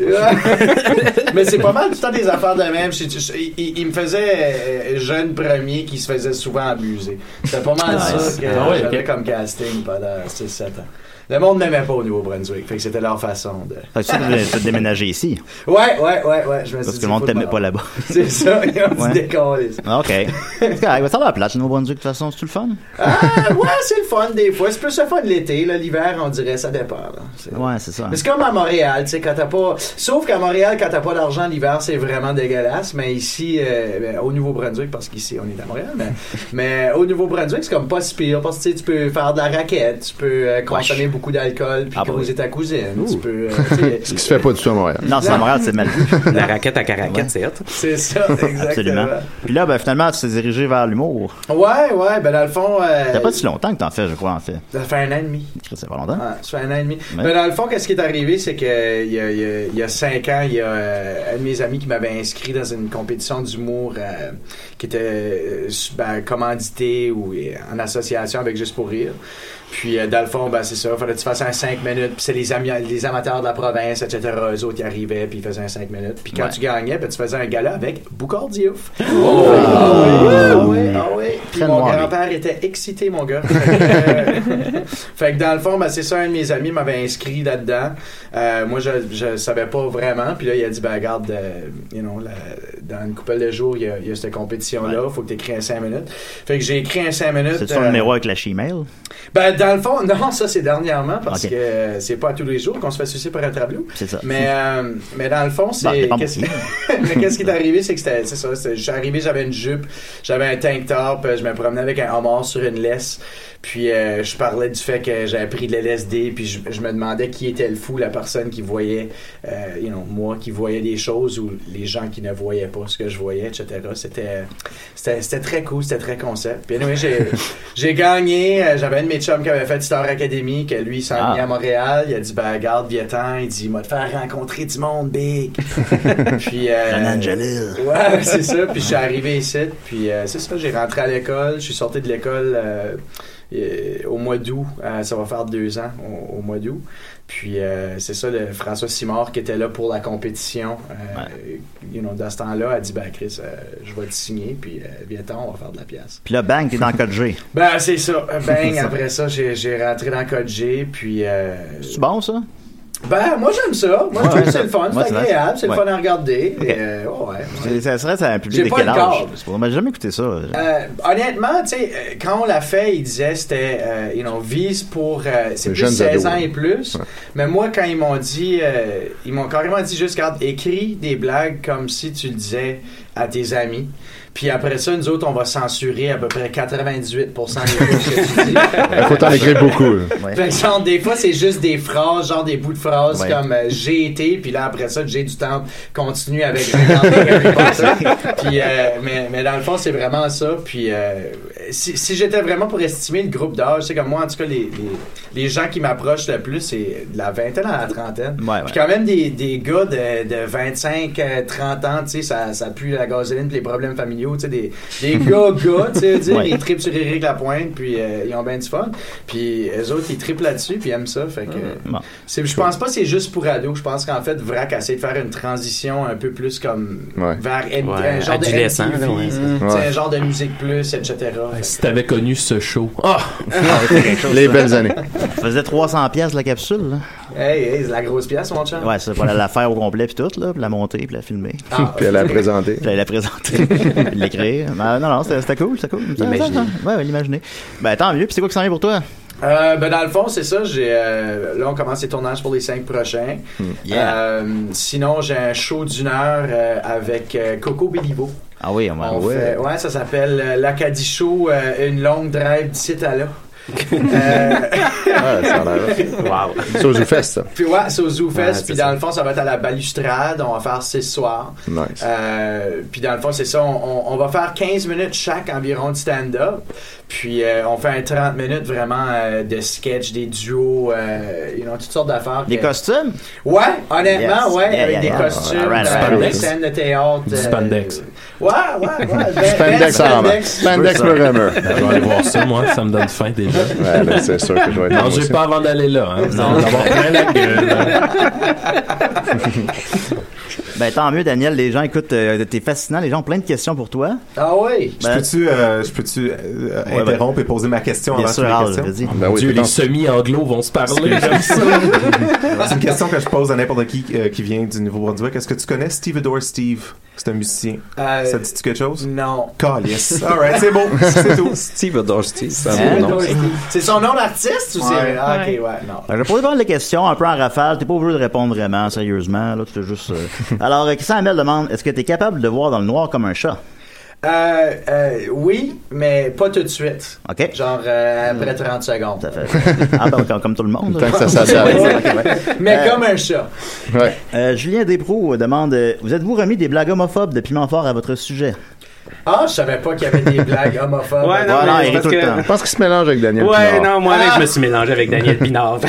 [SPEAKER 7] Mais c'est pas mal tout le temps des affaires de même. Je- je- il, il- il me faisait euh, jeune premier qui se faisait souvent abuser. C'était pas mal
[SPEAKER 12] Nice.
[SPEAKER 7] ça que
[SPEAKER 12] Ah ouais,
[SPEAKER 7] j'avais
[SPEAKER 12] ok.
[SPEAKER 7] comme casting pendant 6-7 ans. Le monde m'aimait pas au Nouveau-Brunswick, fait que c'était leur façon de.
[SPEAKER 3] Fait que Ah, ça, t'as- t'as déménagé ici.
[SPEAKER 7] Ouais, ouais, ouais, ouais. Je me suis
[SPEAKER 3] Parce
[SPEAKER 7] dit,
[SPEAKER 3] que le monde
[SPEAKER 7] faut
[SPEAKER 3] t'aimait
[SPEAKER 7] pas.
[SPEAKER 3] pas là-bas.
[SPEAKER 7] C'est ça, ils ont dit
[SPEAKER 3] Ouais.
[SPEAKER 7] décoller.
[SPEAKER 3] Ah, OK. C'est correct. Ben, Ça va à plate, le Nouveau-Brunswick, de toute façon. C'est-tu le fun?
[SPEAKER 7] Ah, ouais, c'est le fun des fois. C'est plus le fun l'été. là. L'hiver, on dirait, ça dépend. là. C'est-
[SPEAKER 3] Ouais, c'est ça.
[SPEAKER 7] Mais c'est comme à Montréal, tu sais, quand t'as pas. Sauf qu'à Montréal, quand t'as pas d'argent l'hiver, c'est vraiment dégueulasse. Mais ici, euh, ben, au Nouveau-Brunswick, parce qu'ici, on est à Montréal, mais, mais euh, au Nouveau-Brunswick, c'est comme pas si pire. Parce que tu sais, tu peux faire de la raquette, tu peux euh, consommer beaucoup d'alcool, puis
[SPEAKER 3] Ah, bah
[SPEAKER 7] causer ta cousine. Tu peux. euh, tu sais,
[SPEAKER 4] Ce qui se fait pas du tout à Montréal.
[SPEAKER 3] Non, c'est à Montréal, c'est mal vu.
[SPEAKER 10] La raquette à caraquette, c'est hot.
[SPEAKER 7] c'est ça, exactement.
[SPEAKER 3] Absolument. Puis là, ben, finalement, tu t'es dirigé vers l'humour.
[SPEAKER 7] Ouais, ouais, ben dans le fond. euh,
[SPEAKER 3] T'as pas si longtemps que t'en fais, je crois, en fait.
[SPEAKER 7] Ça fait un an et demi.
[SPEAKER 3] Chris, C'est pas longtemps.
[SPEAKER 7] Ouais, ça fait un an et demi.
[SPEAKER 3] Ouais.
[SPEAKER 7] Mais dans le fond, qu'est-ce qui est arrivé, c'est que il y a, il y a- il y a cinq ans, il y a euh, un de mes amis qui m'avait inscrit dans une compétition d'humour euh, qui était euh, su- ben, commandité ou euh, en association avec Juste pour rire. Puis euh, dans le fond, ben, c'est ça, fallait que tu fasses un 5 minutes, puis c'est les, ami- les amateurs de la province, etc. Eux autres qui arrivaient, puis ils faisaient un 5 minutes. Puis quand
[SPEAKER 3] Ouais.
[SPEAKER 7] tu gagnais, ben, tu faisais un gala avec Boucard Diouf.
[SPEAKER 3] Ah
[SPEAKER 7] oui,
[SPEAKER 3] oui.
[SPEAKER 7] ah oui. Puis
[SPEAKER 3] Très
[SPEAKER 7] mon
[SPEAKER 3] noir, lui.
[SPEAKER 7] grand-père était excité, mon gars. Fait que, euh, fait que dans le fond, ben, c'est ça, un de mes amis m'avait inscrit là-dedans. Euh, moi, je, je savais pas vraiment. Puis là, il a dit, ben, regarde, euh, you know, la- dans une couple de jours, il y a, il y a cette compétition-là. Faut que tu écris un 5 minutes. Fait que j'ai écrit un 5 minutes.
[SPEAKER 3] C'est ton
[SPEAKER 7] euh,
[SPEAKER 3] numéro avec la Gmail?
[SPEAKER 7] ben, dans le fond, non, ça, c'est dernièrement parce
[SPEAKER 3] Ok.
[SPEAKER 7] que euh, c'est pas à tous les jours qu'on se fait sucer par un tableau.
[SPEAKER 3] C'est ça.
[SPEAKER 7] Mais, euh, mais dans le fond,
[SPEAKER 3] Bah,
[SPEAKER 7] c'est.
[SPEAKER 3] dépend
[SPEAKER 7] qu'est-ce-
[SPEAKER 3] pour
[SPEAKER 7] mais qu'est-ce qui est arrivé, c'est que c'était. C'est ça. c'est- Je suis arrivé, j'avais une jupe, j'avais un tank top, euh, je me promenais avec un homard sur une laisse. Puis euh, je parlais du fait que j'avais pris de l'LSD, puis je, je me demandais qui était le fou, la personne qui voyait, euh, you know, moi qui voyais des choses ou les gens qui ne voyaient pas ce que je voyais, etc. C'était, c'était, c'était très cool, c'était très concept. Puis anyway, j'ai, j'ai gagné. Euh, J'avais un de mes chums qui avait fait Star Academy, que lui, il s'est
[SPEAKER 3] Ah.
[SPEAKER 7] mis à Montréal. Il a dit, ben, garde, viens-t'en. Il dit, m'a te faire rencontrer du monde, big. puis, euh,
[SPEAKER 3] Renan Jalil.
[SPEAKER 7] Ouais, c'est ça. Puis je suis arrivé ici. Puis euh, c'est ça, j'ai rentré à l'école. Je suis sorti de l'école euh, euh, au mois d'août. Euh, ça va faire deux ans au, au mois d'août. Puis euh, c'est ça, le François Simard qui était là pour la compétition. euh, you know, dans ce temps-là, a dit Ben Chris, euh, je vais te signer, puis euh, viens-t'en, on va faire de la pièce.
[SPEAKER 3] Puis là, bang, t'es dans le code G.
[SPEAKER 7] Ben c'est ça.
[SPEAKER 3] C'est
[SPEAKER 7] Ben
[SPEAKER 3] ça.
[SPEAKER 7] après ça, j'ai j'ai rentré dans Code G, puis. euh,
[SPEAKER 3] C'est bon, ça?
[SPEAKER 7] ben moi j'aime ça. Moi
[SPEAKER 3] Ouais,
[SPEAKER 7] je trouve
[SPEAKER 3] ouais,
[SPEAKER 7] que c'est le fun,
[SPEAKER 3] moi,
[SPEAKER 7] c'est
[SPEAKER 3] c'est
[SPEAKER 7] agréable,
[SPEAKER 3] nice.
[SPEAKER 7] c'est le
[SPEAKER 3] Ouais.
[SPEAKER 7] fun à regarder.
[SPEAKER 3] Ok.
[SPEAKER 7] et, euh, ouais, ouais.
[SPEAKER 3] C'est- Ça serait ça, un
[SPEAKER 7] J'ai
[SPEAKER 3] public de
[SPEAKER 7] pas
[SPEAKER 3] quel
[SPEAKER 7] le
[SPEAKER 3] âge?
[SPEAKER 7] corps.
[SPEAKER 3] C'est pour- mais J'ai jamais écouté ça.
[SPEAKER 7] Euh, honnêtement, tu sais, euh, quand on l'a fait, il disait c'était, euh, you know, vise pour euh, c'est
[SPEAKER 4] Les
[SPEAKER 7] plus
[SPEAKER 4] jeunes ados.
[SPEAKER 7] 16 ans et plus.
[SPEAKER 4] Ouais.
[SPEAKER 7] Mais moi, quand ils m'ont dit, euh, ils m'ont carrément dit juste, regarde, écris des blagues comme si tu le disais à tes amis. Puis après ça, nous autres, on va censurer à peu près 98% des choses que tu dis.
[SPEAKER 4] Il faut t'en écrire beaucoup. là.
[SPEAKER 7] Fait que genre, des fois, c'est juste des phrases, genre des bouts de phrases
[SPEAKER 4] Ouais.
[SPEAKER 7] comme euh, j'ai été, puis là, après ça, j'ai du temps, continue avec j'ai regardé Harry Potter. Puis, euh, mais, mais dans le fond, c'est vraiment ça. Puis, euh, si, si j'étais vraiment pour estimer le groupe d'âge, c'est comme moi, en tout cas, les, les, les gens qui m'approchent le plus, c'est de la vingtaine à la trentaine.
[SPEAKER 3] Ouais, ouais.
[SPEAKER 7] Puis quand même des, des gars de, de 25, euh, 30 ans, tu sais, ça, ça pue la gasoline puis les problèmes familiaux, tu sais, des, des gars, gars, tu sais, je veux dire,
[SPEAKER 3] Ouais.
[SPEAKER 7] ils trippent sur Eric Lapointe puis euh, ils ont bien du fun. Puis eux autres, ils trippent là-dessus puis ils aiment ça, fait que...
[SPEAKER 3] Bon.
[SPEAKER 7] c'est- Je pense pas que c'est juste pour ados. Je pense qu'en fait, Vrac essaie de faire une transition un peu plus comme
[SPEAKER 12] Ouais.
[SPEAKER 7] vers M-
[SPEAKER 12] Ouais,
[SPEAKER 7] un genre de
[SPEAKER 12] adolescent,
[SPEAKER 7] MTV,
[SPEAKER 12] là, ouais, c'est ça.
[SPEAKER 7] tu sais,
[SPEAKER 12] Ouais.
[SPEAKER 7] un genre de musique plus, etc.
[SPEAKER 12] Si t'avais connu ce show. Ah!
[SPEAKER 3] Les belles années. Ça faisait 300 pièces la capsule. Là.
[SPEAKER 7] Hey, hey, c'est la grosse pièce, mon chat.
[SPEAKER 3] Ouais, c'est voilà, la faire au complet, puis tout, là, puis la monter, puis la filmer.
[SPEAKER 7] Ah,
[SPEAKER 4] Puis elle la présenter.
[SPEAKER 3] Puis elle la présenter, puis l'écrire. Ben, non, non, c'était c'était cool, c'était cool.
[SPEAKER 7] L'imaginer.
[SPEAKER 3] Ouais, ouais, l'imaginer. Ben, tant mieux, puis c'est quoi qui s'en vient pour toi?
[SPEAKER 7] Euh, ben dans le fond, c'est ça. J'ai euh, là on commence les tournages pour les cinq prochains.
[SPEAKER 3] Yeah.
[SPEAKER 7] Euh, sinon, j'ai un show d'une heure euh, avec euh, Coco Béliveau.
[SPEAKER 3] Ah oui, on va.
[SPEAKER 7] On fait- ouais, ça s'appelle euh, l'Acadie Show, euh, une longue drive d'ici à là. Euh,
[SPEAKER 4] Ah, ça a l'air.
[SPEAKER 7] Wow.
[SPEAKER 4] Ça, je vous fais ça.
[SPEAKER 7] Puis ouais, c'est au Zoo
[SPEAKER 4] Ouais,
[SPEAKER 7] Fest.
[SPEAKER 4] c'est
[SPEAKER 7] puis dans le fond, ça va être à la balustrade. On va faire six soirs.
[SPEAKER 4] Nice.
[SPEAKER 7] Euh, puis dans le fond, c'est ça. On, on- on va faire 15 minutes chaque environ de stand-up. Puis euh, on fait un 30 minutes vraiment euh, de sketch, des duos, euh, you know, toutes sortes d'affaires.
[SPEAKER 3] Des
[SPEAKER 7] que-
[SPEAKER 3] costumes?
[SPEAKER 7] Ouais, honnêtement,
[SPEAKER 3] Yes.
[SPEAKER 7] ouais,
[SPEAKER 3] Yeah,
[SPEAKER 7] avec
[SPEAKER 3] yeah,
[SPEAKER 7] des
[SPEAKER 3] yeah.
[SPEAKER 7] costumes,
[SPEAKER 3] All right, all
[SPEAKER 7] euh,
[SPEAKER 3] right.
[SPEAKER 7] des scènes de théâtre.
[SPEAKER 12] Du
[SPEAKER 7] euh,
[SPEAKER 12] spandex.
[SPEAKER 7] Ouais, ouais, ouais. ben- ben
[SPEAKER 4] Spandex, ça, maman. Spandex programmer.
[SPEAKER 12] Je vais aller voir ça, moi. Ça me donne faim déjà.
[SPEAKER 4] Ouais, ben, c'est sûr que je vais être là,
[SPEAKER 12] Non,
[SPEAKER 4] moi
[SPEAKER 12] j'ai
[SPEAKER 4] aussi.
[SPEAKER 12] pas avant d'aller là. Hein. Vous allez en avoir plein la gueule.
[SPEAKER 3] Ben, tant mieux, Daniel. Les gens, écoute, euh, t'es fascinant. Les gens ont plein de questions pour toi.
[SPEAKER 7] Ah oui?
[SPEAKER 9] Je peux-tu euh, je peux-tu, euh,
[SPEAKER 3] Ouais,
[SPEAKER 9] interrompre et poser ma question
[SPEAKER 3] Bien
[SPEAKER 9] avant
[SPEAKER 3] sûr,
[SPEAKER 9] toutes les
[SPEAKER 3] Al,
[SPEAKER 9] questions?
[SPEAKER 3] vas-y.
[SPEAKER 12] Mon Dieu, les semi-anglo vont se parler comme ça.
[SPEAKER 9] C'est une question que je pose à n'importe qui euh, qui vient du Nouveau-Brunswick. Est-ce que tu connais Steve Adore Steve? C'est un musicien.
[SPEAKER 7] Euh,
[SPEAKER 9] ça te dit quelque chose?
[SPEAKER 7] Non.
[SPEAKER 9] Calice. All right, c'est beau. C'est tout.
[SPEAKER 6] Steve Adore Steve, c'est
[SPEAKER 7] Hein?
[SPEAKER 6] un beau nom.
[SPEAKER 7] C'est son nom d'artiste ou c'est. Ah, ok, ouais, non.
[SPEAKER 3] Ben, Je vais poser pas mal de questions, un peu en rafale. T'es pas obligé de répondre vraiment, sérieusement. Là, tu fais juste. euh. Alors, euh, Christian Hamel demande est-ce que t'es capable de voir dans le noir comme un chat
[SPEAKER 7] Euh, euh, oui, mais pas tout de suite.
[SPEAKER 3] OK.
[SPEAKER 7] Genre euh, après 30 secondes.
[SPEAKER 3] Ah, ben, comme, comme tout le monde.
[SPEAKER 4] Tant
[SPEAKER 3] là.
[SPEAKER 4] que ça s'adapte.
[SPEAKER 3] Ouais, ouais, ouais.
[SPEAKER 7] Mais comme un chat.
[SPEAKER 4] Ouais.
[SPEAKER 3] Euh, Julien Despraux demande euh, Vous êtes-vous remis des blagues homophobes de Piment Fort à votre sujet
[SPEAKER 7] Ah, je savais pas qu'il y avait des blagues homophobes.
[SPEAKER 10] Ouais, non, mais c'est parce que-
[SPEAKER 4] Je pense qu'il se mélange avec Daniel
[SPEAKER 10] Ouais,
[SPEAKER 4] Pinard.
[SPEAKER 10] non, moi avec, je me suis mélangé
[SPEAKER 3] Ben,
[SPEAKER 10] avec Daniel Pinard.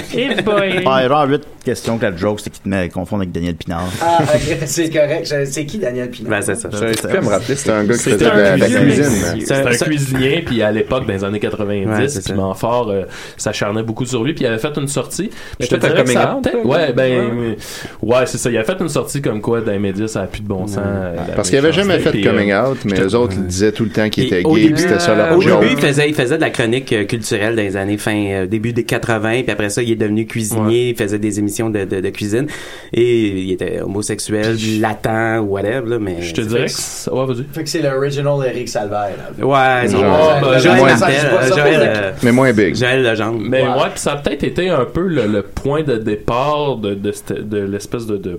[SPEAKER 3] Ah, genre 8 questions que la joke, c'est qu'il te met confondre avec Daniel Pinard.
[SPEAKER 7] Ah, ok, c'est correct. Je- C'est qui Daniel Pinot?
[SPEAKER 10] Ben, c'est ça.
[SPEAKER 3] Tu peux me rappeler,
[SPEAKER 4] c'était un gars qui
[SPEAKER 12] C'était
[SPEAKER 4] faisait de la-
[SPEAKER 12] un
[SPEAKER 4] de la
[SPEAKER 12] cuisinier.
[SPEAKER 4] cuisine.
[SPEAKER 12] C'est un
[SPEAKER 4] C'est-
[SPEAKER 12] cuisinier, puis à l'époque, dans les années 90,
[SPEAKER 10] Ouais, c'est ça.
[SPEAKER 12] Piment Fort euh, s'acharnait beaucoup sur lui, puis il avait fait une sortie. Mais
[SPEAKER 6] C'était
[SPEAKER 12] je te dirais
[SPEAKER 6] un
[SPEAKER 12] que ça a
[SPEAKER 6] coming out,
[SPEAKER 12] peut-être-
[SPEAKER 6] là,
[SPEAKER 12] Ouais, ben,
[SPEAKER 6] ouais.
[SPEAKER 12] ouais, c'est ça. Il a fait une sortie comme quoi, dans les médias, ça n'a plus de bon sens. euh, la
[SPEAKER 4] Parce
[SPEAKER 10] ben
[SPEAKER 4] qu'il avait jamais
[SPEAKER 12] méchanceté,
[SPEAKER 4] fait de
[SPEAKER 12] puis, euh,
[SPEAKER 4] coming out, mais eux autres ils disaient tout le temps qu'ils étaient
[SPEAKER 10] au euh,
[SPEAKER 4] gays, puis c'était ça leur
[SPEAKER 10] au
[SPEAKER 4] job.
[SPEAKER 10] début, il faisait, il faisait de la chronique euh, culturelle dans les années fin euh, début des 80, puis après ça, il est devenu cuisinier, il faisait des émissions de, de, de cuisine et il était homosexuel, latent ou whatever là, mais
[SPEAKER 12] Je te dirais que c'est- ouais, vas-y.
[SPEAKER 7] Fait que c'est l'original Eric Salvaire. là.
[SPEAKER 10] Ouais, c'est
[SPEAKER 12] Genre.
[SPEAKER 10] ouais,
[SPEAKER 12] Ah, ben,
[SPEAKER 10] Bah, Joël
[SPEAKER 12] moins-
[SPEAKER 10] Martel,
[SPEAKER 12] ça, je vois ça,
[SPEAKER 10] Joël,
[SPEAKER 12] moi,
[SPEAKER 10] euh,
[SPEAKER 4] Mais moins big.
[SPEAKER 10] Joël Legendre.
[SPEAKER 12] Mais ouais, puis ça a peut-être été un peu le, le point de départ de, de, cette- de l'espèce de, de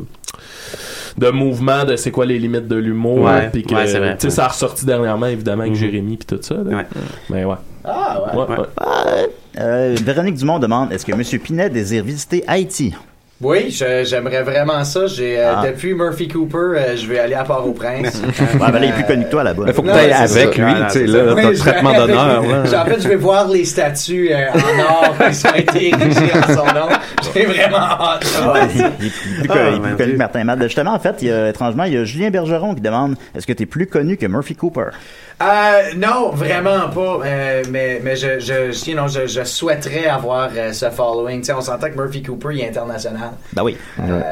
[SPEAKER 12] de mouvement de c'est quoi les limites de l'humour
[SPEAKER 10] Ouais,
[SPEAKER 12] puis que
[SPEAKER 10] ouais, c'est vrai. Mm-hmm.
[SPEAKER 12] tu sais, ça a ressorti dernièrement évidemment avec Jérémy puis tout ça là. mais Ben, ouais
[SPEAKER 7] Ah, ouais.
[SPEAKER 12] ouais, ouais.
[SPEAKER 3] Euh, Véronique Dumont demande Est-ce que M. Pinet désire visiter Haïti
[SPEAKER 7] Oui, je- j'aimerais vraiment ça. J'ai euh,
[SPEAKER 3] Ah.
[SPEAKER 7] depuis Murphy Cooper, euh, je vais aller à Port-au-Prince. Euh,
[SPEAKER 3] Ouais, ben là, il est plus connu que toi là-bas.
[SPEAKER 7] Mais faut que t'ailles avec lui,
[SPEAKER 3] Ah,
[SPEAKER 7] tu sais, là,
[SPEAKER 3] ton
[SPEAKER 7] Oui, je vais- En fait, je vais voir les statues euh, en or qui sont été érigées en son nom. J'ai vraiment hâte.
[SPEAKER 3] Ah, Il est
[SPEAKER 7] Ah,
[SPEAKER 3] plus, plus- il est plus connu que Martin Matt. Justement, en fait, il y a- étrangement, il y a Julien Bergeron qui demande est-ce que tu es plus connu que Murphy Cooper
[SPEAKER 7] Euh, non, vraiment pas. Euh, mais mais je, je, je- non, je, je souhaiterais avoir euh, ce following. Tu sais, on s'entend que Murphy Cooper il est international.
[SPEAKER 3] Ben oui.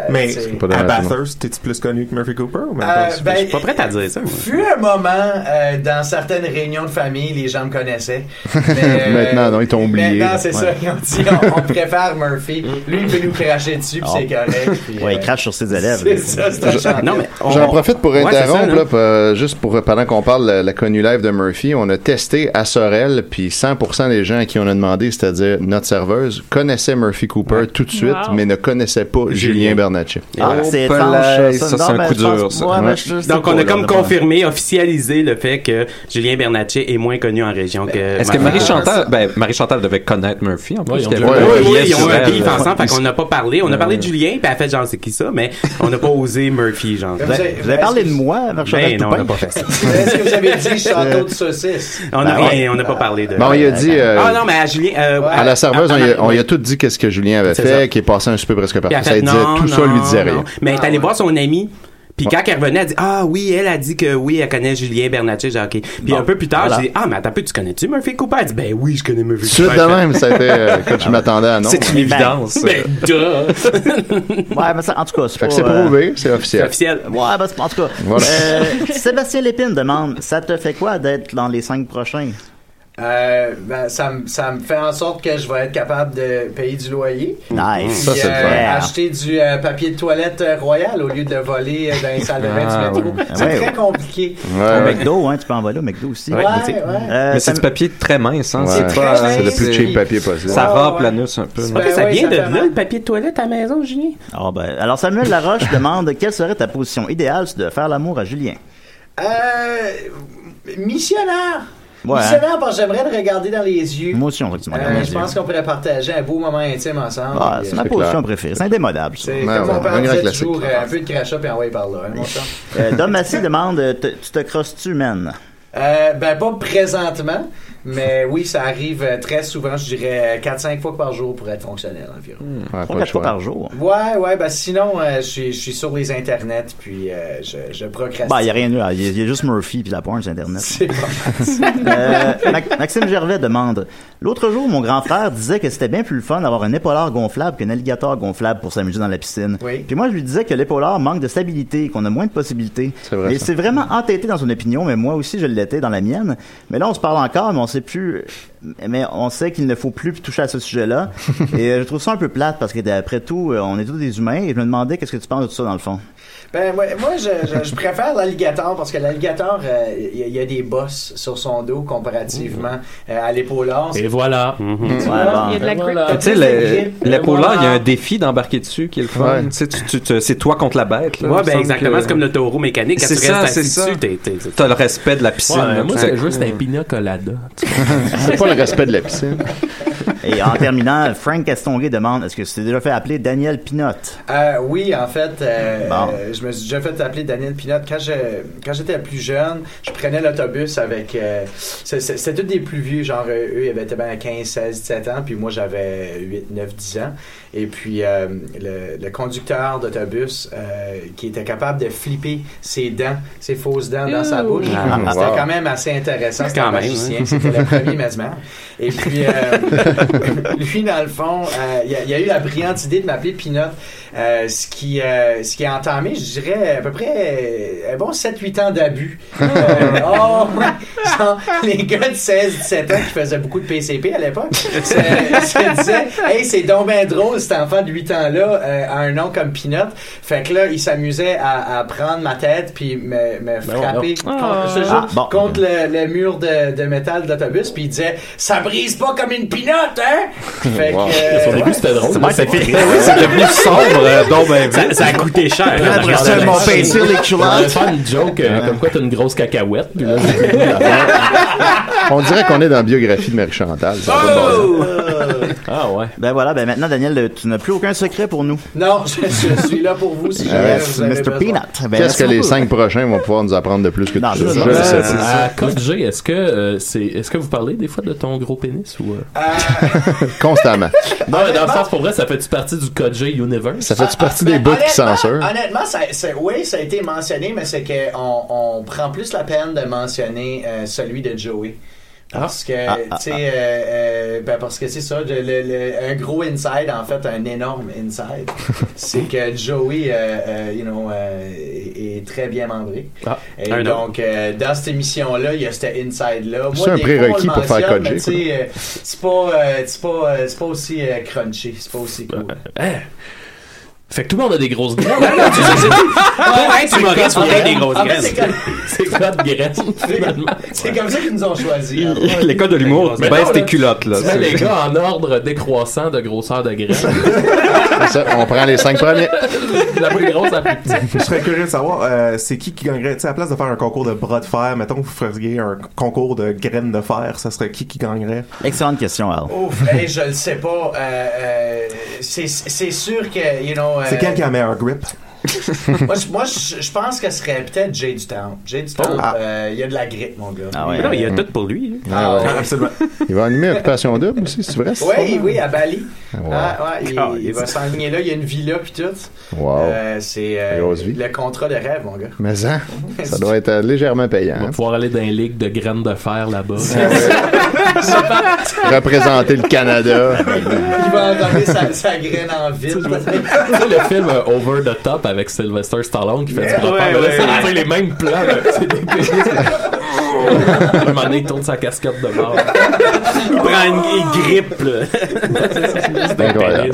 [SPEAKER 9] mais
[SPEAKER 7] Euh, c'est-
[SPEAKER 9] à Bathurst, t'es-tu plus connu que Murphy Cooper? ou même
[SPEAKER 7] Euh,
[SPEAKER 9] pas? Je-
[SPEAKER 7] ben,
[SPEAKER 9] je suis pas prêt à dire ça. moi.
[SPEAKER 7] fut un moment euh, dans certaines réunions de famille, les gens me connaissaient.
[SPEAKER 4] Maintenant, non, ils t'ont oublié.
[SPEAKER 7] Maintenant, c'est
[SPEAKER 4] Ouais.
[SPEAKER 7] ça. Ils ont dit on, on préfère Murphy. Lui, il peut nous cracher dessus, puis c'est correct. puis,
[SPEAKER 3] ouais,
[SPEAKER 7] euh,
[SPEAKER 3] il crache sur ses élèves.
[SPEAKER 7] C'est ça, c'est un
[SPEAKER 3] Oh. Je-
[SPEAKER 7] champion.
[SPEAKER 3] non, mais on-
[SPEAKER 4] J'en profite pour
[SPEAKER 3] Ouais, c'est ça,
[SPEAKER 4] interrompre,
[SPEAKER 3] là.
[SPEAKER 4] là, pour, euh, juste pour, pendant qu'on parle la, la connue live de Murphy, on a testé à Sorel, puis 100% des gens à qui on a demandé, c'est-à-dire notre serveuse, connaissaient Murphy Cooper tout de suite,
[SPEAKER 10] Wow.
[SPEAKER 4] mais ne connaissaient pas Julien Bernatchez.
[SPEAKER 10] Ah, c'est étrange,
[SPEAKER 3] ça. Ça, c'est un coup dur, ça. Ouais.
[SPEAKER 10] Donc, on
[SPEAKER 4] pas,
[SPEAKER 10] a
[SPEAKER 4] là,
[SPEAKER 10] comme
[SPEAKER 4] de
[SPEAKER 10] confirmé, officialisé le fait que Julien Bernatchez est moins connu en région que.
[SPEAKER 6] Est-ce que Marie-Chantal, ben, Marie-Chantal devait connaître Murphy en
[SPEAKER 10] Oui,
[SPEAKER 6] plus?
[SPEAKER 10] ils ont
[SPEAKER 6] qu'elle
[SPEAKER 10] ouais,
[SPEAKER 6] avait un
[SPEAKER 10] ouais,
[SPEAKER 6] billet
[SPEAKER 10] ouais, ils
[SPEAKER 6] sur
[SPEAKER 10] ont un
[SPEAKER 6] elle.
[SPEAKER 10] beef ensemble, fait
[SPEAKER 6] Ouais.
[SPEAKER 10] qu'on n'a pas parlé. On a parlé de Julien, puis elle a fait genre c'est qui ça, mais on n'a pas osé Murphy, genre.
[SPEAKER 7] Vous avez- vous avez parlé de
[SPEAKER 3] moi,
[SPEAKER 10] Ben non, on n'a pas fait ça.
[SPEAKER 7] Est-ce que vous avez dit château de saucisse?
[SPEAKER 10] On n'a rien, on n'a pas parlé de.
[SPEAKER 4] Bon, il a dit, euh,
[SPEAKER 10] Ah non, mais à Julien. euh,
[SPEAKER 4] À la serveuse, on y a- on lui a, tout dit qu'est-ce que Julien avait
[SPEAKER 10] C'est
[SPEAKER 4] fait,
[SPEAKER 10] ça.
[SPEAKER 4] qu'il est passé un super presque
[SPEAKER 10] Puis
[SPEAKER 4] partout.
[SPEAKER 10] elle a
[SPEAKER 4] Ça
[SPEAKER 10] fait,
[SPEAKER 4] lui disait,
[SPEAKER 10] non,
[SPEAKER 4] tout ça
[SPEAKER 10] non,
[SPEAKER 4] lui disait
[SPEAKER 10] non.
[SPEAKER 4] rien.
[SPEAKER 10] Mais elle est allée voir son ami. Puis quand elle revenait, elle dit Ah oui, elle a dit que oui, elle connaît Julien Bernatchez. J'ai dit, OK. Puis
[SPEAKER 4] Bon,
[SPEAKER 10] un peu plus tard,
[SPEAKER 4] voilà.
[SPEAKER 10] j'ai dit Ah, mais attends un peu, tu connais-tu Murphy Cooper Elle dit Ben oui, je connais Murphy
[SPEAKER 4] Suite
[SPEAKER 10] Cooper.
[SPEAKER 4] de même, ça a été euh, quand je m'attendais à non. hein.
[SPEAKER 10] C'est une évidence. Ben, duh.
[SPEAKER 3] ouais, mais ça, en tout cas, c'est
[SPEAKER 4] Fait
[SPEAKER 3] pas,
[SPEAKER 4] que c'est
[SPEAKER 3] euh,
[SPEAKER 4] prouvé, c'est officiel.
[SPEAKER 3] Ouais, ben, c'est- en tout cas.
[SPEAKER 4] Voilà.
[SPEAKER 3] Euh, Sébastien Lépine demande ça te fait quoi d'être dans les cinq prochains
[SPEAKER 7] Euh, ben, ça, me- ça me fait en sorte que je vais être capable de payer du loyer.
[SPEAKER 3] Nice.
[SPEAKER 7] Puis,
[SPEAKER 3] Ça, c'est
[SPEAKER 7] euh,
[SPEAKER 3] le fun.
[SPEAKER 7] acheter du euh, papier de toilette euh, royal au lieu de voler euh, dans les salles de bain
[SPEAKER 3] Ah,
[SPEAKER 7] du métro.
[SPEAKER 3] ouais.
[SPEAKER 7] C'est
[SPEAKER 3] Ouais.
[SPEAKER 7] très compliqué.
[SPEAKER 3] Au McDo, hein, tu peux envoyer au McDo aussi.
[SPEAKER 7] Ouais, ouais.
[SPEAKER 3] Euh,
[SPEAKER 6] mais
[SPEAKER 3] ça
[SPEAKER 6] c'est
[SPEAKER 3] me-
[SPEAKER 6] du papier très mince, hein?
[SPEAKER 3] Ouais.
[SPEAKER 6] C'est
[SPEAKER 3] C'est
[SPEAKER 6] pas-
[SPEAKER 3] très mince. C'est le plus cheap
[SPEAKER 4] papier possible.
[SPEAKER 6] Ça
[SPEAKER 3] Ouais,
[SPEAKER 6] râpe
[SPEAKER 3] ouais.
[SPEAKER 6] la l'anus un peu.
[SPEAKER 3] C'est
[SPEAKER 6] non?
[SPEAKER 3] pas-
[SPEAKER 10] Ça
[SPEAKER 3] Ouais,
[SPEAKER 10] vient
[SPEAKER 3] ça
[SPEAKER 10] de
[SPEAKER 3] fait
[SPEAKER 10] là,
[SPEAKER 3] mal.
[SPEAKER 10] le papier de toilette à la maison, Julien
[SPEAKER 3] Ah, ben, alors, Samuel Laroche demande quelle serait ta position idéale de faire l'amour à Julien
[SPEAKER 7] Euh, missionnaire.
[SPEAKER 3] Ouais, hein.
[SPEAKER 7] missionnaire, parce que j'aimerais le regarder dans les yeux.
[SPEAKER 3] Moi aussi, on va que tu me
[SPEAKER 7] Euh,
[SPEAKER 3] regardes dans les
[SPEAKER 7] je pense
[SPEAKER 3] yeux.
[SPEAKER 7] qu'on pourrait partager un beau moment intime ensemble.
[SPEAKER 3] Ah,
[SPEAKER 7] Puis,
[SPEAKER 3] c'est
[SPEAKER 7] euh,
[SPEAKER 3] ma position préférée. C'est indémodable. ça.
[SPEAKER 7] C'est comme on parle disait toujours, euh, un peu de crachat puis envoyer par là. hein, mon chum.
[SPEAKER 3] Euh, Dom Massy demande euh, te- Tu te crosses-tu, man
[SPEAKER 7] Euh, ben, pas présentement, mais oui, ça arrive euh, très souvent, je dirais euh, 4-5 fois par jour pour être fonctionnel environ.
[SPEAKER 3] Trois, quatre fois par jour.
[SPEAKER 7] Ouais, ouais, ben sinon, euh, je suis- je suis sur les internets, puis euh, je, je procrastine.
[SPEAKER 3] Bah, il n'y a rien de. Il y, a- il y a juste Murphy puis la porn sur Internet.
[SPEAKER 7] C'est pas
[SPEAKER 3] Euh, Mac- Maxime Gervais demande L'autre jour, mon grand frère disait que c'était bien plus le fun d'avoir un épaulard gonflable qu'un alligator gonflable pour s'amuser dans la piscine. Puis moi, je lui disais que l'épaulard manque de stabilité, qu'on a moins de possibilités.
[SPEAKER 4] vrai,
[SPEAKER 3] Et
[SPEAKER 4] ça.
[SPEAKER 3] c'est vraiment entêté dans son opinion, mais moi aussi, je l'étais dans la mienne. Mais là, on se parle encore, mais on sait plus. Mais on sait qu'il ne faut plus toucher à ce sujet-là. et euh, je trouve ça un peu plate parce que, d'après tout, euh, on est tous des humains. Et je me demandais qu'est-ce que tu penses de tout ça, dans le fond.
[SPEAKER 7] Ben, moi, moi, je, je- je préfère l'alligator parce que l'alligator, euh, il y, a- il y a des bosses sur son dos comparativement
[SPEAKER 3] Mmh.
[SPEAKER 7] euh, à l'épaulard.
[SPEAKER 12] Et voilà.
[SPEAKER 7] Tu vois,
[SPEAKER 6] bon.
[SPEAKER 7] il y a de la grip.
[SPEAKER 6] Mhm. Tu sais, le-
[SPEAKER 7] Et
[SPEAKER 6] l'épaulard,
[SPEAKER 7] voilà.
[SPEAKER 6] il y a un défi d'embarquer dessus qui est le fun.
[SPEAKER 10] Ouais.
[SPEAKER 6] Tu sais, tu- tu- tu- c'est toi contre la bête. là.
[SPEAKER 10] Ouais,
[SPEAKER 6] Il me
[SPEAKER 10] ben
[SPEAKER 6] semble
[SPEAKER 10] exactement,
[SPEAKER 6] que-
[SPEAKER 10] c'est comme le taureau mécanique. Quand
[SPEAKER 6] C'est
[SPEAKER 10] tu restes
[SPEAKER 6] ça, c'est
[SPEAKER 10] assis
[SPEAKER 6] ça.
[SPEAKER 10] dessus, t'es. t'es- t'es-
[SPEAKER 6] T'as le respect de la piscine.
[SPEAKER 12] Ouais,
[SPEAKER 6] là,
[SPEAKER 12] moi,
[SPEAKER 6] tout à
[SPEAKER 12] c'est
[SPEAKER 6] coup.
[SPEAKER 12] juste un pina colada.
[SPEAKER 4] C'est pas le respect de la piscine.
[SPEAKER 3] Et en terminant, Frank Castonguay demande Est-ce que tu t'es déjà fait appeler Daniel Pinotte
[SPEAKER 7] Euh, oui, en fait, euh,
[SPEAKER 3] Bon.
[SPEAKER 7] euh, je me suis déjà fait appeler Daniel Pinotte. Quand je quand j'étais plus jeune, je prenais l'autobus avec... euh, c'est- c'est- C'était tous des plus vieux, genre euh, eux, ils avaient été ben, 15, 16, 17 ans, puis moi j'avais 8, 9, 10 ans. Et puis euh, le, le conducteur d'autobus euh, qui était capable de flipper ses dents, ses fausses dents dans sa
[SPEAKER 10] Ouh.
[SPEAKER 7] bouche,
[SPEAKER 10] Ah,
[SPEAKER 7] c'était
[SPEAKER 10] wow.
[SPEAKER 7] quand même assez intéressant. C'était
[SPEAKER 10] Quand
[SPEAKER 7] un
[SPEAKER 10] même,
[SPEAKER 7] magicien,
[SPEAKER 10] hein.
[SPEAKER 7] c'était le premier mesmer. Et puis... euh, lui, dans le fond, euh, il a- il a, eu la brillante idée de m'appeler Pinot, euh, ce, qui, euh, ce qui a entamé, je dirais, à peu près euh, un bon 7-8 ans d'abus. Euh, oh, ouais. Genre, les gars de 16-17 ans qui faisaient beaucoup de PCP à l'époque se, se disaient Hey, c'est donc ben drôle, cet enfant de 8 ans-là euh, a un nom comme Pinot. Fait que là, il s'amusait à, à prendre ma tête puis me, me frapper
[SPEAKER 3] non.
[SPEAKER 7] contre, je te
[SPEAKER 3] Ah,
[SPEAKER 7] jure,
[SPEAKER 3] bon.
[SPEAKER 7] contre le, le mur de, de métal de l'autobus, puis il disait Ça brise pas comme une pinotte, hein Fait que,
[SPEAKER 12] Wow.
[SPEAKER 7] euh,
[SPEAKER 12] Son début, c'était drôle.
[SPEAKER 7] C'est
[SPEAKER 12] là,
[SPEAKER 7] vrai,
[SPEAKER 12] ça
[SPEAKER 7] c'est
[SPEAKER 12] fait-
[SPEAKER 7] vrai.
[SPEAKER 12] Oui, c'est devenu sombre, euh, donc ben
[SPEAKER 10] Ça-
[SPEAKER 12] vite.
[SPEAKER 10] ça a coûté cher,
[SPEAKER 12] Après,
[SPEAKER 10] là,
[SPEAKER 12] après
[SPEAKER 10] regarde
[SPEAKER 12] ça,
[SPEAKER 10] la
[SPEAKER 12] mon
[SPEAKER 10] machine.
[SPEAKER 12] pinceau, les culottes.
[SPEAKER 10] On
[SPEAKER 12] On
[SPEAKER 10] va
[SPEAKER 12] va
[SPEAKER 10] faire
[SPEAKER 12] faire une joke euh, comme quoi t'as une grosse cacahuète. Puis là,
[SPEAKER 4] On dirait qu'on est dans la biographie de Marie Chantal. ça.
[SPEAKER 7] Oh!
[SPEAKER 12] Ah ouais.
[SPEAKER 3] Ben voilà, ben maintenant, Daniel, tu n'as plus aucun secret pour nous.
[SPEAKER 7] Non, je, je suis là pour vous
[SPEAKER 4] Ah
[SPEAKER 7] si jamais
[SPEAKER 3] Yes,
[SPEAKER 7] vous avez
[SPEAKER 3] Mr.
[SPEAKER 7] besoin.
[SPEAKER 3] Peanut. Ben,
[SPEAKER 4] Qu'est-ce que
[SPEAKER 3] merci
[SPEAKER 4] les
[SPEAKER 3] beaucoup.
[SPEAKER 4] cinq prochains vont pouvoir nous apprendre de plus que tout ça? Ah,
[SPEAKER 12] Euh,
[SPEAKER 4] Je le sais pas.
[SPEAKER 12] à Code G, est-ce que, euh, c'est, est-ce que vous parlez des fois de ton gros pénis ou. euh?
[SPEAKER 4] Constamment.
[SPEAKER 12] Non, mais dans le sens, pour vrai, ça fait-tu partie du Code G Universe?
[SPEAKER 4] Ça fait-tu partie
[SPEAKER 12] Ah,
[SPEAKER 4] des bouts qui
[SPEAKER 7] Ah, ben, Honnêtement-
[SPEAKER 4] censurent?
[SPEAKER 7] Honnêtement, ça, ça- oui, ça a été mentionné, mais c'est qu'on on prend plus la peine de mentionner euh, celui de Joey. Parce que,
[SPEAKER 3] Ah, ah,
[SPEAKER 7] tu sais,
[SPEAKER 3] ah.
[SPEAKER 7] euh, euh, ben parce que c'est ça, le- le- le- un gros inside, en fait, un énorme inside, c'est que Joey, euh, euh, you know, euh, est, est très bien membré.
[SPEAKER 12] Ah.
[SPEAKER 7] Et
[SPEAKER 10] un
[SPEAKER 7] donc, euh, dans cette émission-là, il y a cet inside-là. Moi,
[SPEAKER 4] C'est un
[SPEAKER 7] des fois, on le
[SPEAKER 4] prérequis pour faire
[SPEAKER 7] mentionne,
[SPEAKER 4] code G,
[SPEAKER 7] mais tu sais, euh, C'est pas, euh, c'est pas, euh, c'est pas aussi euh, crunchy, c'est pas aussi cool.
[SPEAKER 12] Hein? Fait que tout le monde a des grosses graines.
[SPEAKER 7] Ouais,
[SPEAKER 12] C'est
[SPEAKER 7] Ah, c'est
[SPEAKER 12] Code
[SPEAKER 7] comme-
[SPEAKER 12] G, des grosses
[SPEAKER 7] en fait,
[SPEAKER 12] graines.
[SPEAKER 7] c'est comme-
[SPEAKER 12] C'est Code Graine, finalement.
[SPEAKER 7] C'est comme ça qu'ils nous ont choisis.
[SPEAKER 12] hein. Les codes de l'humour,
[SPEAKER 6] tu baisses tes culottes, là.
[SPEAKER 12] Tu mets
[SPEAKER 6] C'est-
[SPEAKER 12] les gars en ordre décroissant de grosseur de graines.
[SPEAKER 4] Ça, on prend les cinq premiers.
[SPEAKER 12] La plus grosse, la plus petite.
[SPEAKER 9] Je serais curieux de savoir, euh, c'est qui qui gagnerait, tu sais, à la place de faire un concours de bras de fer, mettons que vous feriez un concours de graines de fer, ça serait qui qui gagnerait?
[SPEAKER 3] Excellente question, Al.
[SPEAKER 7] Ouf, hey, je le sais pas. Euh, euh, c'est c'est sûr que, you know. euh,
[SPEAKER 9] C'est quel qui a un meilleur grip?
[SPEAKER 7] moi, je- moi, je je pense que ce serait peut-être Jay du Town. Jay du Town, euh, il y a de la grippe, mon gars. Euh,
[SPEAKER 4] Ah ouais. Non, il y a tout
[SPEAKER 10] pour lui.
[SPEAKER 4] Ah ouais.
[SPEAKER 9] Absolument.
[SPEAKER 4] Il va animer Occupation Double aussi, c'est vrai? c'est
[SPEAKER 7] Oui,
[SPEAKER 4] ça?
[SPEAKER 7] oui, à Bali.
[SPEAKER 4] Ah ouais.
[SPEAKER 7] Ah, ouais, il,
[SPEAKER 4] Ah,
[SPEAKER 7] il va s'enligner là, il y a une villa puis tout.
[SPEAKER 4] Wow.
[SPEAKER 7] Euh, c'est euh,
[SPEAKER 4] La grosse vie.
[SPEAKER 7] le contrat de rêve, mon gars.
[SPEAKER 4] Mais ça, ça doit être euh, légèrement payant.
[SPEAKER 12] On va
[SPEAKER 4] hein.
[SPEAKER 12] pouvoir aller dans les ligues de graines de fer là-bas.
[SPEAKER 4] Ah, Représenter le Canada.
[SPEAKER 7] Il va enlever sa, sa graine en ville.
[SPEAKER 12] Tu sais, le film euh, Over the Top avec Sylvester Stallone qui fait
[SPEAKER 7] Yeah,
[SPEAKER 12] du grand
[SPEAKER 7] ouais,
[SPEAKER 12] père, mais là,
[SPEAKER 7] ouais.
[SPEAKER 12] c'est- c'est les mêmes plans. là. C'est des
[SPEAKER 10] Oh.
[SPEAKER 12] À un moment donné, il tourne sa casquette de mort.
[SPEAKER 10] Il prend une il grippe, là.
[SPEAKER 4] C'est incroyable.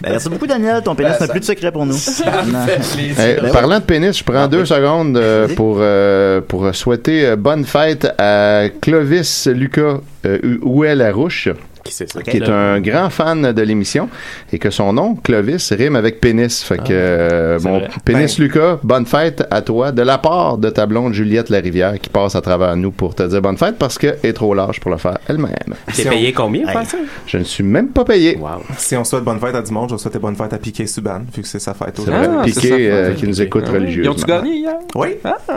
[SPEAKER 3] Ben, merci beaucoup, Daniel. Ton pénis
[SPEAKER 7] Ben,
[SPEAKER 3] n'a
[SPEAKER 7] ça-
[SPEAKER 3] plus de secret pour nous. Non.
[SPEAKER 4] Hey,
[SPEAKER 3] Ben oui.
[SPEAKER 4] Eh, parlant de pénis, je prends
[SPEAKER 10] Ah,
[SPEAKER 4] deux secondes euh, pour, euh, pour souhaiter euh, bonne fête à Clovis Lucas euh, Ouel Larouche.
[SPEAKER 10] Qui c'est ça?
[SPEAKER 4] qui est un grand fan de l'émission et que son nom, Clovis, rime avec pénis. Fait
[SPEAKER 10] Ah,
[SPEAKER 4] que, euh, bon,
[SPEAKER 10] Ben.
[SPEAKER 4] pénis Lucas, bonne fête à toi de la part de ta blonde Juliette Larivière qui passe à travers nous pour te dire bonne fête parce qu'elle est trop large pour le faire elle-même.
[SPEAKER 10] T'es payé combien, pour faire ça?
[SPEAKER 4] Je ne suis même pas payé.
[SPEAKER 9] Si on souhaite bonne fête à du monde, je souhaite bonne fête à Piqué Subban, vu que c'est sa fête
[SPEAKER 4] C'est vrai,
[SPEAKER 9] aujourd'hui.
[SPEAKER 4] Piqué, euh, qui nous écoute religieusement.
[SPEAKER 9] Ah Ils ont-tu gagné hier? Oui.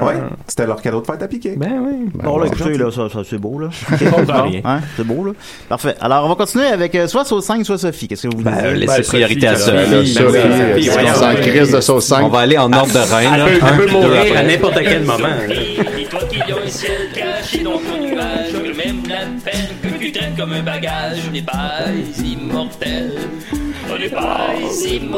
[SPEAKER 9] Oui. C'était leur cadeau de fête à Piqué. Ben oui.
[SPEAKER 3] Bon, là, écoutez, là, ça, ça, c'est beau, là.
[SPEAKER 9] Je comprends rien.
[SPEAKER 3] Hein, c'est beau, là. Parfait. Alors, on va continuer avec euh, soit Sauce 5, soit Sophie. Qu'est-ce que vous voulez
[SPEAKER 13] Ben,
[SPEAKER 6] Euh,
[SPEAKER 3] dire?
[SPEAKER 13] laissez Ben, priorité Sophie, à Sophie.
[SPEAKER 3] Ben,
[SPEAKER 13] Sophie, Sophie,
[SPEAKER 3] oui,
[SPEAKER 13] Sophie,
[SPEAKER 3] Sophie,
[SPEAKER 13] voyons. Ben,
[SPEAKER 3] on s'en crie.
[SPEAKER 4] Crise de sauce 5.
[SPEAKER 13] On va aller en ordre de reine. là.
[SPEAKER 10] Elle peut- elle peut
[SPEAKER 13] Un,
[SPEAKER 10] mourir
[SPEAKER 13] deux,
[SPEAKER 10] à
[SPEAKER 13] après.
[SPEAKER 10] n'importe quel moment.
[SPEAKER 14] Toi qui as le ciel caché dans ton nuage, même la peine que tu traînes comme un bagage, on n'est pas immortel. On n'est pas immortel.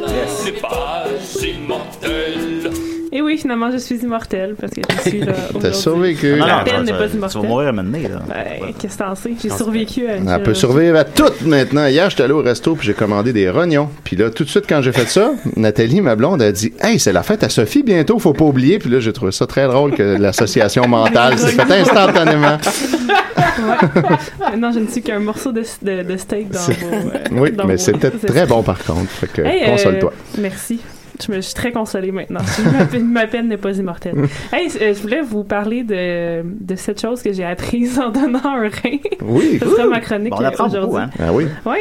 [SPEAKER 14] On n'est pas immortel.
[SPEAKER 5] Et oui, finalement, je suis immortelle parce que je suis là.
[SPEAKER 4] T'as
[SPEAKER 5] aujourd'hui.
[SPEAKER 4] survécu.
[SPEAKER 5] La peine n'est pas
[SPEAKER 3] Euh, Tu
[SPEAKER 5] immortelle.
[SPEAKER 3] vas mourir à un moment donné, là.
[SPEAKER 5] Ben, Qu'est-ce que t'en sais? J'ai survécu à une euh,
[SPEAKER 4] On peut survivre à tout maintenant. Hier, j'étais allé au resto puis j'ai commandé des rognons. Puis là, tout de suite, quand j'ai fait ça, Nathalie, ma blonde, a dit Hey, c'est la fête à Sophie bientôt, faut pas oublier. Puis là, j'ai trouvé ça très drôle que l'association mentale s'est faite instantanément.
[SPEAKER 5] Maintenant, Ah, je ne suis qu'un morceau de, de, de steak dans
[SPEAKER 4] C'est-
[SPEAKER 5] vos. euh,
[SPEAKER 4] oui,
[SPEAKER 5] dans
[SPEAKER 4] mais
[SPEAKER 5] vos-
[SPEAKER 4] c'était très bon par contre. Fait que
[SPEAKER 5] Hey, euh,
[SPEAKER 4] console-toi.
[SPEAKER 5] merci. Je me je suis très consolée maintenant. ma, peine, ma peine n'est pas immortelle. hey, euh, je voulais vous parler de, de cette chose que j'ai apprise en donnant un rein.
[SPEAKER 4] Oui.
[SPEAKER 5] Ce sera ma chronique
[SPEAKER 4] Bon, on apprend
[SPEAKER 5] euh, aujourd'hui.
[SPEAKER 4] beaucoup, hein. Ah oui.
[SPEAKER 5] Oui.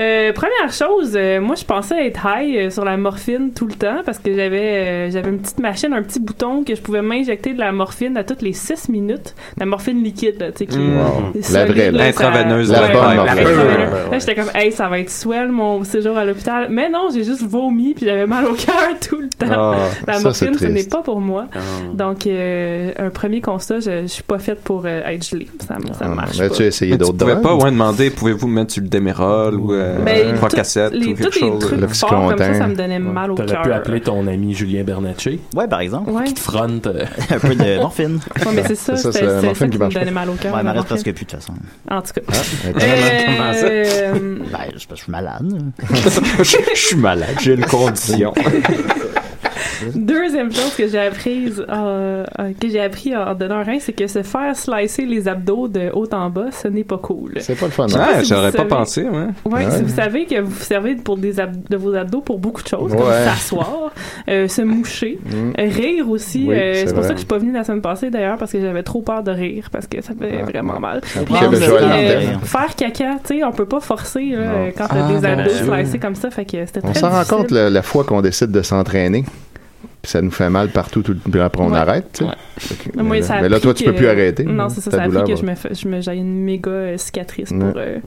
[SPEAKER 5] Euh, première chose, euh, moi, je pensais être high euh, sur la morphine tout le temps parce que j'avais euh, j'avais une petite machine, un petit bouton que je pouvais m'injecter de la morphine à toutes les 6 minutes. La morphine liquide, là, tu sais, qui
[SPEAKER 13] Mmh. Wow.
[SPEAKER 5] est
[SPEAKER 13] La
[SPEAKER 5] solide,
[SPEAKER 13] vraie,
[SPEAKER 5] là,
[SPEAKER 13] là.
[SPEAKER 5] ça-
[SPEAKER 13] Intraveineuse, la
[SPEAKER 5] Ouais,
[SPEAKER 13] bonne
[SPEAKER 5] ouais,
[SPEAKER 13] morphine.
[SPEAKER 5] la
[SPEAKER 13] Ouais,
[SPEAKER 5] intraveineuse.
[SPEAKER 13] ouais, ouais.
[SPEAKER 5] Là, j'étais comme, hey, ça va être swell mon séjour à l'hôpital. Mais non, j'ai juste vomi puis j'avais mal au cœur tout le temps.
[SPEAKER 13] Ah,
[SPEAKER 5] la
[SPEAKER 13] ça,
[SPEAKER 5] morphine,
[SPEAKER 13] c'est
[SPEAKER 5] ce n'est
[SPEAKER 13] triste.
[SPEAKER 5] pas pour moi.
[SPEAKER 13] Ah.
[SPEAKER 5] Donc, euh, un premier constat, je, je suis pas faite pour euh, être gelée. Ça, m- ça marche
[SPEAKER 13] Ah, Mais
[SPEAKER 5] pas.
[SPEAKER 13] tu as essayé d'autres drogues. pouvais pas ouais, demander pouvez-vous mettre sur le Demerol ou
[SPEAKER 5] Ben,
[SPEAKER 13] euh,
[SPEAKER 5] tout-
[SPEAKER 13] Procassette
[SPEAKER 5] les-
[SPEAKER 13] ou
[SPEAKER 5] tous
[SPEAKER 13] quelque
[SPEAKER 5] les
[SPEAKER 13] chose. euh,
[SPEAKER 5] trucs forts comme ça, ça me donnait mal au
[SPEAKER 12] T'aurais pu
[SPEAKER 5] cœur.
[SPEAKER 12] appeler ton ami Julien Bernatchez.
[SPEAKER 3] Ouais, par exemple.
[SPEAKER 5] Ouais.
[SPEAKER 12] Qui te fronte. euh,
[SPEAKER 3] Un peu de morphine.
[SPEAKER 5] Ouais, mais c'est ça, C'est ça, c'est- c'est la c'est ça morphine qui qui me marche pas. donnait mal Ben, au cœur,
[SPEAKER 3] Ouais,
[SPEAKER 5] la
[SPEAKER 3] elle reste
[SPEAKER 5] morphine.
[SPEAKER 3] presque plus, de toute façon.
[SPEAKER 5] En tout cas.
[SPEAKER 13] Ah,
[SPEAKER 3] Euh,
[SPEAKER 5] Comment ça? Euh,
[SPEAKER 3] Ben, c'est parce que je suis malade.
[SPEAKER 13] Je suis malade, j'ai une condition.
[SPEAKER 5] Deuxième chose que j'ai apprise, euh, euh, que j'ai appris en en donnant un rein, c'est que se faire slicer les abdos de haut en bas, ce n'est pas cool.
[SPEAKER 4] C'est pas le fun. hein?
[SPEAKER 5] Je sais pas
[SPEAKER 6] Ouais,
[SPEAKER 5] si
[SPEAKER 6] j'aurais
[SPEAKER 5] vous
[SPEAKER 6] pas
[SPEAKER 5] savez-
[SPEAKER 6] pensé, ouais.
[SPEAKER 5] Oui,
[SPEAKER 6] Ouais.
[SPEAKER 5] si vous savez que vous vous servez pour des ab- de vos abdos pour beaucoup de choses, comme
[SPEAKER 6] Ouais.
[SPEAKER 5] s'asseoir, euh, se moucher,
[SPEAKER 6] Mm.
[SPEAKER 5] euh, rire aussi.
[SPEAKER 4] Oui,
[SPEAKER 5] euh,
[SPEAKER 4] c'est
[SPEAKER 5] c'est pour
[SPEAKER 4] vrai.
[SPEAKER 5] ça que je suis pas venue la semaine passée d'ailleurs, parce que j'avais trop peur de rire, parce que ça fait
[SPEAKER 4] Ouais.
[SPEAKER 5] vraiment mal.
[SPEAKER 4] Ça impliquait le
[SPEAKER 5] Puis, euh,
[SPEAKER 4] Joël Lanterne.
[SPEAKER 5] faire caca, tu sais, on peut pas forcer là, euh, quand t'as
[SPEAKER 4] Ah,
[SPEAKER 5] des
[SPEAKER 4] mon
[SPEAKER 6] ben,
[SPEAKER 5] abdos
[SPEAKER 4] Dieu.
[SPEAKER 5] slicés comme ça, fait que c'était très
[SPEAKER 4] On s'en rend
[SPEAKER 5] difficile.
[SPEAKER 4] compte la, la fois qu'on décide de s'entraîner. Puis ça nous fait mal partout, tout le puis après on arrête. tu sais. Fait que-
[SPEAKER 5] Ah, Moi,
[SPEAKER 4] mais,
[SPEAKER 5] ça a
[SPEAKER 4] mais là, toi,
[SPEAKER 5] pris
[SPEAKER 4] tu peux
[SPEAKER 5] que-
[SPEAKER 4] plus arrêter. hein,
[SPEAKER 5] Non, c'est ça,
[SPEAKER 4] Ta
[SPEAKER 5] ça a
[SPEAKER 4] douleur
[SPEAKER 5] pris que
[SPEAKER 4] va-
[SPEAKER 5] je me fais- je me- j'ai une méga euh, cicatrice pour.
[SPEAKER 4] Ouais.
[SPEAKER 5] euh,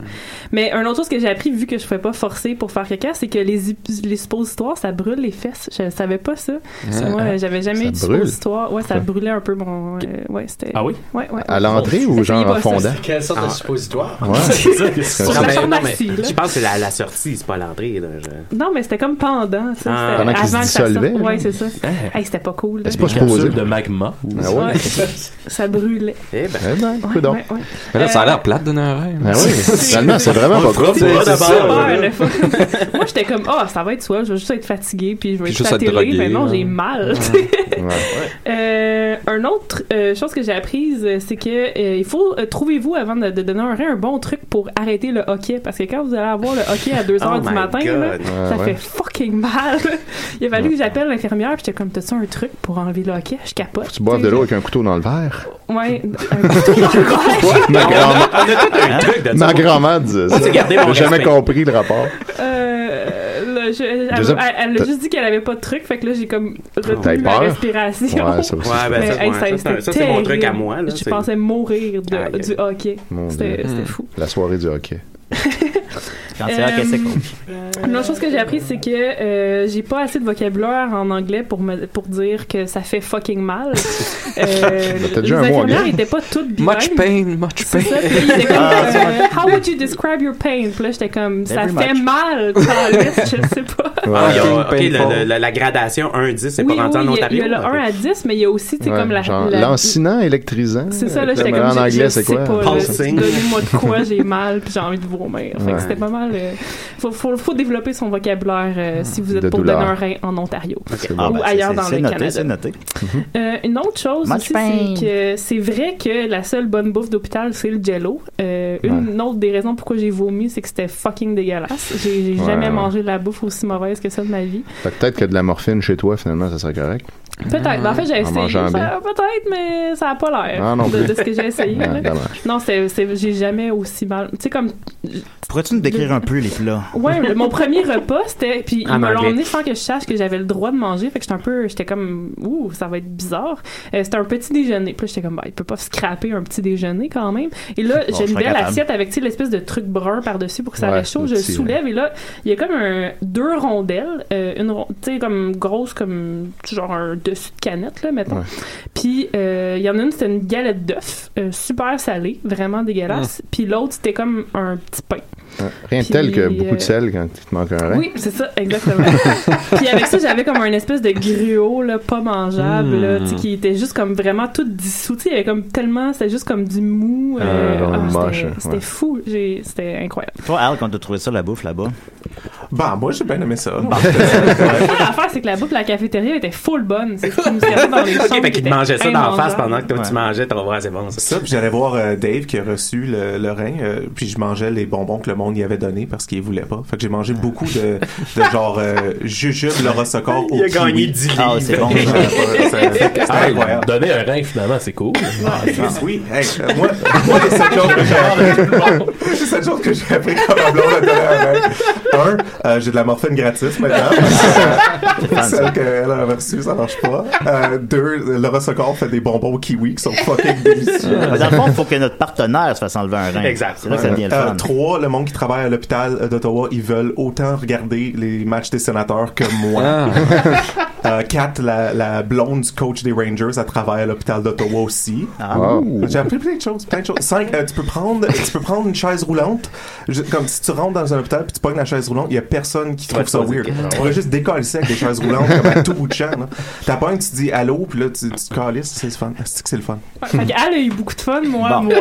[SPEAKER 5] Mais une autre chose que j'ai appris, vu que je ne pouvais pas forcer pour faire caca, c'est que les, ip- les suppositoires, ça brûle les fesses. Je ne savais pas ça. Parce que
[SPEAKER 4] Ah,
[SPEAKER 5] moi, euh,
[SPEAKER 4] ah.
[SPEAKER 5] j'avais jamais
[SPEAKER 4] Ça
[SPEAKER 5] eu de
[SPEAKER 4] brûle?
[SPEAKER 5] suppositoire. Ouais, ça
[SPEAKER 4] Ouais.
[SPEAKER 5] brûlait un peu mon. euh, ouais, c'était.
[SPEAKER 4] Ah oui?
[SPEAKER 5] Ouais, ouais.
[SPEAKER 4] À l'entrée ou genre
[SPEAKER 5] Essayez pas
[SPEAKER 4] en
[SPEAKER 5] ça,
[SPEAKER 4] fondant?
[SPEAKER 5] c'est-
[SPEAKER 7] Quelle sorte
[SPEAKER 10] Ah.
[SPEAKER 7] de suppositoire?
[SPEAKER 4] Ouais.
[SPEAKER 10] C'est ça, que
[SPEAKER 4] Pour
[SPEAKER 10] Non,
[SPEAKER 4] la
[SPEAKER 10] mais- non,
[SPEAKER 5] pharmacie,
[SPEAKER 10] mais
[SPEAKER 5] là.
[SPEAKER 10] Je pense que c'est la, la sortie, c'est pas l'entrée. là, je-
[SPEAKER 5] Non, mais c'était comme pendant. tu sais,
[SPEAKER 10] Ah.
[SPEAKER 5] c'était
[SPEAKER 10] Pendant qu'ils se
[SPEAKER 5] avant que ça
[SPEAKER 10] dissolvaient,
[SPEAKER 5] sorte.
[SPEAKER 10] là.
[SPEAKER 5] Ouais, c'est ça.
[SPEAKER 10] Ah.
[SPEAKER 5] Hey, c'était pas cool. là.
[SPEAKER 10] C'est pas
[SPEAKER 12] Des
[SPEAKER 10] supposé.
[SPEAKER 12] capsules de magma.
[SPEAKER 6] Ah ouais?
[SPEAKER 5] ça brûlait.
[SPEAKER 10] Eh ben,
[SPEAKER 4] eh ben,
[SPEAKER 5] Ouais,
[SPEAKER 4] coudonc.
[SPEAKER 5] ouais, ouais.
[SPEAKER 6] Mais là, ça a
[SPEAKER 5] Euh,
[SPEAKER 6] l'air plate de Noël.
[SPEAKER 4] Ben oui, finalement, c'est vraiment
[SPEAKER 6] On
[SPEAKER 4] pas
[SPEAKER 6] le fera pas,
[SPEAKER 4] cool. C'est-
[SPEAKER 6] c'est ça,
[SPEAKER 4] c'est ça,
[SPEAKER 6] là.
[SPEAKER 5] Ouais, le fun. Moi, j'étais comme, ah, ça va être soit, je vais juste être fatiguée, puis je vais
[SPEAKER 6] Puis
[SPEAKER 5] juste
[SPEAKER 6] juste
[SPEAKER 5] à
[SPEAKER 6] être
[SPEAKER 5] la télé,
[SPEAKER 6] droguée,
[SPEAKER 5] mais non,
[SPEAKER 6] hein.
[SPEAKER 5] j'ai mal.
[SPEAKER 4] Ouais.
[SPEAKER 5] Euh, un autre euh, chose que j'ai apprise, euh, c'est que euh, il faut euh, trouvez-vous avant de, de donner un rein un bon truc pour arrêter le hockey, parce que quand vous allez avoir le hockey à 2
[SPEAKER 10] Oh
[SPEAKER 5] h
[SPEAKER 10] my
[SPEAKER 5] du matin,
[SPEAKER 10] God.
[SPEAKER 5] là,
[SPEAKER 10] Ouais,
[SPEAKER 5] ça
[SPEAKER 10] ouais.
[SPEAKER 5] fait fucking mal. il a fallu que j'appelle l'infirmière, puis j'étais comme, t'as-tu un truc pour enlever le hockey Je capote.
[SPEAKER 4] Tu bois de l'eau avec un couteau dans le verre.
[SPEAKER 5] Ouais, un couteau dans le corps.
[SPEAKER 4] Ma grand-mère-
[SPEAKER 10] un truc de ça.
[SPEAKER 4] Ma grand-mère disait
[SPEAKER 10] Moi,
[SPEAKER 4] ça.
[SPEAKER 10] c'est garder mon
[SPEAKER 4] J'ai jamais
[SPEAKER 10] respect.
[SPEAKER 4] compris le rapport.
[SPEAKER 5] Euh, là, je- elle,
[SPEAKER 4] Deuxième-
[SPEAKER 5] elle- elle a
[SPEAKER 4] t'as-
[SPEAKER 5] juste dit qu'elle avait pas de truc, fait que là j'ai comme
[SPEAKER 4] Ah. T'as eu
[SPEAKER 5] retenu la
[SPEAKER 4] peur?
[SPEAKER 5] respiration.
[SPEAKER 4] Ouais, ça aussi, Ouais, c'est ben,
[SPEAKER 10] ça,
[SPEAKER 5] Mais, hey,
[SPEAKER 10] ouais, ça, c'est un-
[SPEAKER 5] c'était
[SPEAKER 10] ça, c'est mon
[SPEAKER 5] terrible.
[SPEAKER 10] truc à moi, là,
[SPEAKER 5] Je
[SPEAKER 10] c'est- Ah,
[SPEAKER 5] pensais mourir de-
[SPEAKER 10] Aïe, aïe.
[SPEAKER 5] du hockey.
[SPEAKER 4] Mon
[SPEAKER 5] C'était
[SPEAKER 4] Dieu.
[SPEAKER 5] c'était fou.
[SPEAKER 4] La soirée du hockey.
[SPEAKER 5] Quand c'est Euh, hockey, c'est coach. euh, Une autre chose que j'ai appris, c'est que euh, j'ai pas assez de vocabulaire en anglais pour me pour dire que ça fait fucking mal. Euh,
[SPEAKER 6] T'as
[SPEAKER 5] les
[SPEAKER 6] déjà un mot
[SPEAKER 5] infirmières
[SPEAKER 6] anglais?
[SPEAKER 5] étaient pas toutes bilingues.
[SPEAKER 6] Much pain, much
[SPEAKER 5] C'est
[SPEAKER 6] pain.
[SPEAKER 5] ça, puis il était comme,
[SPEAKER 6] Ah,
[SPEAKER 5] euh,
[SPEAKER 6] c'est vrai.
[SPEAKER 5] How would you describe your pain? Puis là, j'étais comme, ça
[SPEAKER 10] Every
[SPEAKER 5] fait
[SPEAKER 10] much.
[SPEAKER 5] mal, câlisse, je sais pas.
[SPEAKER 10] Ah, il y a- ok,
[SPEAKER 6] Painful.
[SPEAKER 10] le- le- la- la gradation 1-10, c'est
[SPEAKER 5] Oui,
[SPEAKER 10] pas rendu
[SPEAKER 5] oui,
[SPEAKER 10] en
[SPEAKER 5] il y a-
[SPEAKER 10] Ontario.
[SPEAKER 5] Il y a le 1 à 10, mais il y a aussi, tu sais,
[SPEAKER 4] Ouais,
[SPEAKER 5] comme la.
[SPEAKER 4] genre
[SPEAKER 5] la-
[SPEAKER 4] lancinant, électrisant.
[SPEAKER 5] C'est ça, là,
[SPEAKER 4] Euh,
[SPEAKER 5] j'étais comme.
[SPEAKER 4] En
[SPEAKER 5] je- je
[SPEAKER 4] anglais, c'est
[SPEAKER 5] sais
[SPEAKER 4] quoi?
[SPEAKER 5] pas, là,
[SPEAKER 4] Pulsing.
[SPEAKER 5] Donnez-moi de quoi, j'ai mal, puis j'ai envie de vomir. Fait que
[SPEAKER 4] Ouais.
[SPEAKER 5] c'était pas mal. euh, faut, faut, faut développer son vocabulaire euh, si vous êtes
[SPEAKER 3] De
[SPEAKER 5] pour
[SPEAKER 3] douleur.
[SPEAKER 5] donner un rein en Ontario.
[SPEAKER 3] Ok.
[SPEAKER 5] Ou
[SPEAKER 3] Ah, ben, c'est-
[SPEAKER 5] ailleurs
[SPEAKER 3] c'est-
[SPEAKER 5] dans
[SPEAKER 3] c'est
[SPEAKER 5] le
[SPEAKER 3] noté,
[SPEAKER 5] Canada.
[SPEAKER 3] C'est noté.
[SPEAKER 5] Euh, une autre chose
[SPEAKER 3] Much
[SPEAKER 5] aussi,
[SPEAKER 3] pain.
[SPEAKER 5] c'est que c'est vrai que la seule bonne bouffe d'hôpital, c'est le jello. Euh, Une autre des raisons pourquoi j'ai vomi, c'est que c'était fucking dégueulasse. J'ai j'ai
[SPEAKER 4] Ouais,
[SPEAKER 5] jamais
[SPEAKER 4] ouais.
[SPEAKER 5] mangé de la bouffe aussi mauvaise que ça de ma vie.
[SPEAKER 4] Fait que Peut-être que de la morphine chez toi, finalement, ça serait correct.
[SPEAKER 5] Peut-être. Ben, En fait, j'ai
[SPEAKER 4] En
[SPEAKER 5] essayé.
[SPEAKER 4] mangeant
[SPEAKER 5] Ça-
[SPEAKER 4] bien.
[SPEAKER 5] Peut-être, mais ça n'a pas l'air
[SPEAKER 4] Ah, non
[SPEAKER 5] de,
[SPEAKER 4] plus. Ben,
[SPEAKER 5] de ce que j'ai essayé.
[SPEAKER 4] Ouais,
[SPEAKER 5] là.
[SPEAKER 4] dommage.
[SPEAKER 5] non, c'est, c'est- j'ai jamais aussi mal. Tu sais, comme.
[SPEAKER 3] Pourrais-tu nous décrire un peu les plats?
[SPEAKER 5] Ouais, le- mon premier repas, c'était. Puis
[SPEAKER 3] En
[SPEAKER 5] ils me l'ont
[SPEAKER 3] anglais.
[SPEAKER 5] emmené sans que je sache que j'avais le droit de manger. Fait que j'étais un peu. J'étais comme. Ouh, ça va être bizarre. Euh, c'était un petit déjeuner. Puis là, j'étais comme. Bah, il peut pas scraper un petit déjeuner quand même. Et là,
[SPEAKER 1] Bon,
[SPEAKER 5] j'ai
[SPEAKER 1] je
[SPEAKER 5] une
[SPEAKER 1] serais
[SPEAKER 5] belle
[SPEAKER 1] capable.
[SPEAKER 5] assiette avec, tu sais, l'espèce de truc brun par-dessus pour que ça
[SPEAKER 1] Ouais,
[SPEAKER 5] reste chaud.
[SPEAKER 1] le
[SPEAKER 5] Je le
[SPEAKER 1] petit,
[SPEAKER 5] soulève. Et là, il y a comme un, deux rondelles. euh, une ron- Tu sais, comme grosse, comme. Genre un dessus de canette, là, mettons. Puis euh, il y en a une, c'était une galette d'œuf, euh, super salée, vraiment dégueulasse.
[SPEAKER 4] Mm.
[SPEAKER 5] Puis l'autre, c'était comme un petit pain.
[SPEAKER 4] Ouais. Rien de
[SPEAKER 5] Puis,
[SPEAKER 4] tel que beaucoup
[SPEAKER 5] euh,
[SPEAKER 4] de sel quand il te manque un rein.
[SPEAKER 5] Oui, c'est ça, exactement. Puis avec ça, j'avais comme un espèce de gruau là, pas mangeable, là,
[SPEAKER 4] Mm.
[SPEAKER 3] Hmm.
[SPEAKER 5] tu sais, qui était juste comme vraiment tout dissous. Tu sais, Il y avait comme tellement, c'était juste comme du mou.
[SPEAKER 3] Ah, genre
[SPEAKER 5] ah,
[SPEAKER 3] moche,
[SPEAKER 5] c'était-
[SPEAKER 3] hein,
[SPEAKER 5] C'était
[SPEAKER 3] ouais.
[SPEAKER 5] fou, J'ai- c'était incroyable.
[SPEAKER 3] Toi, Al, quand t'as trouvé ça, la bouffe là-bas?
[SPEAKER 9] Bah, moi, j'ai bien aimé ça.
[SPEAKER 5] La seule affaire, c'est que la bouffe de la cafétéria était full bonne. C'est ce qui nous servait dans les chambres,
[SPEAKER 10] Ok, fait qu'il te
[SPEAKER 5] était
[SPEAKER 10] mangeait ça d'en face
[SPEAKER 5] immangeable.
[SPEAKER 10] pendant que toi
[SPEAKER 9] Ouais.
[SPEAKER 10] tu mangeais, t'as voir, c'est bon.
[SPEAKER 9] Ça, puis j'allais voir euh, Dave qui a reçu le, le rein, euh, puis je mangeais les bonbons que le monde y avait donné parce qu'il voulait pas. Fait que j'ai mangé beaucoup de, de genre euh, jujube, le rossocor au
[SPEAKER 10] Il a
[SPEAKER 9] kiwi.
[SPEAKER 10] gagné 10 livres.
[SPEAKER 9] Ah, c'est bon. j'en ai pas. C'est- c'est
[SPEAKER 12] Ah,
[SPEAKER 9] incroyable.
[SPEAKER 12] Donner un rein, finalement, c'est cool.
[SPEAKER 9] Ah, Chris, oui. Hey, euh, moi, moi, les sept choses que j'ai- les sept choses que j'ai appris quand ma blonde a donné un rein. Un, euh, j'ai de la morphine gratuite maintenant. Celle qu'elle a reçue, ça marche pas. Euh, deux, le Rossocor fait des bonbons au kiwi qui sont fucking délicieux.
[SPEAKER 3] Mais dans le fond, il faut que notre partenaire se fasse enlever un rein. C'est là que ça devient le
[SPEAKER 9] Euh,
[SPEAKER 3] fun.
[SPEAKER 9] trois, le monde qui travaille à l'hôpital euh, d'Ottawa, ils veulent autant regarder les matchs des sénateurs que moi. Euh, quatre, la, la blonde du coach des Rangers, elle travaille à l'hôpital d'Ottawa aussi.
[SPEAKER 3] Ah.
[SPEAKER 4] Wow.
[SPEAKER 9] J'ai appris plein de choses, plein de choses. Cinq, euh, tu peux prendre, tu peux prendre une chaise roulante. Je- comme si tu rentres dans un hôpital puis tu pognes la chaise roulante, il y a personne qui trouve
[SPEAKER 12] Ouais,
[SPEAKER 9] ça
[SPEAKER 12] toi,
[SPEAKER 9] weird.
[SPEAKER 12] t'es-
[SPEAKER 9] On a juste décollé ça avec des chaises roulantes comme à tout bout de champ. là. T'apprends, tu dis allô, puis là, tu, tu te calisses, c'est le fun. C'est que c'est le fun.
[SPEAKER 5] Fait que Al a eu beaucoup de fun, moi,
[SPEAKER 9] Bon.
[SPEAKER 5] moi.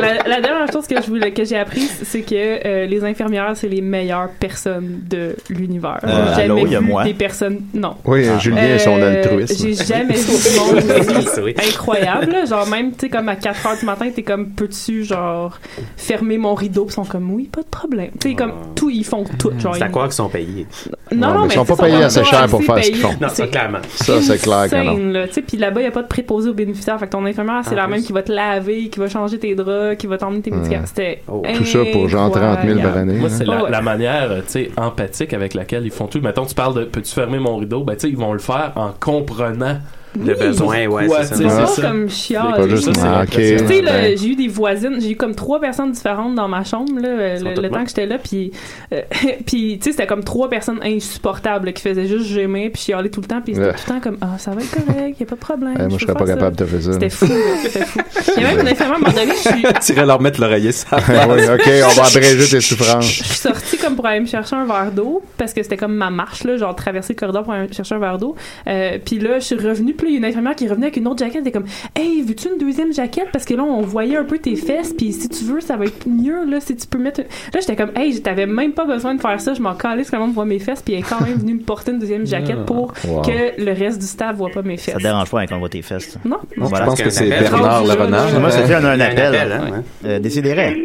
[SPEAKER 5] la, la dernière chose que je voulais, que j'ai apprise, c'est que euh, les infirmières, c'est les meilleures personnes de l'univers.
[SPEAKER 4] Euh,
[SPEAKER 5] J'ai
[SPEAKER 4] allô,
[SPEAKER 5] jamais
[SPEAKER 4] il y a
[SPEAKER 5] vu
[SPEAKER 4] moi.
[SPEAKER 5] Des personnes, non.
[SPEAKER 4] Oui, euh, Julien et son altruisme.
[SPEAKER 5] J'ai jamais vu du monde aussi
[SPEAKER 4] Ah, Oui.
[SPEAKER 5] incroyable. là. Genre même, tu sais, comme à 4 heures du matin, t'es comme, peux-tu genre fermer mon rideau Puis ils sont comme, oui, pas de problème. Tu sais, comme
[SPEAKER 4] Ah.
[SPEAKER 5] tout, ils font tout. Genre,
[SPEAKER 10] C'est à
[SPEAKER 5] ils-
[SPEAKER 10] quoi qu'ils sont payés?
[SPEAKER 5] Non, non, mais
[SPEAKER 4] ils sont pas
[SPEAKER 5] c'est ça,
[SPEAKER 4] payés
[SPEAKER 5] on
[SPEAKER 4] assez
[SPEAKER 5] va
[SPEAKER 4] cher pour
[SPEAKER 5] aussi
[SPEAKER 4] faire ce qu'ils
[SPEAKER 5] payer.
[SPEAKER 4] font.
[SPEAKER 10] Non, ça, clairement.
[SPEAKER 4] Ça, c'est clair que non.
[SPEAKER 5] insane, là, tu sais, puis là-bas, il n'y a pas de préposé aux bénéficiaires. Fait que ton infirmière, c'est
[SPEAKER 4] En
[SPEAKER 5] la
[SPEAKER 4] plus.
[SPEAKER 5] même qui va te laver, qui va changer tes draps, qui va t'emmener tes
[SPEAKER 12] Ouais.
[SPEAKER 5] médicaments. C'était.
[SPEAKER 4] Oh,
[SPEAKER 12] Oh.
[SPEAKER 4] Tout ça pour genre 30 000 par année,
[SPEAKER 12] Moi,
[SPEAKER 4] hein.
[SPEAKER 12] c'est
[SPEAKER 5] Oh,
[SPEAKER 12] la,
[SPEAKER 5] ouais.
[SPEAKER 12] la manière euh, tu sais, empathique avec laquelle ils font tout. Mettons, tu parles de peux-tu fermer mon rideau Ben, tu sais, ils vont le faire en comprenant
[SPEAKER 10] Le besoin, ouais,
[SPEAKER 12] pourquoi,
[SPEAKER 10] c'est ça.
[SPEAKER 12] tu sais,
[SPEAKER 10] Ah.
[SPEAKER 12] c'est ça.
[SPEAKER 5] comme
[SPEAKER 12] C'est pas
[SPEAKER 5] chiant.
[SPEAKER 12] juste, ah, ok.
[SPEAKER 5] Tu sais, là,
[SPEAKER 4] ben.
[SPEAKER 12] Ouais.
[SPEAKER 5] j'ai eu des voisines, j'ai eu comme trois personnes différentes dans ma chambre là, euh,
[SPEAKER 12] Sont
[SPEAKER 5] le,
[SPEAKER 12] toutes
[SPEAKER 5] le temps
[SPEAKER 12] mortes.
[SPEAKER 5] que j'étais là, puis euh, puis tu sais c'était comme trois personnes insupportables là, qui faisaient juste gémir puis chialer tout le temps, puis c'était
[SPEAKER 4] Ouais.
[SPEAKER 5] tout le temps comme ah ça va être correct, y a pas de problème.
[SPEAKER 4] Eh, moi, je
[SPEAKER 5] peux
[SPEAKER 4] serais pas
[SPEAKER 5] faire ça.
[SPEAKER 4] capable de faire ça.
[SPEAKER 5] C'était fou, là, c'était fou. Il y a même une infirmière à un moment donné, je suis
[SPEAKER 13] Tirer leur mettre l'oreiller ça.
[SPEAKER 4] oui, ok, on va abréger tes souffrances.
[SPEAKER 5] je suis sortie comme pour aller me chercher un verre d'eau parce que c'était comme ma marche là genre traverser le corridor pour aller me chercher un verre d'eau Euh, puis là je suis revenue puis là il y a une infirmière qui revenait avec une autre jaquette elle était comme hey veux-tu une deuxième jaquette parce que là on voyait un peu tes fesses puis si tu veux ça va être mieux là si tu peux mettre une- là j'étais comme hey t'avais même pas besoin de faire ça je m'en calais que le monde voit mes fesses puis elle est quand même venue me porter une deuxième jaquette pour
[SPEAKER 3] Wow.
[SPEAKER 5] que le reste du staff voit pas mes
[SPEAKER 3] Ça te
[SPEAKER 5] fesses
[SPEAKER 3] dérange pas hein, quand on voit tes fesses.
[SPEAKER 5] Non.
[SPEAKER 3] Bon,
[SPEAKER 5] Je
[SPEAKER 3] voilà.
[SPEAKER 5] pense que c'est Bernard
[SPEAKER 3] Rendu
[SPEAKER 5] le
[SPEAKER 3] là,
[SPEAKER 5] renard.
[SPEAKER 3] là. Moi, c'était un, un
[SPEAKER 11] Il y a un
[SPEAKER 3] appel.
[SPEAKER 11] appel, hein,
[SPEAKER 3] Euh, Décidérez.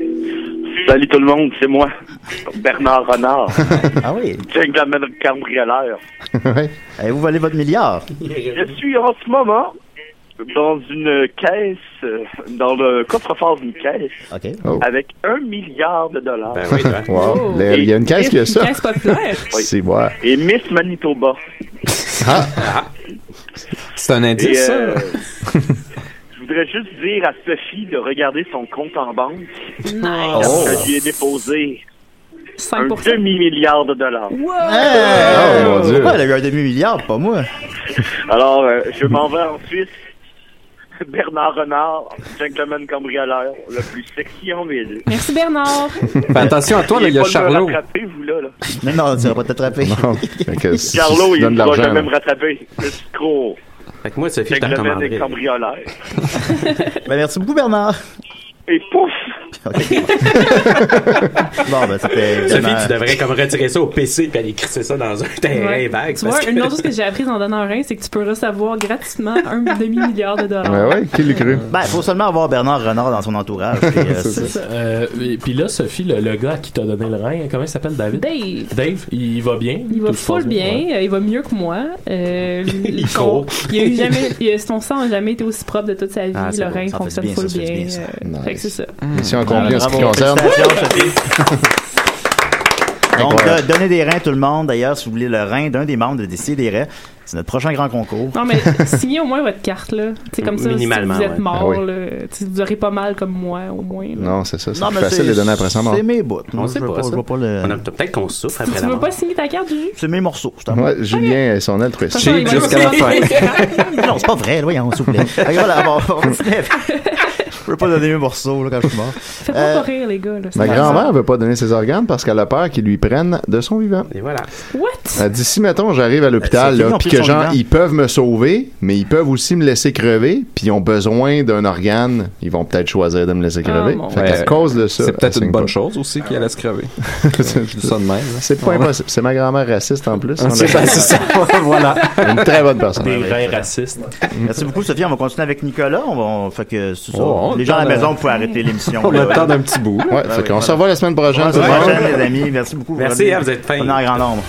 [SPEAKER 11] Salut tout le monde, c'est moi, Bernard Renard.
[SPEAKER 3] ah oui.
[SPEAKER 11] Jack la même cambrioleur.
[SPEAKER 3] Avez-vous volé votre milliard?
[SPEAKER 11] Oh, Je suis en ce moment dans une caisse, euh, dans le coffre-fort d'une caisse,
[SPEAKER 3] OK.
[SPEAKER 4] Oh.
[SPEAKER 11] avec un milliard de dollars.
[SPEAKER 4] Wow. Là, Il y a une caisse qui a ça. C'est moi.
[SPEAKER 11] Et Miss Manitoba.
[SPEAKER 4] Ah.
[SPEAKER 13] C'est un
[SPEAKER 11] Et,
[SPEAKER 13] indice,
[SPEAKER 11] euh,
[SPEAKER 13] ça?
[SPEAKER 11] Je voudrais juste dire à Sophie de regarder son compte en banque.
[SPEAKER 5] Nice.
[SPEAKER 11] Parce que
[SPEAKER 5] Oh.
[SPEAKER 11] j'y ai déposé un
[SPEAKER 5] 5%.
[SPEAKER 11] demi-milliard de dollars.
[SPEAKER 3] Hey! Pourquoi elle a eu un demi-milliard, pas moi?
[SPEAKER 11] Alors, euh, je m'en vais en Suisse. Bernard Renard, gentleman cambrioleur, le plus sexy en ville.
[SPEAKER 5] merci Bernard
[SPEAKER 13] Fais Ben, attention à toi, là, il y a
[SPEAKER 11] Pas de me
[SPEAKER 13] Charlot.
[SPEAKER 11] rattraper, vous, là, là.
[SPEAKER 3] Non, non, tu vas pas t'attraper.
[SPEAKER 11] Charlot, il ne va jamais me
[SPEAKER 3] Ben,
[SPEAKER 11] rattraper. C'est trop.
[SPEAKER 10] Fait que moi, Sophie, je te
[SPEAKER 11] Gentleman et
[SPEAKER 10] recommanderais.
[SPEAKER 11] cambrioleur.
[SPEAKER 3] Ben, merci beaucoup, Bernard.
[SPEAKER 11] Et pouf!
[SPEAKER 3] Bon, ben, c'était.
[SPEAKER 10] Sophie,
[SPEAKER 3] évidemment-
[SPEAKER 10] tu devrais comme retirer ça au PC puis aller crisser ça dans un terrain
[SPEAKER 5] Ouais.
[SPEAKER 10] vague.
[SPEAKER 5] Tu vois,
[SPEAKER 10] parce que-
[SPEAKER 5] une autre chose que j'ai apprise en donnant un rein, c'est que tu peux recevoir gratuitement un demi-milliard de dollars.
[SPEAKER 4] ouais, qui l'a cru?
[SPEAKER 3] Ben, faut seulement avoir Bernard Renard dans son entourage. puis, euh,
[SPEAKER 12] C'est ça. Euh, et Puis là, Sophie, le, le gars à qui t'a donné le rein, comment il s'appelle, David?
[SPEAKER 5] Dave.
[SPEAKER 12] Dave, il va bien?
[SPEAKER 5] Il va
[SPEAKER 12] Tout se
[SPEAKER 5] full
[SPEAKER 12] passe
[SPEAKER 5] bien,
[SPEAKER 12] ouais.
[SPEAKER 5] euh, il va mieux que moi. Euh,
[SPEAKER 12] Il faut.
[SPEAKER 5] Il y a eu jamais, il y a- son sang n'a jamais été aussi propre de toute sa vie.
[SPEAKER 4] Ah, c'est
[SPEAKER 5] le
[SPEAKER 4] bon,
[SPEAKER 5] rein
[SPEAKER 4] ça fait
[SPEAKER 5] fonctionne
[SPEAKER 4] du bien,
[SPEAKER 5] full
[SPEAKER 4] ça fait du
[SPEAKER 5] bien.
[SPEAKER 4] bien, ça.
[SPEAKER 5] euh,
[SPEAKER 4] Nice.
[SPEAKER 5] Fait que c'est ça.
[SPEAKER 4] Mission
[SPEAKER 3] Voilà,
[SPEAKER 4] accomplie en ce qui
[SPEAKER 3] bravo,
[SPEAKER 4] concerne.
[SPEAKER 3] félicitations, Donc, euh,
[SPEAKER 4] Incroyable.
[SPEAKER 3] donnez des reins à tout le monde. D'ailleurs, si vous voulez le rein d'un des membres de Décideret, c'est notre prochain grand concours.
[SPEAKER 5] Non, mais signez au moins votre carte, là. C'est comme ça, si vous
[SPEAKER 3] Minimalement,
[SPEAKER 5] êtes
[SPEAKER 3] ouais.
[SPEAKER 5] mort,
[SPEAKER 3] Ah oui.
[SPEAKER 5] là, tu- vous aurez pas mal comme moi, au moins. là.
[SPEAKER 4] Non, c'est ça. C'est
[SPEAKER 5] Non,
[SPEAKER 4] plus
[SPEAKER 5] mais
[SPEAKER 4] facile de
[SPEAKER 5] Ah, ben, c'est-
[SPEAKER 4] donner après sa mort.
[SPEAKER 5] c'est mes
[SPEAKER 3] bouts.
[SPEAKER 10] On sait pas, ça. On a- Peut-être qu'on souffre après
[SPEAKER 5] Tu
[SPEAKER 10] la
[SPEAKER 5] veux
[SPEAKER 10] mort.
[SPEAKER 5] pas signer ta carte, Juju?
[SPEAKER 3] C'est mes morceaux. je t'en prie.
[SPEAKER 4] Ouais, Julien et son altruisme.
[SPEAKER 3] Cheap Attention, il va jusqu'à la fin. non, c'est pas vrai, là, voyons, s'il vous plaît. Fait que voilà, bon, on continue avec- Je peux pas donner mes morceaux là, quand je suis mort.
[SPEAKER 5] Faites-moi
[SPEAKER 3] Euh,
[SPEAKER 5] pas rire, les gars. Là,
[SPEAKER 4] Ma
[SPEAKER 5] C'est
[SPEAKER 4] grand-mère veut pas donner ses organes parce qu'elle a peur qu'ils lui prennent de son vivant.
[SPEAKER 10] Et voilà.
[SPEAKER 5] What?
[SPEAKER 4] Elle dit si, Euh, mettons, j'arrive à
[SPEAKER 10] Euh,
[SPEAKER 4] l'hôpital,
[SPEAKER 10] c'est fini,
[SPEAKER 4] là,
[SPEAKER 10] on
[SPEAKER 4] puis
[SPEAKER 10] peut
[SPEAKER 4] que
[SPEAKER 10] son
[SPEAKER 4] genre,
[SPEAKER 10] vivant.
[SPEAKER 4] ils peuvent me sauver, mais ils peuvent aussi me laisser crever, puis ils ont besoin d'un organe, ils vont peut-être choisir de me laisser
[SPEAKER 5] Ah,
[SPEAKER 4] crever.
[SPEAKER 13] Ah, mon
[SPEAKER 4] fait
[SPEAKER 13] Dieu.
[SPEAKER 4] qu'à cause de ça.
[SPEAKER 13] C'est peut-être
[SPEAKER 4] elle
[SPEAKER 13] une
[SPEAKER 4] signe
[SPEAKER 13] bonne
[SPEAKER 4] pas.
[SPEAKER 13] chose aussi qu'il allait se crever.
[SPEAKER 4] Je dis ça de même. C'est pas
[SPEAKER 13] hein. Ouais.
[SPEAKER 4] impossible. C'est ma grand-mère raciste en plus. hein,
[SPEAKER 13] C'est ça, c'est ça. Voilà.
[SPEAKER 4] Une très bonne personne.
[SPEAKER 3] Des reins
[SPEAKER 12] racistes.
[SPEAKER 3] Merci beaucoup, Sophie. On va continuer avec Nicolas. On va, on- fait que, c'est ça.
[SPEAKER 4] Oh, on
[SPEAKER 3] les gens à la
[SPEAKER 4] attend,
[SPEAKER 3] maison,
[SPEAKER 4] euh,
[SPEAKER 3] vous pouvez arrêter l'émission.
[SPEAKER 4] on
[SPEAKER 3] là.
[SPEAKER 4] attend d'un petit bout. Ouais,
[SPEAKER 3] Ben
[SPEAKER 4] fait
[SPEAKER 3] oui,
[SPEAKER 4] qu'on se
[SPEAKER 3] voilà.
[SPEAKER 4] revoit la semaine prochaine,
[SPEAKER 3] On se
[SPEAKER 4] tout le
[SPEAKER 3] revoit la
[SPEAKER 4] monde.
[SPEAKER 3] prochaine, les amis. Merci beaucoup.
[SPEAKER 4] Merci,
[SPEAKER 3] revenez.
[SPEAKER 4] hein, vous êtes fins.
[SPEAKER 3] On est en grand nombre.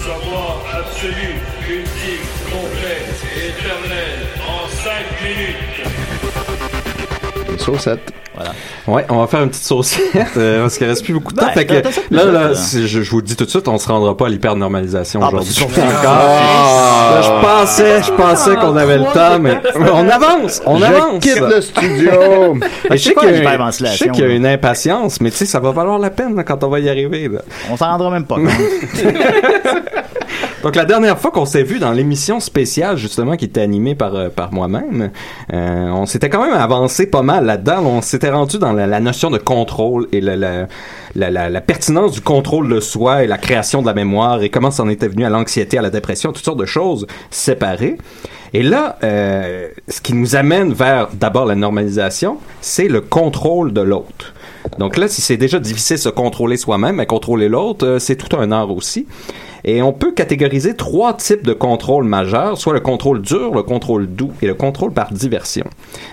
[SPEAKER 2] Savoir absolu, ultime, complet, éternel, en 5 minutes.
[SPEAKER 4] Une saucette.
[SPEAKER 3] Voilà.
[SPEAKER 13] Ouais, on va faire une petite saucette euh, parce qu'il reste plus beaucoup de temps.
[SPEAKER 4] Ouais,
[SPEAKER 13] fait que,
[SPEAKER 4] t'as- t'as ça,
[SPEAKER 13] là,
[SPEAKER 4] t'as
[SPEAKER 13] là,
[SPEAKER 4] ça.
[SPEAKER 13] c'est- je, je vous le dis tout de suite, on se rendra pas à l'hypernormalisation
[SPEAKER 4] Ah, bah,
[SPEAKER 13] aujourd'hui.
[SPEAKER 4] c'est sûr.
[SPEAKER 13] Encore.
[SPEAKER 4] Ah.
[SPEAKER 13] Là, je pensais, je pensais qu'on avait le temps, mais on avance, on
[SPEAKER 4] Je
[SPEAKER 13] avance.
[SPEAKER 4] quitte le studio.
[SPEAKER 13] Et je sais
[SPEAKER 4] C'est quoi
[SPEAKER 13] qu'il y a-
[SPEAKER 4] l'hyperventilation,
[SPEAKER 13] je sais qu'il y a
[SPEAKER 4] là?
[SPEAKER 13] une impatience, mais tu sais, ça va valoir la peine là, quand on va y arriver. là.
[SPEAKER 3] On s'en rendra même pas.
[SPEAKER 13] Donc la dernière fois qu'on s'est vu dans l'émission spéciale justement qui était animée par euh, par moi-même, euh, on s'était quand même avancé pas mal là-dedans. On s'était rendu dans la, la notion de contrôle et la la, la- la- la pertinence du contrôle de soi et la création de la mémoire et comment ça en était venu à l'anxiété, à la dépression, toutes sortes de choses séparées. Et là, euh, ce qui nous amène vers d'abord la normalisation, c'est le contrôle de l'autre. Donc là, si c'est déjà difficile de se contrôler soi-même, à contrôler l'autre, euh, c'est tout un art aussi. Et on peut catégoriser trois types de contrôle majeurs, soit le contrôle dur, le contrôle doux et le contrôle par diversion.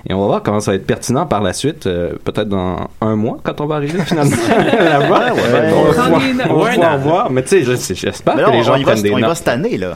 [SPEAKER 13] Et on va voir comment ça va être pertinent par la suite, euh, peut-être dans un mois, quand on va arriver finalement
[SPEAKER 3] Ouais,
[SPEAKER 13] là-bas. On va
[SPEAKER 3] ouais.
[SPEAKER 13] voir-
[SPEAKER 3] Prendre des notes.
[SPEAKER 13] on va
[SPEAKER 3] Ouais,
[SPEAKER 13] voir,
[SPEAKER 3] non.
[SPEAKER 13] voir. Mais tu sais, je- j'espère
[SPEAKER 3] Mais
[SPEAKER 13] que
[SPEAKER 3] là,
[SPEAKER 13] les gens
[SPEAKER 3] on,
[SPEAKER 13] y
[SPEAKER 3] y
[SPEAKER 13] prennent des
[SPEAKER 3] on y va
[SPEAKER 13] notes.
[SPEAKER 3] cette année, là.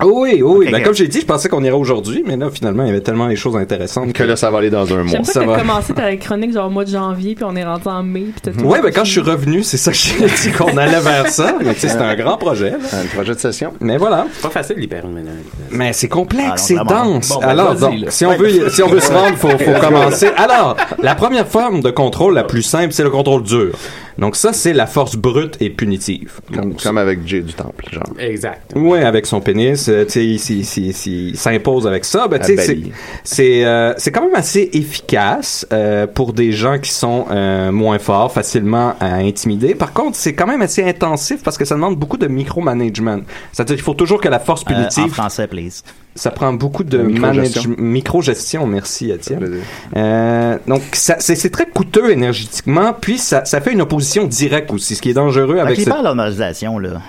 [SPEAKER 13] Ah Oui, oui, oui.
[SPEAKER 3] Ok,
[SPEAKER 13] Ben,
[SPEAKER 3] ok.
[SPEAKER 13] comme j'ai dit, je pensais qu'on irait aujourd'hui, mais là, finalement, il y avait tellement des choses intéressantes que là, ça va aller dans un
[SPEAKER 5] J'aime ça que t'as commencé ta chronique genre au mois de janvier, puis on est rendu en mai, puis t'as tout.
[SPEAKER 13] Ouais, ben quand je suis revenu, c'est ça que j'ai dit qu'on allait vers ça. Mais tu sais, c'est un grand projet. Euh, Un projet de session. Mais voilà.
[SPEAKER 10] Pas facile l'hyperhumaine.
[SPEAKER 13] Mais c'est complexe,
[SPEAKER 10] Ah, donc,
[SPEAKER 13] c'est
[SPEAKER 10] vraiment.
[SPEAKER 13] dense.
[SPEAKER 10] Bon, ben,
[SPEAKER 13] Alors,
[SPEAKER 10] vas-y,
[SPEAKER 13] donc,
[SPEAKER 10] là.
[SPEAKER 13] si on
[SPEAKER 10] Ouais.
[SPEAKER 13] veut, y- si on veut se rendre, faut, faut
[SPEAKER 10] Let's go.
[SPEAKER 13] commencer. Alors, la première forme de contrôle la plus simple, c'est le contrôle dur. Donc ça, c'est la force brute et punitive. Comme, avec Jay du Temple, genre.
[SPEAKER 10] Exact.
[SPEAKER 13] Ouais, avec son pénis, euh, tu sais, il, s'y- s'y- s'y- il s'impose avec ça. Ben, tu sais,
[SPEAKER 10] Ah,
[SPEAKER 13] c'est
[SPEAKER 10] ben.
[SPEAKER 13] c'est euh, c'est quand même assez efficace euh, pour des gens qui sont euh, moins forts, facilement à intimider. Par contre, c'est quand même assez intensif parce que ça demande beaucoup de micromanagement. C'est-à-dire qu'il faut toujours que la force
[SPEAKER 3] Euh,
[SPEAKER 13] punitive
[SPEAKER 3] en français, please.
[SPEAKER 13] ça prend beaucoup de
[SPEAKER 3] Microgestion.
[SPEAKER 13] management, micro-gestion. Merci, Étienne. Euh, donc, ça- c'est c'est très coûteux énergétiquement, puis ça, ça fait une opposition directe aussi, ce qui est dangereux
[SPEAKER 3] Fait
[SPEAKER 13] avec
[SPEAKER 3] qu'il
[SPEAKER 13] cette-
[SPEAKER 3] parle de normalisation, là.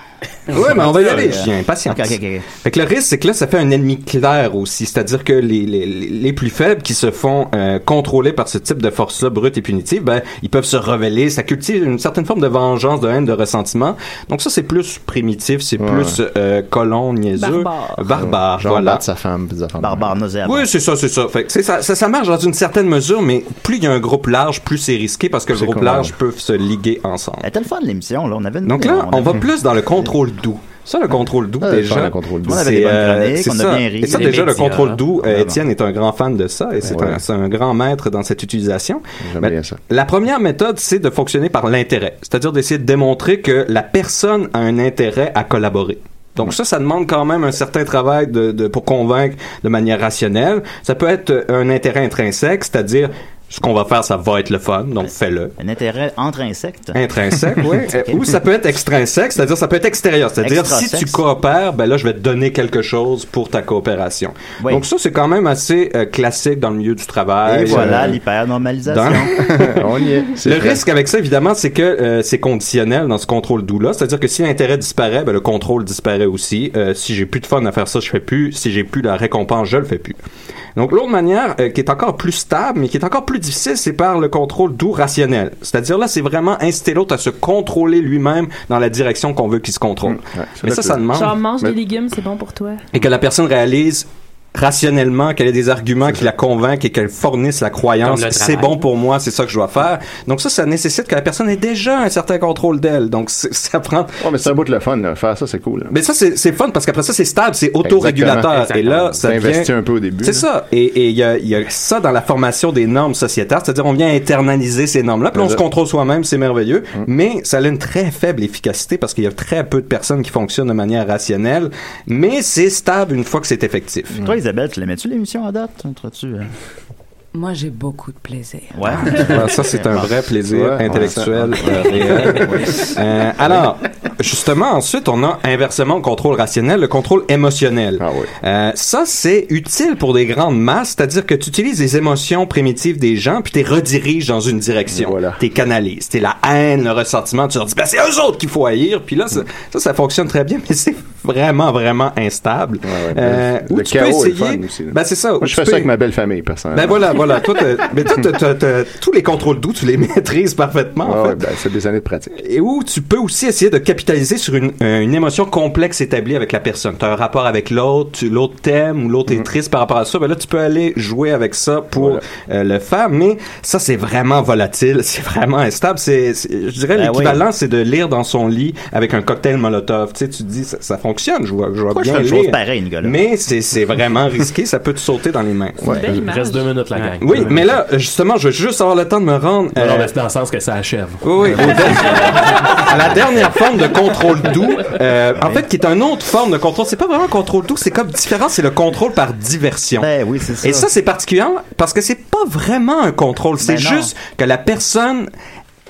[SPEAKER 13] Ouais, mais on va y aller,
[SPEAKER 3] Euh,
[SPEAKER 13] chien. Patience.
[SPEAKER 3] ok, ok, ok.
[SPEAKER 13] Fait que le risque, c'est que là, ça fait un ennemi clair aussi. C'est-à-dire que les, les, les plus faibles qui se font euh, contrôler par ce type de force-là, brute et punitive, ben, ils peuvent se rebeller. Ça cultive une certaine forme de vengeance, de haine, de ressentiment. Donc ça, c'est plus primitif, c'est plus euh, colon, niaiseux.
[SPEAKER 3] Barbare.
[SPEAKER 13] Barbare,
[SPEAKER 4] Genre
[SPEAKER 13] voilà.
[SPEAKER 4] battre sa femme, puis des affaires de même.
[SPEAKER 3] Barbare nauséabond.
[SPEAKER 13] Oui, c'est ça, c'est ça. Fait que c'est ça, ça. ça marche dans une certaine mesure, mais plus il y a un groupe large, plus c'est risqué parce que le
[SPEAKER 3] C'est
[SPEAKER 13] groupe
[SPEAKER 3] correct.
[SPEAKER 13] large peut se liguer ensemble.
[SPEAKER 3] C'était Eh, le fun, l'émission, là. On avait une
[SPEAKER 13] Donc là, on va
[SPEAKER 3] avait-
[SPEAKER 13] plus dans le contrôle doux. Ça, le contrôle doux,
[SPEAKER 3] Ah,
[SPEAKER 13] déjà.
[SPEAKER 3] faire le contrôle doux. On avait des bonnes
[SPEAKER 13] euh,
[SPEAKER 3] chroniques,
[SPEAKER 13] c'est
[SPEAKER 3] on a
[SPEAKER 13] ça.
[SPEAKER 3] bien ri.
[SPEAKER 13] Et ça,
[SPEAKER 3] Les
[SPEAKER 13] déjà, le
[SPEAKER 3] médias,
[SPEAKER 13] contrôle doux, euh,
[SPEAKER 3] vraiment.
[SPEAKER 13] Étienne est un grand fan de ça et c'est
[SPEAKER 3] Ouais.
[SPEAKER 13] un, c'est un grand maître dans cette utilisation.
[SPEAKER 4] J'aime
[SPEAKER 13] Ben,
[SPEAKER 4] bien ça.
[SPEAKER 13] La première méthode, c'est de fonctionner par l'intérêt. C'est-à-dire d'essayer de démontrer que la personne a un intérêt à collaborer. Donc ça, ça demande quand même un certain travail de, de- pour convaincre de manière rationnelle. Ça peut être euh, un intérêt intrinsèque, c'est-à-dire ce qu'on va faire, ça va être le fun, donc fais-le.
[SPEAKER 3] Un intérêt entre insectes.
[SPEAKER 13] Intrinsèque, oui. Euh, Ou ça peut être extrinsèque, c'est-à-dire ça peut être extérieur. C'est-à-dire si
[SPEAKER 3] Extrasexe.
[SPEAKER 13] tu coopères, ben là, je vais te donner quelque chose pour ta coopération.
[SPEAKER 3] Oui.
[SPEAKER 13] Donc ça, c'est quand même assez euh, classique dans le milieu du travail.
[SPEAKER 3] Et voilà
[SPEAKER 13] Euh,
[SPEAKER 3] l'hypernormalisation.
[SPEAKER 13] dans-
[SPEAKER 4] On y est. C'est
[SPEAKER 13] Le
[SPEAKER 4] vrai.
[SPEAKER 13] risque avec ça, évidemment, c'est que euh, c'est conditionnel dans ce contrôle doux-là. C'est-à-dire que si l'intérêt disparaît, ben, le contrôle disparaît aussi. Euh, si j'ai plus de fun à faire ça, je fais plus. Si j'ai plus la récompense, je le fais plus. Donc l'autre manière, euh, qui est encore plus stable, mais qui est encore plus difficile, c'est par le contrôle doux rationnel. C'est-à-dire là, c'est vraiment inciter l'autre à se contrôler lui-même dans la direction qu'on veut qu'il se
[SPEAKER 4] Mm.
[SPEAKER 13] contrôle. mais ça, ça demande...
[SPEAKER 5] Genre, mange
[SPEAKER 13] Mais-
[SPEAKER 5] des légumes, c'est bon pour toi.
[SPEAKER 13] et que la personne réalise rationnellement qu'elle ait des arguments qui la convainquent et qu'elle fournisse la croyance
[SPEAKER 10] Comme le
[SPEAKER 13] c'est
[SPEAKER 10] travail.
[SPEAKER 13] bon pour moi c'est ça que je dois faire donc ça ça nécessite que la personne ait déjà un certain contrôle d'elle donc c'est- ça prend
[SPEAKER 4] mais ça bout le fun là. faire ça c'est cool
[SPEAKER 13] mais ça c'est c'est fun parce qu'après ça c'est stable c'est autorégulateur
[SPEAKER 4] Exactement.
[SPEAKER 13] et là ça
[SPEAKER 4] T'investis
[SPEAKER 13] vient-
[SPEAKER 4] un peu au début,
[SPEAKER 13] c'est
[SPEAKER 4] là.
[SPEAKER 13] ça et et il y a, il y a ça dans la formation des normes sociétaires c'est-à-dire on vient internaliser ces normes là puis
[SPEAKER 4] Mais
[SPEAKER 13] on se
[SPEAKER 4] là-
[SPEAKER 13] contrôle soi-même c'est merveilleux mais ça a une très faible efficacité parce qu'il y a très peu de personnes qui fonctionnent de manière rationnelle mais c'est stable une fois que c'est effectif
[SPEAKER 3] Toi, Isabelle, tu l'aimais-tu l'émission à date? Entre-tu? euh?
[SPEAKER 15] Moi, j'ai beaucoup de plaisir.
[SPEAKER 3] Ouais.
[SPEAKER 13] Ah, ça, c'est un
[SPEAKER 3] Bon.
[SPEAKER 13] vrai plaisir
[SPEAKER 3] Ouais,
[SPEAKER 13] intellectuel.
[SPEAKER 3] ouais, ça.
[SPEAKER 13] euh, réel.
[SPEAKER 3] Ouais.
[SPEAKER 13] Euh, alors, justement, ensuite, on a inversement le contrôle rationnel, le contrôle émotionnel.
[SPEAKER 4] Ah
[SPEAKER 13] Euh, ça, c'est utile pour des grandes masses, c'est-à-dire que tu utilises les émotions primitives des gens, puis tu les rediriges dans une direction. Tu les canalises. T'es la haine, le ressentiment. Tu leur dis, ben, c'est eux autres qu'il faut haïr. Puis là, ça, ça, ça fonctionne très bien, mais c'est vraiment, vraiment instable. Euh,
[SPEAKER 4] le
[SPEAKER 13] ou tu peux
[SPEAKER 4] chaos est
[SPEAKER 13] essayer-
[SPEAKER 4] le fun aussi, là.
[SPEAKER 13] Ben, c'est ça.
[SPEAKER 4] Moi,
[SPEAKER 13] Ou
[SPEAKER 4] je
[SPEAKER 13] tu
[SPEAKER 4] fais
[SPEAKER 13] peux-
[SPEAKER 4] ça avec ma belle famille personnellement
[SPEAKER 13] ben voilà, voilà. Toi, t'as- mais toi, t'as- t'as- t'as- tous les contrôles doux, tu les maîtrises parfaitement. en fait.
[SPEAKER 4] c'est ben, des années de pratique
[SPEAKER 13] Et où tu peux aussi essayer de capitaliser sur une, euh, une émotion complexe établie avec la personne. Tu as un rapport avec l'autre, tu- l'autre t'aime ou l'autre est triste par rapport à ça. Ben là, tu peux aller jouer avec ça pour euh, le faire, mais ça, c'est vraiment volatile, c'est vraiment instable. C'est, c'est- je dirais,
[SPEAKER 3] Ben
[SPEAKER 13] l'équivalent, c'est de lire dans son lit avec un cocktail Molotov. Tu sais, tu te dis, ça, ça fonctionne, je vois, je vois
[SPEAKER 3] Pourquoi
[SPEAKER 13] bien
[SPEAKER 3] je fais une
[SPEAKER 13] lire.
[SPEAKER 3] chose pareille, une gars, là?
[SPEAKER 13] Mais c'est, c'est vraiment risqué, ça peut te sauter dans les mains.
[SPEAKER 12] Ouais. belle image. Reste deux minutes, la gang.
[SPEAKER 13] Oui, mais là, justement, je veux juste avoir le temps de me rendre...
[SPEAKER 12] Non,
[SPEAKER 13] euh,
[SPEAKER 12] non, mais c'est dans le sens que ça achève.
[SPEAKER 13] oui, oui. au- à la dernière forme de contrôle doux, euh, en fait, qui est une autre forme de contrôle. C'est pas vraiment un contrôle doux, c'est comme différent, c'est le contrôle par diversion. Et ça, c'est particulier parce que c'est pas vraiment un contrôle, c'est
[SPEAKER 6] Ben non.
[SPEAKER 13] juste que la personne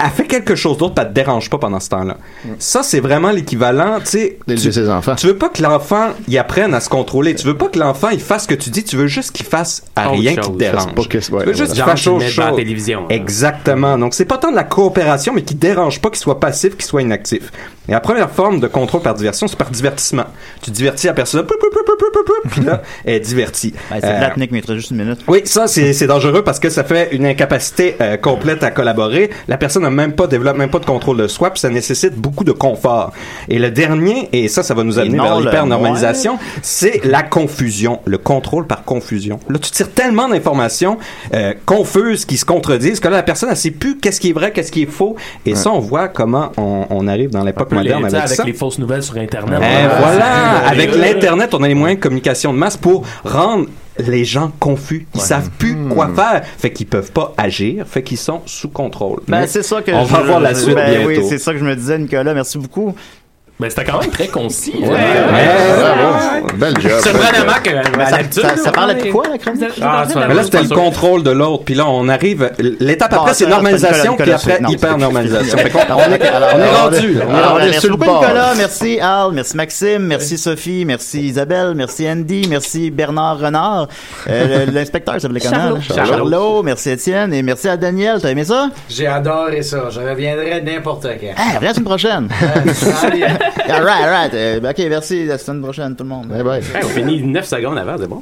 [SPEAKER 13] a fait quelque chose d'autre, pas te dérange pas pendant ce temps-là. Ça, c'est vraiment l'équivalent, tu sais. Tu, tu veux pas que l'enfant y apprenne à se contrôler. Tu veux pas que l'enfant il fasse ce que tu dis. Tu veux juste qu'il fasse à
[SPEAKER 10] Autre
[SPEAKER 13] rien qui
[SPEAKER 10] chose.
[SPEAKER 13] te dérange.
[SPEAKER 10] Fasse pas que- ouais,
[SPEAKER 13] tu veux juste qu'il
[SPEAKER 10] voilà.
[SPEAKER 13] fasse
[SPEAKER 10] Genre,
[SPEAKER 13] autre
[SPEAKER 10] tu le mets devant la
[SPEAKER 13] chose.
[SPEAKER 10] télévision.
[SPEAKER 13] Exactement. Donc, c'est pas tant de la coopération, mais qui dérange pas, qu'il soit passif, qu'il soit inactif. Et la première forme de contrôle par diversion, c'est par divertissement. Tu divertis la personne, poup, poup, poup, poup, poup, poup, puis là, elle est divertie.
[SPEAKER 3] Ben, c'est
[SPEAKER 13] Euh,
[SPEAKER 3] plate, Nick, mais il te reste juste une minute.
[SPEAKER 13] oui, ça, c'est c'est dangereux parce que ça fait une incapacité euh, complète à collaborer. La personne n'a même pas, développe même pas de contrôle de soi, puis ça nécessite beaucoup de confort. Et le dernier, et ça, ça va nous amener
[SPEAKER 6] non,
[SPEAKER 13] vers
[SPEAKER 6] le
[SPEAKER 13] l'hypernormalisation, c'est la confusion, le contrôle par confusion. Là, tu tires tellement d'informations euh, confuses qui se contredisent que là, la personne, elle sait plus qu'est-ce qui est vrai, qu'est-ce qui est faux. Et ça, on voit comment on, on arrive dans l'époque
[SPEAKER 12] Les-
[SPEAKER 13] moderne
[SPEAKER 12] tu sais,
[SPEAKER 13] avec,
[SPEAKER 12] avec
[SPEAKER 13] ça.
[SPEAKER 12] les fausses nouvelles sur Internet.
[SPEAKER 13] Eh, voilà,
[SPEAKER 12] c'est-
[SPEAKER 13] avec
[SPEAKER 12] euh,
[SPEAKER 13] l'internet, on a les moyens de communication de masse pour rendre les gens confus. Ils savent plus quoi faire, fait qu'ils peuvent pas agir, fait qu'ils sont sous contrôle.
[SPEAKER 3] Ben,
[SPEAKER 13] Mais
[SPEAKER 3] c'est ça que
[SPEAKER 13] on
[SPEAKER 3] je-
[SPEAKER 13] va voir la
[SPEAKER 3] je-
[SPEAKER 13] suite
[SPEAKER 3] ben oui,
[SPEAKER 13] bientôt.
[SPEAKER 3] c'est ça que je me disais, Nicolas. Merci beaucoup.
[SPEAKER 12] Mais c'était quand même très concis.
[SPEAKER 3] Ouais.
[SPEAKER 4] Belle
[SPEAKER 3] job.
[SPEAKER 10] Surprenamment que-
[SPEAKER 3] Mais
[SPEAKER 10] à
[SPEAKER 3] ça-
[SPEAKER 10] l'habitude,
[SPEAKER 3] ça- ça
[SPEAKER 10] là,
[SPEAKER 3] parlait
[SPEAKER 10] on
[SPEAKER 3] de
[SPEAKER 10] est-
[SPEAKER 3] quoi, la chronique?
[SPEAKER 10] Vous êtes- vous êtes en train de-
[SPEAKER 13] Mais Ah, là, c'était le contrôle de l'autre, puis là, on arrive. L'étape
[SPEAKER 3] Bon,
[SPEAKER 13] après,
[SPEAKER 3] ça,
[SPEAKER 13] c'est
[SPEAKER 3] c'est pas
[SPEAKER 13] normalisation,
[SPEAKER 3] Nicolas,
[SPEAKER 13] puis après,
[SPEAKER 3] c'est- non,
[SPEAKER 13] hyper-normalisation.
[SPEAKER 3] c'est-
[SPEAKER 13] Fait qu'on- on est
[SPEAKER 3] Alors,
[SPEAKER 13] on est
[SPEAKER 3] alors,
[SPEAKER 13] rendu. là.
[SPEAKER 3] alors,
[SPEAKER 13] On est
[SPEAKER 3] merci
[SPEAKER 13] sur le
[SPEAKER 3] beaucoup,
[SPEAKER 13] bord.
[SPEAKER 3] Nicolas, merci Al, merci Maxime, merci Sophie, merci Isabelle, merci Andy, merci Bernard Renard, euh, le- l'inspecteur s'appelait comment? là?
[SPEAKER 7] Charlot. Charlot.
[SPEAKER 3] hein? Charlot, merci Étienne et merci à Daniel, t'as aimé ça?
[SPEAKER 7] J'ai adoré ça. Je reviendrai n'importe quand.
[SPEAKER 3] Ah, reviens la semaine prochaine!
[SPEAKER 4] Ah.
[SPEAKER 3] all right, all right. Euh, ben, ok, merci, à la semaine prochaine tout le monde.
[SPEAKER 4] Bye bye.
[SPEAKER 10] Hey, on finit 9 secondes avant, c'est bon.